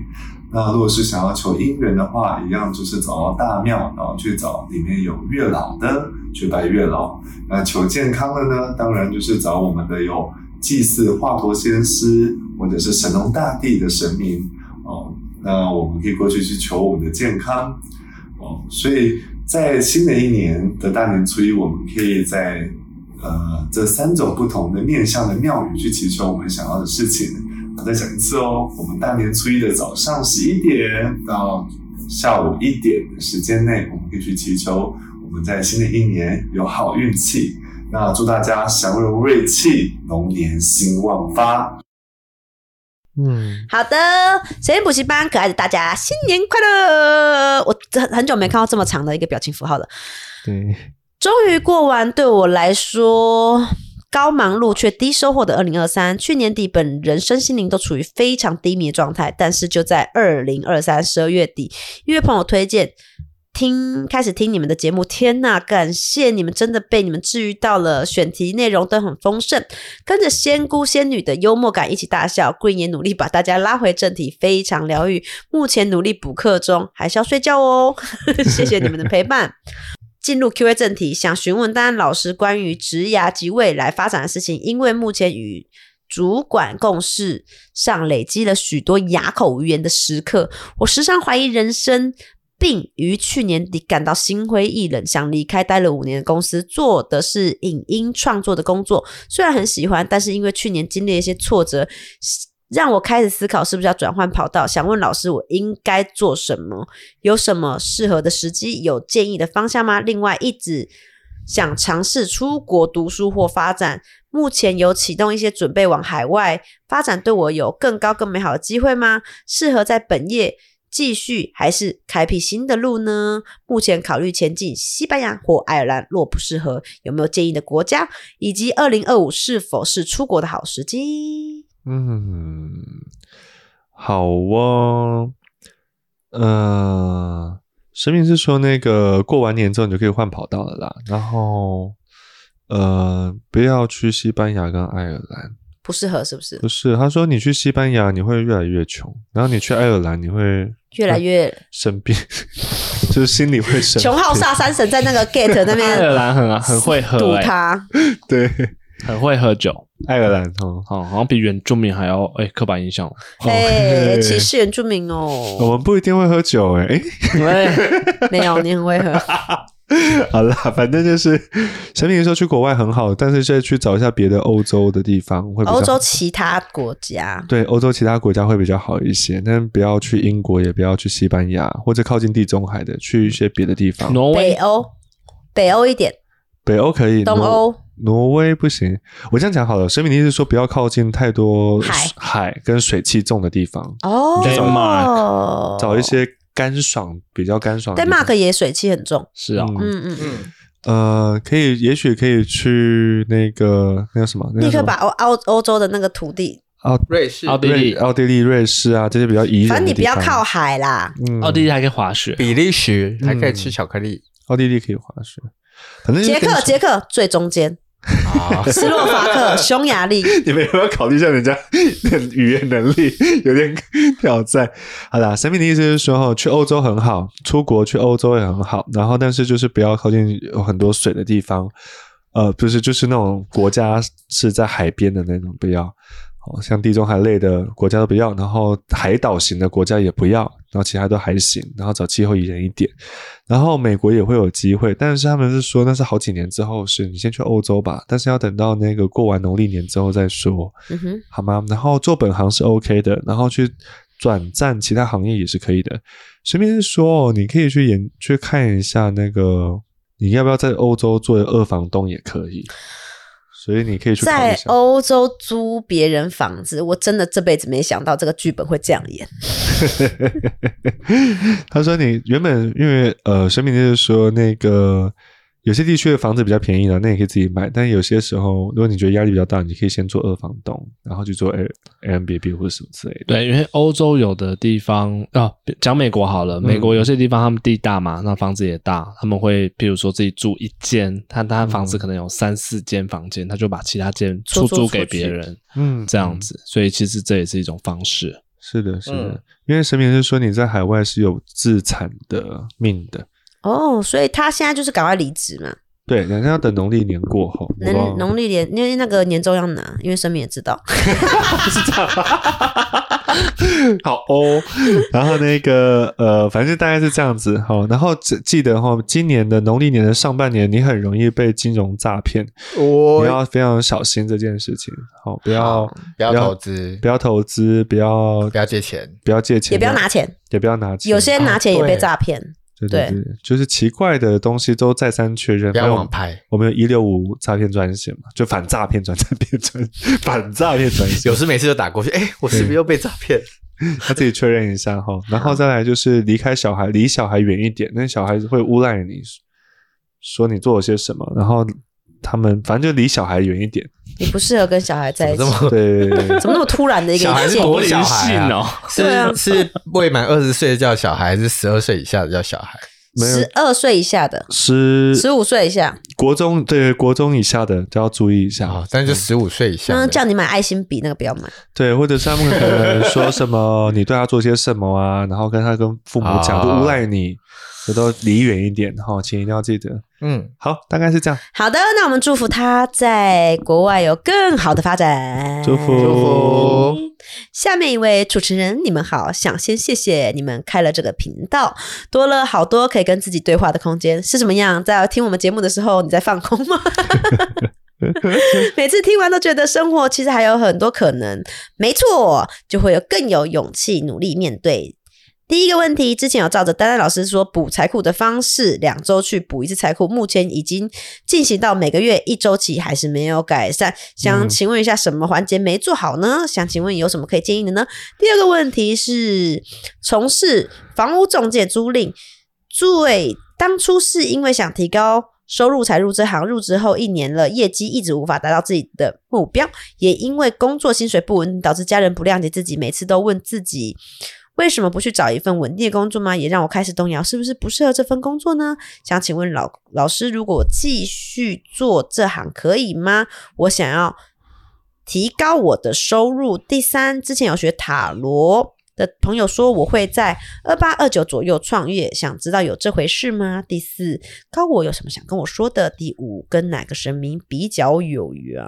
Speaker 4: 那如果是想要求姻缘的话，一样就是找到大庙，然后去找里面有月老的，去拜月老。那求健康的呢，当然就是找我们的有祭祀华佗仙师或者是神农大帝的神明哦。那我们可以过去去求我们的健康哦。所以在新的一年的大年初一，我们可以在呃这三种不同的面向的庙宇去祈求我们想要的事情。我再讲一次哦，我们大年初一的早上十一点到下午一点的时间内，我们可以去祈求我们在新的一年有好运气。那祝大家祥瑞瑞气，龙年兴旺发。
Speaker 9: 嗯，
Speaker 3: 好的，谁人补习班，可爱的大家新年快乐！我很很久没看到这么长的一个表情符号了。
Speaker 9: 对，
Speaker 3: 终于过完对我来说高忙碌却低收获的二零二三。去年底本人身心灵都处于非常低迷的状态，但是就在二零二三十二月底，因为朋友推荐听开始听你们的节目，天呐，感谢你们，真的被你们治愈到了。选题内容都很丰盛，跟着仙姑仙女的幽默感一起大笑。Green 也努力把大家拉回正题，非常疗愈。目前努力补课中，还是要睡觉哦。 谢谢你们的陪伴。进入 Q&A 正题，想询问丹丹老师关于职涯及未来发展的事情，因为目前与主管共事上累积了许多哑口无言的时刻，我时常怀疑人生。并于去年底感到心灰意冷，想离开待了五年的公司，做的是影音创作的工作。虽然很喜欢，但是因为去年经历了一些挫折，让我开始思考是不是要转换跑道。想问老师，我应该做什么？有什么适合的时机？有建议的方向吗？另外，一直想尝试出国读书或发展，目前有启动一些准备往海外发展，对我有更高更美好的机会吗？适合在本业继续，还是开辟新的路呢？目前考虑前进西班牙或爱尔兰，若不适合，有没有建议的国家？以及二零二五是否是出国的好时机？
Speaker 4: 嗯，好哦。呃，神明是说那个过完年之后你就可以换跑道了啦。然后，呃，不要去西班牙跟爱尔兰，
Speaker 3: 不适合是不是？
Speaker 4: 不是？他说你去西班牙你会越来越穷，然后你去爱尔兰你会
Speaker 3: 越来越
Speaker 4: 生病， 就是心里会生病
Speaker 3: 穷浩煞三神在那个 gate 那
Speaker 6: 爱尔
Speaker 3: 边
Speaker 6: 兰很很会喝、
Speaker 3: 堵
Speaker 6: 欸，
Speaker 3: 他，
Speaker 4: 对，
Speaker 6: 很会喝酒，
Speaker 4: 爱尔兰哦。
Speaker 6: 好，好像比原住民还要哎、刻板印象。
Speaker 3: 哎，
Speaker 4: OK
Speaker 3: 歧视原住民
Speaker 4: 我
Speaker 3: 哦，
Speaker 4: 们不一定会喝酒诶、诶
Speaker 3: 没有，你很会 喝，
Speaker 4: 哎好啦，反正就是神明说去国外很好，但是再去找一下别的欧洲的地方会比较好
Speaker 3: 欧洲其他国家
Speaker 4: 对欧洲其他国家会比较好一些，但不要去英国，也不要去西班牙，或者靠近地中海的，去一些别的地方。
Speaker 6: 哦挪
Speaker 3: 北
Speaker 6: 威
Speaker 3: 欧，北欧一点，
Speaker 4: 北欧可以，
Speaker 3: 东
Speaker 4: 挪
Speaker 3: 欧、
Speaker 4: 挪威不行。我这样讲好了，神明的意思是说不要靠近太多
Speaker 3: 海
Speaker 4: 海跟水气重的地方，
Speaker 3: 哦
Speaker 6: Denmark
Speaker 4: 找一些干爽、比较干爽的地方。
Speaker 3: 哦 Denmark 也水气很重，
Speaker 6: 是啊，
Speaker 4: 嗯
Speaker 3: 嗯嗯嗯，
Speaker 4: 呃，可以，也许可以去那个那叫什么？那叫
Speaker 3: 立
Speaker 4: 什
Speaker 3: 刻
Speaker 4: 么
Speaker 3: 把欧欧欧洲的那个土地，
Speaker 9: 瑞士
Speaker 6: 奥地
Speaker 4: 瑞
Speaker 6: 利，
Speaker 4: 奥地利、瑞士啊这些比较宜人的地方。
Speaker 3: 反正你不要靠海啦，
Speaker 4: 嗯
Speaker 6: 奥地利还可以滑雪，
Speaker 9: 比利时还可以吃
Speaker 4: 嗯
Speaker 9: 巧克力
Speaker 4: 奥地利可以滑雪，反正就是
Speaker 3: 捷
Speaker 4: 跟
Speaker 3: 克捷克最中间，
Speaker 9: 啊，
Speaker 4: 哦
Speaker 3: 斯洛伐克、匈牙 利，
Speaker 4: 你们有没有考虑一下人家的语言能力有点挑战？好啦，神明的意思是说，哦，去欧洲很好，出国去欧洲也很好，然后但是就是不要靠近有很多水的地方，呃，不是就是那种国家是在海边的那种不要，哦，像地中海类的国家都不要，然后海岛型的国家也不要，然后其他都还行，然后找气候宜人一点，然后美国也会有机会，但是他们是说那是好几年之后是你先去欧洲吧，但是要等到那个过完农历年之后再说，
Speaker 3: 嗯哼，
Speaker 4: 好吗？然后做本行是 OK 的，然后去转战其他行业也是可以的。顺便是说哦，你可以去研去看一下那个你要不要在欧洲做二房东也可以，所以你可以去考虑一
Speaker 3: 在
Speaker 4: 下。
Speaker 3: 欧洲租别人房子，我真的这辈子没想到这个剧本会这样演，
Speaker 4: 他说你原本因为呃，神明就是说那个有些地区的房子比较便宜了，那也可以自己买。但有些时候，如果你觉得压力比较大，你可以先做二房东，然后去做 Air Airbnb 或者什么之类的。
Speaker 6: 对，因为欧洲有的地方啊，讲美国好了，美国有些地方他们地大嘛，那房子也大，他们会譬如说自己住一间，他他房子可能有三四间房间，他就把其他间
Speaker 3: 出
Speaker 6: 出
Speaker 3: 租
Speaker 6: 租给
Speaker 3: 出去
Speaker 6: 别人，
Speaker 4: 嗯
Speaker 6: 这样
Speaker 4: 嗯
Speaker 6: 子，所以其实这也是一种方式。
Speaker 4: 是的，是的，
Speaker 9: 嗯
Speaker 4: 因为神明是说你在海外是有自产的命的。
Speaker 3: 哦，所以他现在就是赶快离职嘛，
Speaker 4: 对，人家要等农历年过后，我不知道
Speaker 3: 能农历年因为那个年终要拿，因为生命也知道，
Speaker 4: 好哦。 然后那个呃，反正大概是这样子好。然后记记得哈、今年的农历年的上半年，你很容易被金融诈骗，
Speaker 9: 我
Speaker 4: 你要非常小心这件事情。好，不要
Speaker 9: 不要投资，
Speaker 4: 不要投资，不要
Speaker 9: 不要借钱，
Speaker 4: 不要借钱，
Speaker 3: 也不要拿钱，
Speaker 4: 也不要拿钱。
Speaker 3: 有些人拿钱也
Speaker 9: 啊
Speaker 3: 被
Speaker 9: 对
Speaker 3: 诈骗，
Speaker 4: 对对对，就是奇怪的东西都再三确认，
Speaker 9: 不
Speaker 4: 没
Speaker 9: 要
Speaker 4: 有
Speaker 9: 网拍，
Speaker 4: 我们有一六五诈骗专线嘛，就反诈骗专诈骗专反诈骗专线，
Speaker 9: 有事没事就打过去，哎，我是不是又被诈骗？
Speaker 4: 他自己确认一下哈。然后再来就是离开小孩，离小孩远一点，那小孩子会诬赖你，说你做了些什么，然后他们反正就离小孩远一点。
Speaker 3: 你不适合跟小孩在一起
Speaker 9: 怎，么
Speaker 4: 对，
Speaker 3: 怎么那么突然的一个
Speaker 9: 小孩
Speaker 3: 建
Speaker 9: 是
Speaker 3: 议？
Speaker 9: 多小孩
Speaker 6: 灵性
Speaker 9: 啊
Speaker 6: 哦？
Speaker 9: 是是未满二十岁的叫小孩，还是十二岁以下的叫小孩？
Speaker 4: 没有
Speaker 3: 十二岁以下的，
Speaker 4: 十
Speaker 3: 十五岁以下，
Speaker 4: 国中对国中以下的都要注意一下
Speaker 9: 啊，但是就十五岁以下
Speaker 3: 那
Speaker 9: 的，
Speaker 3: 叫你买爱心笔，那个不要买。
Speaker 4: 对，或者是他们可能说什么，你对他做些什么啊，然后跟他跟父母讲，
Speaker 9: 啊
Speaker 4: 就诬赖你，这都离远一点哈，请一定要记得。
Speaker 9: 嗯，
Speaker 4: 好，大概是这样，
Speaker 3: 好的，那我们祝福他在国外有更好的发展，
Speaker 4: 祝福祝福。
Speaker 3: 下面一位主持人，你们好，想先谢谢你们开了这个频道，多了好多可以跟自己对话的空间，是什么样？在听我们节目的时候，你在放空吗？每次听完都觉得生活其实还有很多可能，没错，就会有更有勇气努力面对。第一个问题，之前有照着丹丹老师说补财库的方式，两周去补一次财库，目前已经进行到每个月一周期，还是没有改善。想
Speaker 4: 嗯
Speaker 3: 请问一下，什么环节没做好呢？想请问有什么可以建议的呢？第二个问题是，从事房屋中介租赁，最当初是因为想提高收入才入这行，入职后一年了，业绩一直无法达到自己的目标，也因为工作薪水不稳定，导致家人不谅解自己，每次都问自己。为什么不去找一份稳定的工作吗？也让我开始动摇，是不是不适合这份工作呢？想请问老老师，如果继续做这行可以吗？我想要提高我的收入。第三，之前有学塔罗的朋友说我会在二八二九左右创业，想知道有这回事吗？第四，高我有什么想跟我说的？第五，跟哪个神明比较有缘？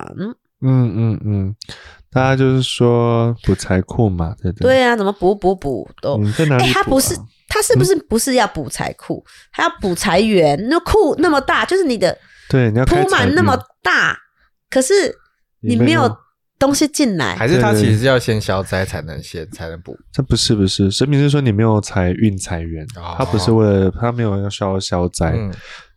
Speaker 4: 嗯嗯嗯，大家就是说补财库嘛，对不对？
Speaker 3: 对啊，怎么补补补都？
Speaker 4: 你在哪里
Speaker 3: 哎、
Speaker 4: 补啊？嗯
Speaker 3: 他不是他是不是不是要补财库，他要补财源？那库那么大，就是你的
Speaker 4: 对，你要
Speaker 3: 铺
Speaker 4: 开财
Speaker 3: 满那
Speaker 4: 运
Speaker 3: 么大，可是你
Speaker 4: 你没
Speaker 3: 没有
Speaker 4: 有
Speaker 3: 东西进来，
Speaker 9: 还是他其实是要先消灾才能先才能补
Speaker 4: 这不是不是，神明是说你没有财运财源，
Speaker 9: 哦
Speaker 4: 他不是为了他没有要消消灾，
Speaker 9: 嗯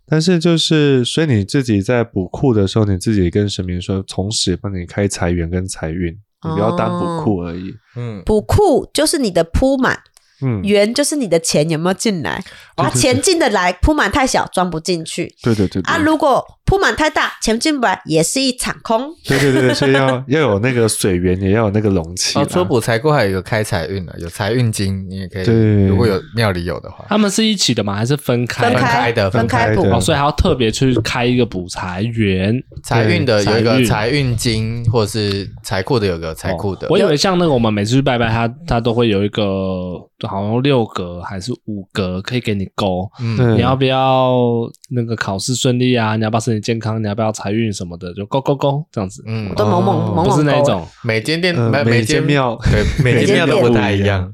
Speaker 4: 但是就是所以你自己在补库的时候，你自己跟神明说，从此帮你开财源跟财运，
Speaker 3: 哦
Speaker 4: 你不要单补库而已。
Speaker 9: 嗯，
Speaker 3: 补库就是你的铺满，
Speaker 4: 嗯，哦
Speaker 3: 源就是你的钱有没有进来，啊，钱进得来，铺满太小装不进去
Speaker 4: 对对对对
Speaker 3: 啊，如果铺满太大，钱进不来也是一场空。
Speaker 4: 对对对对，所以要 要有那个水源，也要有那个啊容器啦。
Speaker 9: 哦，除了补财库，还有一个开财运啊的，有财运金，你也可以，
Speaker 4: 对
Speaker 9: 如果有庙里有的话，
Speaker 6: 他们是一起的吗？还是分开？
Speaker 3: 分
Speaker 9: 开的
Speaker 3: 分
Speaker 4: 分开
Speaker 3: 补
Speaker 4: 的
Speaker 6: 哦，所以还要特别去开一个补财源。
Speaker 9: 财运的有
Speaker 6: 财
Speaker 9: 一个
Speaker 6: 运
Speaker 9: 财运金，或者是财库的有个财库的，
Speaker 6: 我以为像那个我们每次去拜拜，他他都会有一个好像六格还是五格可以给你勾。
Speaker 9: 嗯，
Speaker 4: 对
Speaker 6: 你要不要那个考试顺利啊？你要不要身体健康？你要不要财运什么的？就勾勾勾这样子，
Speaker 9: 嗯
Speaker 3: 我都猛猛猛
Speaker 6: 不是
Speaker 3: 猛
Speaker 6: 那
Speaker 3: 勾
Speaker 6: 一
Speaker 3: 了，
Speaker 6: 种
Speaker 9: 每间店
Speaker 4: 呃
Speaker 9: 每
Speaker 4: 每
Speaker 9: 间
Speaker 4: 间庙
Speaker 9: 对 每间庙都不太一样，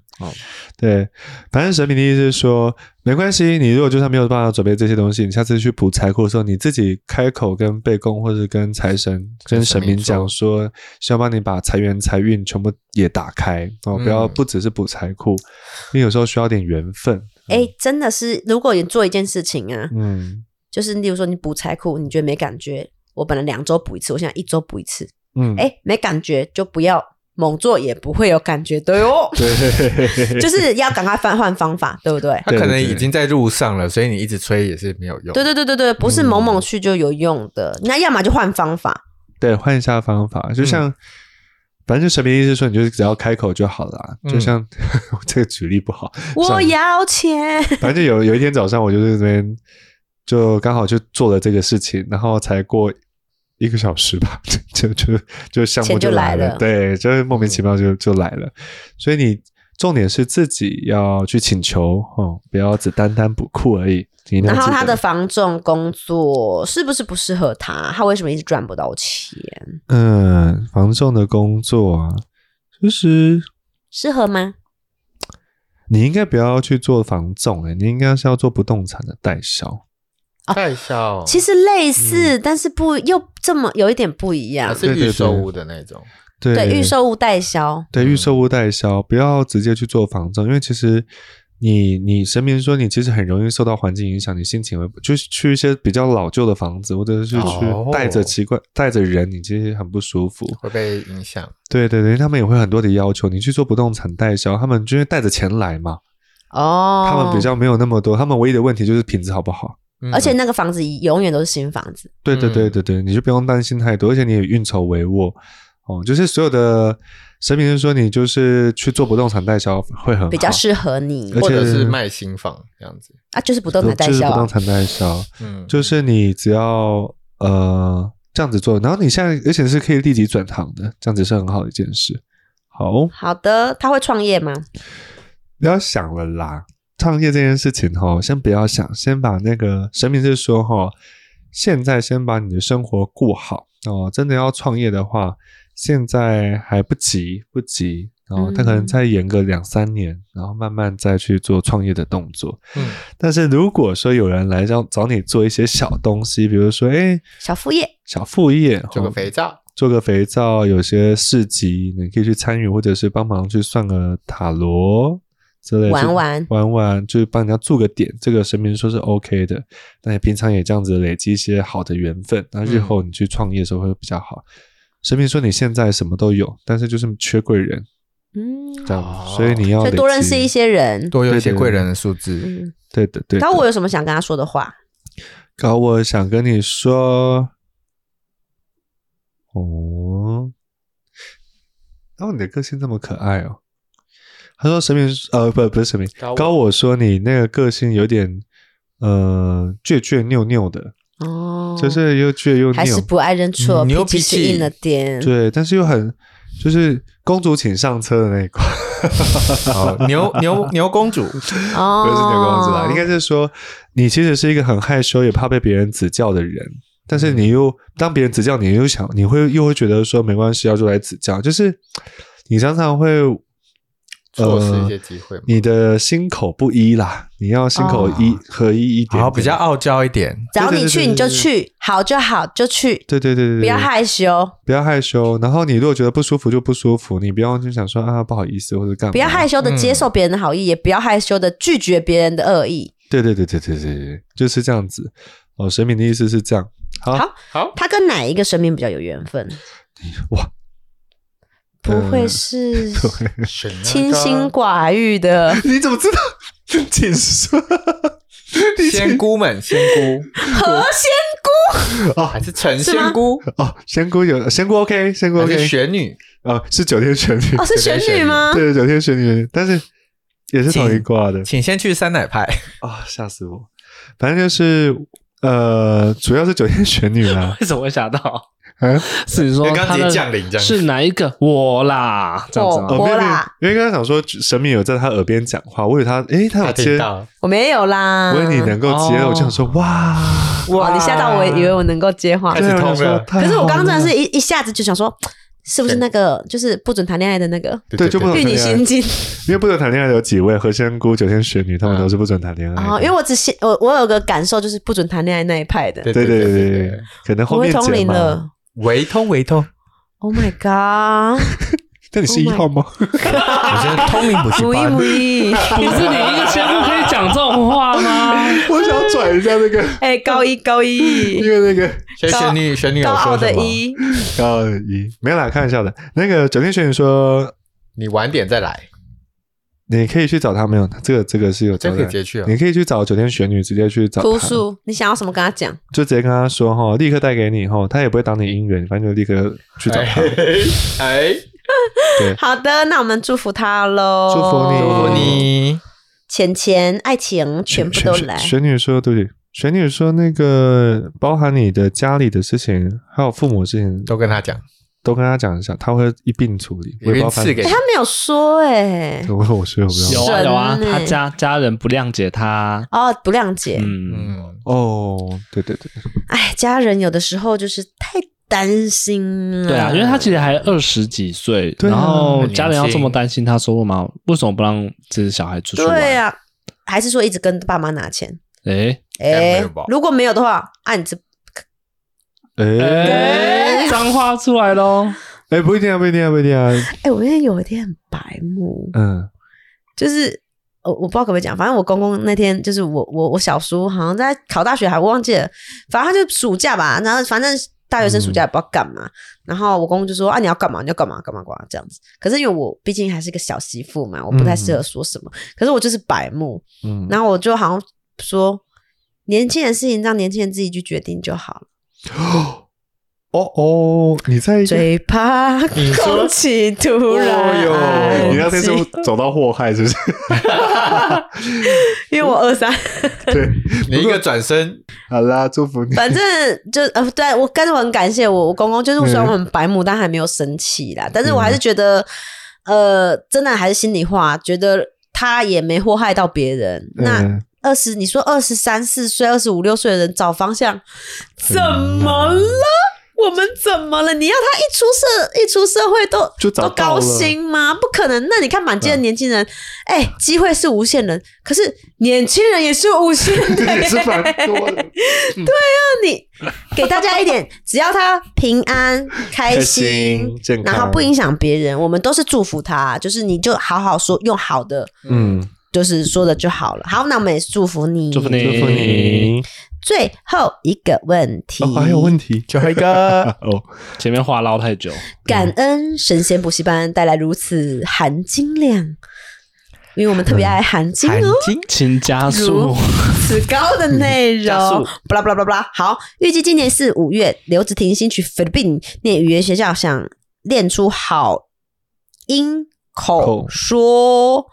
Speaker 4: 对，反正神明的意思是说，没关系，你如果就算没有办法准备这些东西，你下次去补财库的时候，你自己开口跟被供或者跟财神、跟神明讲说，希望帮你把财源、财运全部也打开哦，不要
Speaker 9: 嗯
Speaker 4: 不只是补财库，因为有时候需要点缘分。
Speaker 3: 哎，真的是，如果你做一件事情啊，
Speaker 4: 嗯
Speaker 3: 就是例如说你补财库，你觉得没感觉，我本来两周补一次，我现在一周补一次，
Speaker 4: 嗯，
Speaker 3: 哎，没感觉就不要猛做，也不会有感觉的哟。对，就是要赶快换换方法，对不对？
Speaker 9: 他可能已经在路上了，所以你一直催也是没有用，
Speaker 3: 对对对对对，不是猛猛去就有用
Speaker 4: 嗯
Speaker 3: 的，那要么就换方法。
Speaker 4: 对，换一下方法，就像。反正就神明的意思是说，你就只要开口就好了啊、就
Speaker 9: 嗯
Speaker 4: 像 我这个举例不好，
Speaker 3: 我要钱，
Speaker 4: 反正就有有一天早上，我就是这边就刚好就做了这个事情，然后才过一个小时吧， 就就就就项目
Speaker 3: 钱就来
Speaker 4: 来了，
Speaker 3: 了嗯
Speaker 4: 对，就是莫名其妙就就来了。所以你重点是自己要去请求哦，不要只单单补库而已。你一定要
Speaker 3: 然后
Speaker 4: 记
Speaker 3: 他
Speaker 4: 得
Speaker 3: 的房仲工作是不是不适合他？他为什么一直赚不到钱？
Speaker 4: 嗯，防重的工作啊，就是
Speaker 3: 适合吗？
Speaker 4: 你应该不要去做防重、欸，你应该是要做不动产的代销。
Speaker 9: 太
Speaker 4: 哦
Speaker 9: 小，
Speaker 3: 哦
Speaker 9: 哦
Speaker 3: 其实类似，
Speaker 4: 嗯
Speaker 3: 但是不又这么有一点不一
Speaker 9: 它
Speaker 3: 样。
Speaker 9: 是预售屋的那种，
Speaker 4: 对
Speaker 3: 对，预售物代销，
Speaker 4: 对，预
Speaker 9: 嗯
Speaker 4: 售屋代销，不要直接去做房仲，因为其实你你身边说你其实很容易受到环境影响，你心情会就是去一些比较老旧的房子，或者是去
Speaker 9: 哦
Speaker 4: 带着奇怪、带着人，你其实很不舒服。
Speaker 9: 会被影响，
Speaker 4: 对对对，因为他们也会很多的要求，你去做不动产代销，他们就会带着钱来嘛，
Speaker 3: 哦，
Speaker 4: 他们比，较没有那么多，他们唯一的问题就是品质好不好。
Speaker 9: 嗯
Speaker 3: 而且那个房子永远都是新房子，
Speaker 4: 对对对
Speaker 9: 嗯
Speaker 4: 对对，你就不用担心太多，而且你也运筹帷幄哦，就是所有的神明是说你就是去做不动产代销会很好
Speaker 3: 比较适合你
Speaker 4: 而且
Speaker 9: 或者是卖新房这样子。
Speaker 3: 啊，就是不动产代
Speaker 4: 就是
Speaker 3: 销
Speaker 4: 不
Speaker 3: 啊
Speaker 4: 动，产代销，
Speaker 9: 嗯，
Speaker 4: 就是你只要呃这样子做，然后你现在而且是可以立即转行的，这样子是很好的一件事。好，
Speaker 3: 好的，他会创业吗？
Speaker 4: 不要想了啦，创业这件事情哦，先不要想，先把那个神明是说哈、现在先把你的生活过好哦。真的要创业的话，现在还不急，不急。然后他可能
Speaker 3: 嗯
Speaker 4: 再延个两三年，然后慢慢再去做创业的动作。
Speaker 9: 嗯，
Speaker 4: 但是如果说有人来让找你做一些小东西，比如说哎
Speaker 3: 小副业，
Speaker 4: 小副业，
Speaker 9: 做个
Speaker 4: 哦
Speaker 9: 肥皂，
Speaker 4: 做个肥皂，有些市集你可以去参与，或者是帮忙去算个塔罗之类的，
Speaker 3: 玩玩
Speaker 4: 玩玩，就是帮人家做个点，这个神明说是 OK 的。那你平常也这样子累积一些好的缘分，那日后你去创业的时候会比较好。神明说你现在什么都有，但是就是缺贵人，
Speaker 3: 嗯，
Speaker 4: 这样，
Speaker 9: 哦
Speaker 4: 所以你要
Speaker 3: 所以多
Speaker 4: 累
Speaker 3: 认
Speaker 4: 积
Speaker 3: 识一，些人。
Speaker 9: 多有一些
Speaker 4: 对对
Speaker 9: 贵人的数字。
Speaker 3: 嗯，
Speaker 4: 对的对的。
Speaker 3: 然后我有什么想跟他说的话？
Speaker 4: 可我想跟你说，哦，然、后你的个性这么可爱哦。他说神明，呃，不，不是神明，
Speaker 6: 高我，
Speaker 4: 高我说你那个个性有点，呃，倔倔拗拗的，
Speaker 3: 哦，
Speaker 4: 就是又倔又
Speaker 3: 还是
Speaker 4: 拗，
Speaker 3: 不爱认错，
Speaker 9: 嗯你又
Speaker 3: 脾
Speaker 9: 脾
Speaker 3: 气
Speaker 9: 气
Speaker 3: 硬了点。
Speaker 4: 对，但是又很就是公主请上车的那一块，
Speaker 9: 哦，牛牛牛公 主，
Speaker 3: 哦，
Speaker 4: 不是牛公子
Speaker 9: 哦
Speaker 4: 啦，应该是说你其实是一个很害羞，也怕被别人指教的人，但是你
Speaker 9: 嗯
Speaker 4: 又当别人指教你，又想你会又会觉得说没关系，要就来指教，就是你常常会呃
Speaker 9: 错失一些机会嘛哦
Speaker 4: 你的心口不一啦，你要心口一、合一一点
Speaker 9: 然后比较傲娇一点，
Speaker 3: 只要你去
Speaker 4: 对对对对
Speaker 3: 你就
Speaker 4: 对
Speaker 3: 去，好就好就去，
Speaker 4: 对对对对对，
Speaker 3: 不要害羞，
Speaker 4: 不要害羞，然后你如果觉得不舒服就不舒服，你不要就想说啊不好意思或者干嘛，
Speaker 3: 不要害羞的
Speaker 9: 嗯
Speaker 3: 接受别人的好意，也不要害羞的拒绝别人的恶意。
Speaker 4: 对对对对对对对，就是这样子。哦，神明的意思是这样， 好，
Speaker 3: 好
Speaker 9: 好，
Speaker 3: 他跟哪一个神明比较有缘分？
Speaker 4: 嗯哇，呃
Speaker 3: 不会是 清
Speaker 9: 清
Speaker 3: 心寡欲 的
Speaker 4: 你怎么知道？请 说。
Speaker 9: 仙姑们，仙姑
Speaker 3: 何
Speaker 9: 哦
Speaker 3: 仙？
Speaker 9: 还是陈仙 姑，
Speaker 4: 哦，仙姑有仙姑 OK，仙姑
Speaker 9: 还
Speaker 4: OK，
Speaker 9: 是玄女？
Speaker 4: 哦是九天玄女，
Speaker 3: 哦，是玄女吗？
Speaker 4: 对九天玄女，但是也是同一
Speaker 9: 请
Speaker 4: 卦的
Speaker 9: 请先去三奶派，
Speaker 4: 啊，吓、死我！反正就是呃，主要是九天玄女啦
Speaker 6: 为什么会想到？
Speaker 4: 嗯
Speaker 6: 是你说
Speaker 9: 刚刚
Speaker 6: 他
Speaker 9: 直接
Speaker 6: 的
Speaker 9: 降临这样
Speaker 6: 是哪一个？我啦，这样子吗
Speaker 4: 哦，
Speaker 3: 我
Speaker 4: 没有没有
Speaker 3: 啦，
Speaker 4: 因为刚刚想说神明有在他耳边讲话，我以为他诶，他有
Speaker 9: 他
Speaker 4: 接
Speaker 9: 听，到
Speaker 3: 我没有啦。
Speaker 4: 我以为你能够接
Speaker 3: 哦
Speaker 4: 了，我就想说哇，
Speaker 3: 哇，你吓到我，以为我能够接话。
Speaker 9: 开始
Speaker 4: 对，我想
Speaker 9: 通
Speaker 4: 说
Speaker 9: 了
Speaker 4: 太
Speaker 3: 可是我
Speaker 4: 哎好
Speaker 3: 刚刚真的
Speaker 4: 了
Speaker 3: 是一一下子就想说，是不是那个就是不准谈恋爱的那个
Speaker 4: 对就不能
Speaker 3: 玉女心经？
Speaker 4: 因为不准谈恋爱的有几位何仙姑、九天玄女，他们都是不准谈恋爱的。
Speaker 3: 哦，因为我只信我我有个感受就是不准谈恋爱那一派的，
Speaker 9: 对
Speaker 4: 对对
Speaker 9: 对
Speaker 4: 对对
Speaker 9: 对
Speaker 4: 对，可能
Speaker 3: 我
Speaker 4: 后
Speaker 3: 会
Speaker 4: 面
Speaker 3: 通
Speaker 4: 剪
Speaker 3: 灵
Speaker 4: 嘛。
Speaker 3: 了。
Speaker 9: 维通维通，
Speaker 3: Oh my god！
Speaker 4: 但你是
Speaker 3: Oh
Speaker 4: 一
Speaker 3: my
Speaker 4: 号吗？
Speaker 9: 我现在通灵补 习
Speaker 3: 母一
Speaker 9: 班
Speaker 3: 母，一，
Speaker 6: 不是你一个仙姑可以讲这种话吗？
Speaker 4: 我想转一下那个，
Speaker 3: 哎，高一高一
Speaker 4: 因，为那个
Speaker 9: 所以玄女玄女有
Speaker 3: 高傲
Speaker 9: 说
Speaker 3: 的
Speaker 9: 什么？
Speaker 3: 一，
Speaker 4: 高一没有啦，开玩笑的。那个九天玄女说，
Speaker 9: 你晚点再来，
Speaker 4: 你可以去找他，没有？这个这个是有
Speaker 9: 这
Speaker 4: 交
Speaker 9: 个可
Speaker 4: 代
Speaker 9: 以直。接去哦
Speaker 4: 你。可以去找九天玄女，直接去找
Speaker 3: 哭
Speaker 4: 她，
Speaker 3: 诉，你想要什么跟他讲？
Speaker 4: 就直接跟她说哈，立刻带给你哈，她也不会挡你姻缘，反正就立刻去找她。
Speaker 9: 哎，
Speaker 3: 好的，那我们祝福他喽，
Speaker 4: 祝福你祝
Speaker 9: 祝福你，
Speaker 3: 钱钱、爱情全部都来。
Speaker 4: 玄女说，对不起，玄女说那个包含你的家里的事情，还有父母的事情，
Speaker 9: 都跟他讲，
Speaker 4: 都跟她讲一下，她会一并处理。我
Speaker 9: 一
Speaker 4: 也
Speaker 9: 边
Speaker 4: 不知
Speaker 9: 赐
Speaker 4: 道
Speaker 9: 给
Speaker 3: 哎，他没有说哎，
Speaker 4: 我我是我不知道
Speaker 6: 有啊有啊，
Speaker 3: 神欸
Speaker 6: 他家家人不谅解他，
Speaker 3: 哦，不谅解。
Speaker 6: 嗯，
Speaker 9: 嗯，
Speaker 4: 哦，对对对，
Speaker 3: 哎，家人有的时候就是太担心了。
Speaker 6: 对啊，因为他其实还二十几岁，
Speaker 4: 对啊
Speaker 6: 然后家人要
Speaker 9: 很年轻
Speaker 6: 这么担心他收入吗？为什么不让这小孩出去玩？
Speaker 3: 对啊，还是说一直跟爸妈拿钱？
Speaker 6: 诶，
Speaker 9: 该没
Speaker 3: 哎
Speaker 9: 有吧，
Speaker 3: 如果没有的话，啊，你这
Speaker 4: 哎
Speaker 6: 哎，脏话出来喽！
Speaker 4: 哎，不一定啊，不一定啊，不一定啊，
Speaker 3: 哎，我那天有一天很白目，
Speaker 4: 嗯，
Speaker 3: 就是我我不知道可不可以讲，反正我公公那天就是我我我小叔好像在考大学还我忘记了，反正他就暑假吧，然后反正大学生暑假也不知道干嘛，然后我公公就说啊你要干嘛你要干嘛干嘛干嘛这样子，可是因为我毕竟还是个小媳妇嘛，我不太适合说什么，可是我就是白目，
Speaker 4: 嗯
Speaker 3: 然后我就好像说年轻人事情让年轻人自己去决定就好了。
Speaker 4: 哦哦，你在一个
Speaker 8: 最怕
Speaker 9: 说
Speaker 8: 空气突然
Speaker 4: 哦
Speaker 8: 安
Speaker 4: 哟，
Speaker 8: 静。
Speaker 4: 你那天是走到祸害 是不是？
Speaker 8: 因为我二三，
Speaker 4: 对，
Speaker 9: 你一个转身，
Speaker 4: 好啦，祝福你。
Speaker 8: 反正就呃，对我但是我很感谢我我公公，就是虽然我很白目，但还没有生气啦。但是我还是觉得，呃，真的还是心里话，觉得他也没祸害到别人。那
Speaker 4: 嗯
Speaker 8: 二十，你说二十三四岁、二十五六岁的人找方向，
Speaker 4: 啊
Speaker 8: 怎么了？我们怎么了？你要他一出社一出社会都
Speaker 4: 就找
Speaker 8: 都
Speaker 4: 到
Speaker 8: 高
Speaker 4: 了嗯
Speaker 8: 薪吗？不可能！那你看满街的年轻人，哎、机会是无限人，可是年轻人也是无限的 耶，啊
Speaker 4: 也是蛮多 的，嗯
Speaker 8: 你给大家一点，只要他平安、开心，
Speaker 4: 健康，
Speaker 8: 然后不影响别人，我们都是祝福他。啊就是你就好好说，用好的，
Speaker 4: 嗯，
Speaker 8: 就是说的就好了。好，那我们也是祝福你。
Speaker 6: 祝福你，
Speaker 4: 祝福你。
Speaker 8: 最后一个问题，
Speaker 4: 哦，还有问题，
Speaker 9: 最后一个
Speaker 4: 哦，
Speaker 6: 前面话唠太久，
Speaker 8: 感恩神仙补习班带来如此含金量，因为我们特别爱含金哦。
Speaker 6: 请加速
Speaker 8: 如。此高的内容，不啦不啦不啦不啦。好，预计今年四五月，刘子婷新去菲律宾念语言学校，想练出好英口
Speaker 4: 口
Speaker 8: 说。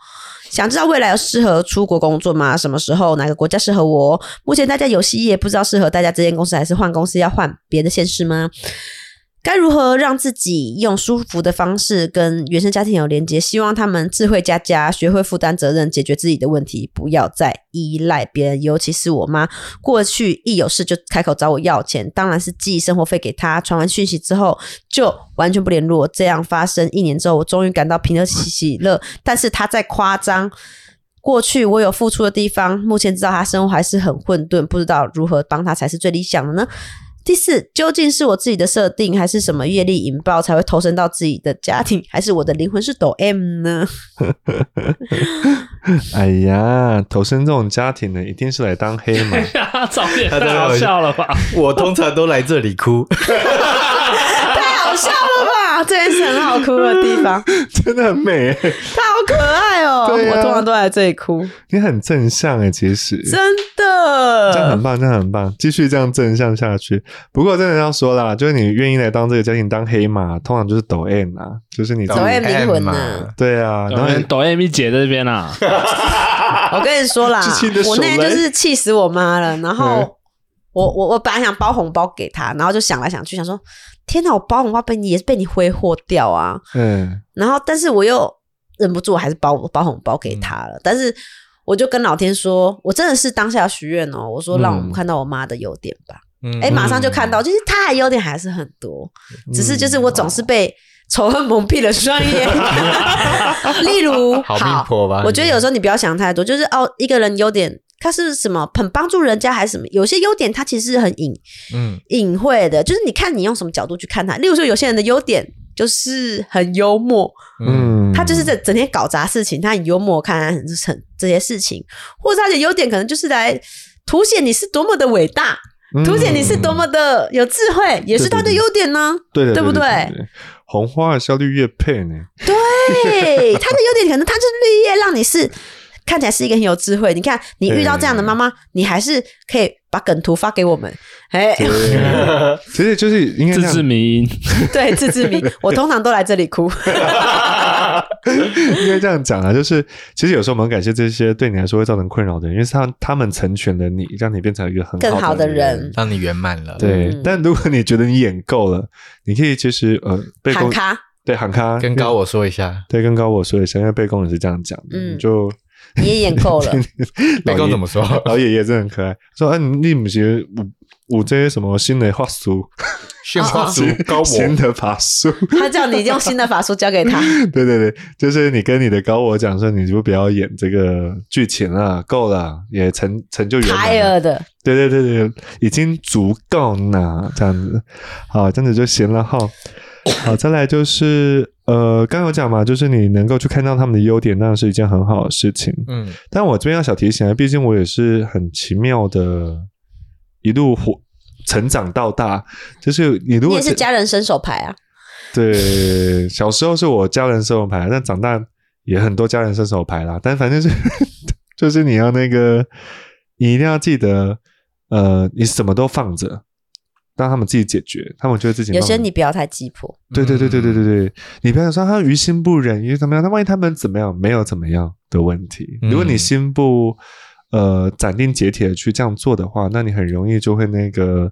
Speaker 8: 想知道未来有适合出国工作吗？什么时候哪个国家适合我？目前大家游戏业不知道适合大家这间公司，还是换公司要换别的县市吗？该如何让自己用舒服的方式跟原生家庭有连接？希望他们智慧家家，学会负担责任，解决自己的问题，不要再依赖别人，尤其是我妈。过去一有事就开口找我要钱，当然是寄生活费给他。传完讯息之后就完全不联络，这样发生一年之后，我终于感到平和喜乐。但是他在夸张，过去我有付出的地方，目前知道他生活还是很混沌，不知道如何帮他才是最理想的呢？第四，究竟是我自己的设定，还是什么业力引爆才会投身到自己的家庭，还是我的灵魂是抖 M 呢？
Speaker 4: 哎呀，投身这种家庭呢，一定是来当黑 马。
Speaker 6: 早点太好笑了吧？
Speaker 9: 我通常都来这 里哭，
Speaker 8: 太好笑 了吧！这也是很好哭的地方，
Speaker 4: 真的很美欸，
Speaker 8: 他好可爱哦、
Speaker 4: 对啊
Speaker 8: 我通常都来这里哭，
Speaker 4: 你很正向哎，其实
Speaker 8: 真
Speaker 4: 这样
Speaker 8: 的
Speaker 4: 很。棒，这样很棒，继续这样正向下去。不过真的要说啦，就是你愿意来当这个家庭当黑马，通常就是抖 M 啊，就是你自
Speaker 8: 抖
Speaker 4: 己
Speaker 8: M 灵魂呢、
Speaker 9: 嘛
Speaker 4: 对啊，然
Speaker 6: 然
Speaker 4: 后
Speaker 6: 后抖 M 姐在这边啊，
Speaker 8: 我跟你说 啦
Speaker 4: 至亲的，手
Speaker 8: 我那天
Speaker 4: 来
Speaker 8: 就是气死我妈了，然
Speaker 4: 嗯
Speaker 8: 后我我我本来想包红包给她，然后就想来想去，想说天哪，我包红包被你也是被你挥霍掉啊！
Speaker 4: 嗯，
Speaker 8: 然后但是我又忍不住，我还是包包红包
Speaker 9: 嗯
Speaker 8: 给他了。但是我就跟老天说，我真的是当下许愿哦，我说让我们
Speaker 4: 嗯
Speaker 8: 看到我妈的优点吧。
Speaker 9: 嗯
Speaker 8: 哎、马上就看到，就是她的优点还是很多，只是就是我总是被。仇恨蒙蔽了双 眼，例如，
Speaker 9: 好命
Speaker 8: 好，
Speaker 9: 婆吧？
Speaker 8: 我觉得有时候你不要想太多，就是哦，一个人优点他是什么，很帮助人家还是什么，有些优点他其实是很隐
Speaker 9: 嗯，
Speaker 8: 隐晦的，就是你看你用什么角度去看他。例如说，有些人的优点就是很幽默，
Speaker 9: 嗯
Speaker 8: 他就是整整天搞砸事情，他很幽默，看他很很这些事情，或者他的优点可能就是来凸显你是多么的伟大，
Speaker 4: 嗯
Speaker 8: 凸显你是多么的有智慧，也是他的优点呢。
Speaker 4: 对的，
Speaker 8: 对不
Speaker 4: 对的
Speaker 8: 对？
Speaker 4: 的红花的效率越配呢，
Speaker 8: 对，他的优点可能他就是绿叶，让你是看起来是一个很有智慧。你看，你遇到这样的妈妈，你还是可以把梗图发给我们，哎，
Speaker 4: 其实就是应该这
Speaker 6: 自
Speaker 4: 样
Speaker 6: 制迷因，
Speaker 8: 对，自制迷，我通常都来这里哭。
Speaker 4: 应该这样讲啊，就是其实有时候我们很感谢这些对你来说会造成困扰的人，因为是他他们成全了你，让你变成一个很
Speaker 8: 更好的
Speaker 4: 的
Speaker 8: 人。
Speaker 9: 让你圆满了，
Speaker 4: 对，
Speaker 8: 嗯
Speaker 4: 但如果你觉得你演够了，你可以其实呃被
Speaker 8: 喊
Speaker 4: 公
Speaker 8: 卡，
Speaker 4: 对喊咖
Speaker 9: 跟高我说一 下，
Speaker 4: 对跟高我说一下，因为被公也是这样讲的，
Speaker 8: 嗯
Speaker 4: 你就
Speaker 8: 你也演够了，
Speaker 9: 被公怎么说？
Speaker 4: 老爷爷真的很可爱，说啊你你不是有有这些什么新的话术，
Speaker 9: 炫花
Speaker 8: 哦
Speaker 9: 族 高
Speaker 4: 新
Speaker 9: 我，
Speaker 4: 的法术，
Speaker 8: 他叫你用新的法术教给他。
Speaker 4: 对对对，就是你跟你的高我讲说，你就不要演这个剧情了，够了，也成成就圆满了。
Speaker 8: tired 的，
Speaker 4: 对对对对，已经足够呢，这样子，好，这样子就行了哈。好，再来就是呃，刚刚有讲嘛，就是你能够去看到他们的优点，当然是一件很好的事情。
Speaker 9: 嗯，
Speaker 4: 但我这边要小提醒啊，毕竟我也是很奇妙的，一路活成长到大，就是你如
Speaker 8: 你
Speaker 4: 果
Speaker 8: 也是家人伸手牌啊，
Speaker 4: 对，小时候是我家人伸手牌，但长大也很多家人伸手牌啦。但反正是 就是你要那个，你一定要记得，呃，你什么都放着，让他们自己解决，他们就会自己慢
Speaker 3: 有
Speaker 4: 慢。
Speaker 3: 些你不要太急迫，
Speaker 4: 对对对对对对对，你不要说他于心不忍，于怎么样？那万一他们怎么样，没有怎么样的问题。如果你
Speaker 9: 嗯
Speaker 4: 心不呃斩钉截铁的去这样做的话，那你很容易就会那个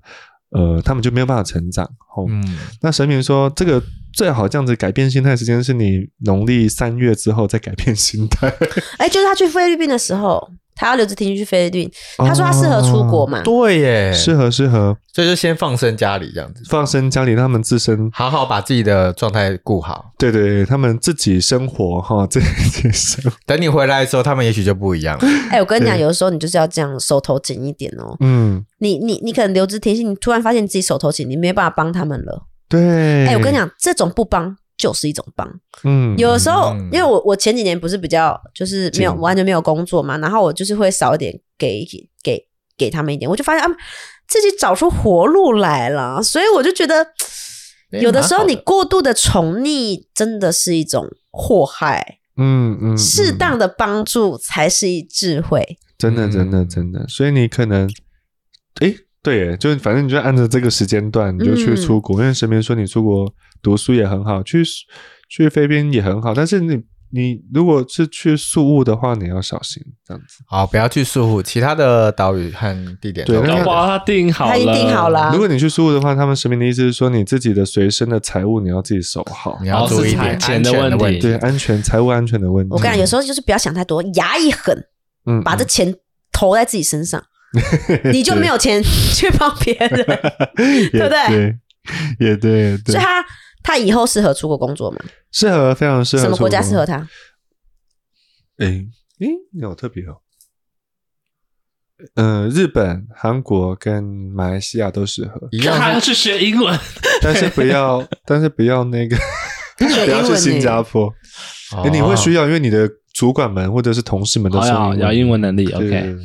Speaker 4: 呃，他们就没有办法成长。哦，
Speaker 9: 嗯，
Speaker 4: 那神明说，这个最好这样子改变心态的时间是你农历三月之后再改变心态。
Speaker 3: 哎，就是他去菲律宾的时候，他要留职停薪去菲律宾， 他说他适合出国嘛，
Speaker 9: 哦对耶，
Speaker 4: 适，合适合
Speaker 9: 所以就先放生家里这样子，
Speaker 4: 放生家里，他们自身
Speaker 9: 好好把自己的状态顾好。
Speaker 4: 对对对，他们自己生活哈，自己生活，
Speaker 9: 等你回来的时候，他们也许就不一样 了。
Speaker 3: 哎、我跟你讲，有的时候你就是要这样手头紧一点哦。
Speaker 4: 嗯，
Speaker 3: 你你你可能留职停薪，你突然发现你自己手头紧，你没办法帮他们了。
Speaker 4: 对。
Speaker 3: 哎、我跟你，讲，这种不帮就是一种帮。
Speaker 4: 嗯，
Speaker 3: 有的时候，
Speaker 9: 嗯
Speaker 3: 因为我我前几年不是比较就是没有
Speaker 4: 紧
Speaker 3: 完全没有工作嘛，然后我就是会少一点给给给他们一点，我就发现啊，自己找出活路来了，所以我就觉得。
Speaker 9: 哎
Speaker 3: 有的时候，
Speaker 9: 蛮好
Speaker 3: 你
Speaker 9: 的
Speaker 3: 过度的宠溺真的是一种祸害，
Speaker 4: 嗯嗯，嗯
Speaker 3: 适当的帮助才是一智慧。
Speaker 4: 真的，真的，
Speaker 9: 嗯
Speaker 4: 真的。所以你可能，诶，对耶，就是反正你就按照这个时间段，你就
Speaker 3: 嗯
Speaker 4: 去出国。因为神明说你出国读书也很好，去去菲律宾也很好，但是你你如果是去宿务的话，你要小心这样子。
Speaker 9: 好，不要去宿户，其他的岛屿和地点
Speaker 4: 对
Speaker 9: 都
Speaker 4: 那
Speaker 6: 搞
Speaker 9: 可以
Speaker 4: 个
Speaker 6: 不好他定好了，
Speaker 3: 他已经定好了啊、
Speaker 4: 如果你去宿务的话，他们神明的意思是说，你自己的随身的财物你要自己守好
Speaker 9: 你，要
Speaker 6: 哦
Speaker 9: 注
Speaker 6: 是
Speaker 9: 意一点
Speaker 6: 钱钱
Speaker 9: 安
Speaker 6: 的
Speaker 9: 全
Speaker 6: 问
Speaker 9: 的问
Speaker 6: 题
Speaker 9: 题。
Speaker 4: 对安全财务安全的问题。
Speaker 3: 我跟你讲，有时候就是不要想太多，牙一狠，
Speaker 4: 嗯
Speaker 3: 把这 钱投在自己身上，你就没有钱去帮别人。
Speaker 4: 对
Speaker 3: 对不对？
Speaker 4: 也对，也
Speaker 3: 所
Speaker 4: 对
Speaker 3: 以，他他以后适合出国工作吗？
Speaker 4: 适合非常适合
Speaker 3: 什么国家
Speaker 4: 出
Speaker 3: 适合？他？
Speaker 4: 诶诶，你好特别哦。嗯，日本、韩国跟马来西亚都 适合，
Speaker 9: 一
Speaker 6: 他要
Speaker 9: 样是
Speaker 6: 去学英文，
Speaker 4: 但是不要，但是不要那个，
Speaker 3: 他学
Speaker 4: 不要
Speaker 3: 英
Speaker 4: 去
Speaker 3: 文
Speaker 4: 新加
Speaker 3: 呢？
Speaker 4: 坡，
Speaker 6: 哦
Speaker 4: 诶你会需
Speaker 9: 要。
Speaker 4: 要，因为你的主管们或者是同事们都
Speaker 6: 好
Speaker 4: 是
Speaker 6: 要哦要英文能力
Speaker 4: 对对
Speaker 6: ，OK。
Speaker 4: 对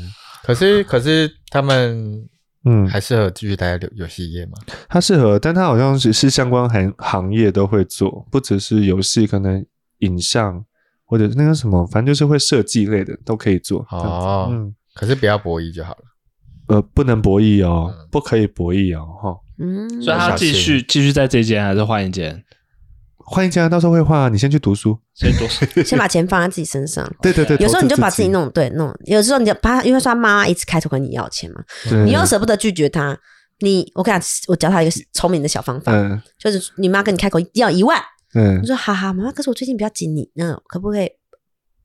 Speaker 9: 可是可是他们
Speaker 4: 嗯，
Speaker 9: 还适合继续待在游游戏业吗？
Speaker 4: 它适合，但它好像是是相关行行业都会做，不只是游戏，可能影像或者那个什么，反正就是会设计类的都可以做。这样子
Speaker 9: 哦
Speaker 4: 嗯，
Speaker 9: 可是不要博弈就好了。
Speaker 4: 呃，不能博弈哦
Speaker 9: 嗯，
Speaker 4: 不可以博弈哦，哈。
Speaker 3: 嗯，
Speaker 6: 所以他继续继续在这一间还是换一间？
Speaker 4: 换一家，到时候会换啊，你先去读书。
Speaker 6: 先多
Speaker 3: 先把钱放在自己身上。
Speaker 4: 对对对，
Speaker 3: 有时候你就
Speaker 4: 投资
Speaker 3: 把自己弄对弄，有时候你就把他，因为说他妈妈一直开头跟你要钱嘛，
Speaker 4: 对
Speaker 3: 你又舍不得拒绝他。你我跟你讲，我教他一个聪明的小方法，
Speaker 4: 嗯
Speaker 3: 就是你妈跟你开口要一万，
Speaker 4: 嗯
Speaker 3: 你说哈哈，妈妈，可是我最近比较紧，你那可不可以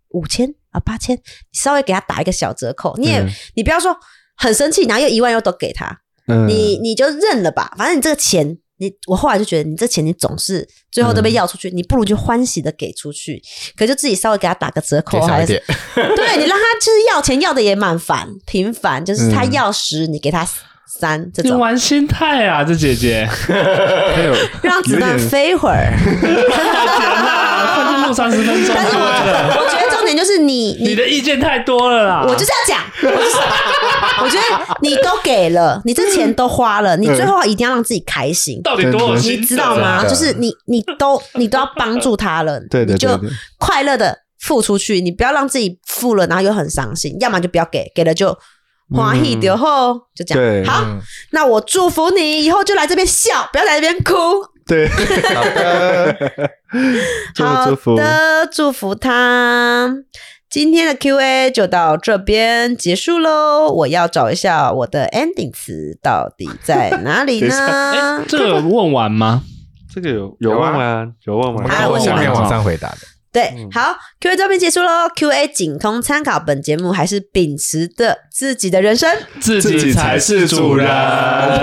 Speaker 3: 五千啊八千？稍微给他打一个小折扣，你也、
Speaker 4: 嗯
Speaker 3: 你不要说很生气，然后又一万又都给他，
Speaker 4: 嗯，
Speaker 3: 你你就认了吧，反正你这个钱。你我后来就觉得，你这钱你总是最后都被要出去，你不如就欢喜的给出去，可就自己稍微给他打个折扣，
Speaker 9: 给少
Speaker 3: 还是
Speaker 9: 一点，
Speaker 3: 对你让他就是要钱要的也蛮烦频繁，就是他要十，你给他三这
Speaker 6: 你
Speaker 3: 种，
Speaker 6: 玩心态啊，这姐姐，
Speaker 3: 让子弹
Speaker 4: 有点
Speaker 3: 飞一会儿。
Speaker 6: 快进入三十分钟
Speaker 3: 但是我
Speaker 6: 了，
Speaker 3: 我觉得重点就是你
Speaker 6: 你的意见太多了啦。
Speaker 3: 我就是要讲，我就是我觉得你都给了，你这钱都花了，你最后一定要让自己开心，
Speaker 6: 到底多有
Speaker 3: 你
Speaker 6: 心啊
Speaker 3: 知道吗？
Speaker 9: 真
Speaker 3: 就
Speaker 9: 的
Speaker 3: 是你你都你都要帮助他了，
Speaker 4: 对
Speaker 3: 你
Speaker 4: 对
Speaker 3: 就
Speaker 4: 对对
Speaker 3: 快乐的付出去，你不要让自己付了然后又很伤心，要么就不要给，给了就。花一丢后就这
Speaker 4: 嗯对
Speaker 3: 样，好，
Speaker 9: 嗯
Speaker 3: 那我祝福你以后就来这边笑，不要来这边哭。
Speaker 4: 对，
Speaker 9: 好的，
Speaker 4: 祝福祝福
Speaker 3: 好，的，祝福他。今天的 Q&A 就到这边结束喽。我要找一下我的 ending 词到底在哪里
Speaker 4: 等一哎
Speaker 3: 呢？
Speaker 6: 这个问完吗？
Speaker 4: 这个有有
Speaker 9: 有啊
Speaker 4: 问完，有问
Speaker 9: 我
Speaker 4: 完，
Speaker 3: 啊我
Speaker 9: 们
Speaker 3: 喜
Speaker 9: 下
Speaker 3: 欢
Speaker 9: 面往上回答的。
Speaker 3: 对，好，Q&A 这边结束喽。Q&A 仅供参考，本节目还是秉持的自己的人生。
Speaker 6: 自己才是主人。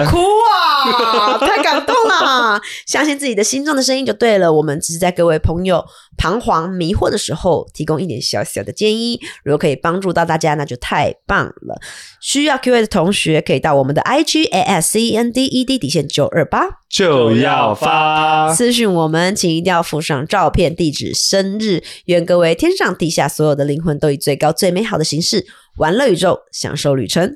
Speaker 3: 哭啊！ 太感动了，相信自己的心中的声音就对了。我们只是在各位朋友彷徨迷惑的时候，提供一点小小的建议。如果可以帮助到大家，那就太棒了。需要 Q&A 的同学，可以到我们的 IG A S C E N D E D 底线九二八
Speaker 4: 就要
Speaker 6: 啊
Speaker 4: 发，
Speaker 3: 私讯我们，请一定要附上照片、地址、生日。愿各位天上地下所有的灵魂都以最高最美好的形式玩乐宇宙，享受旅程。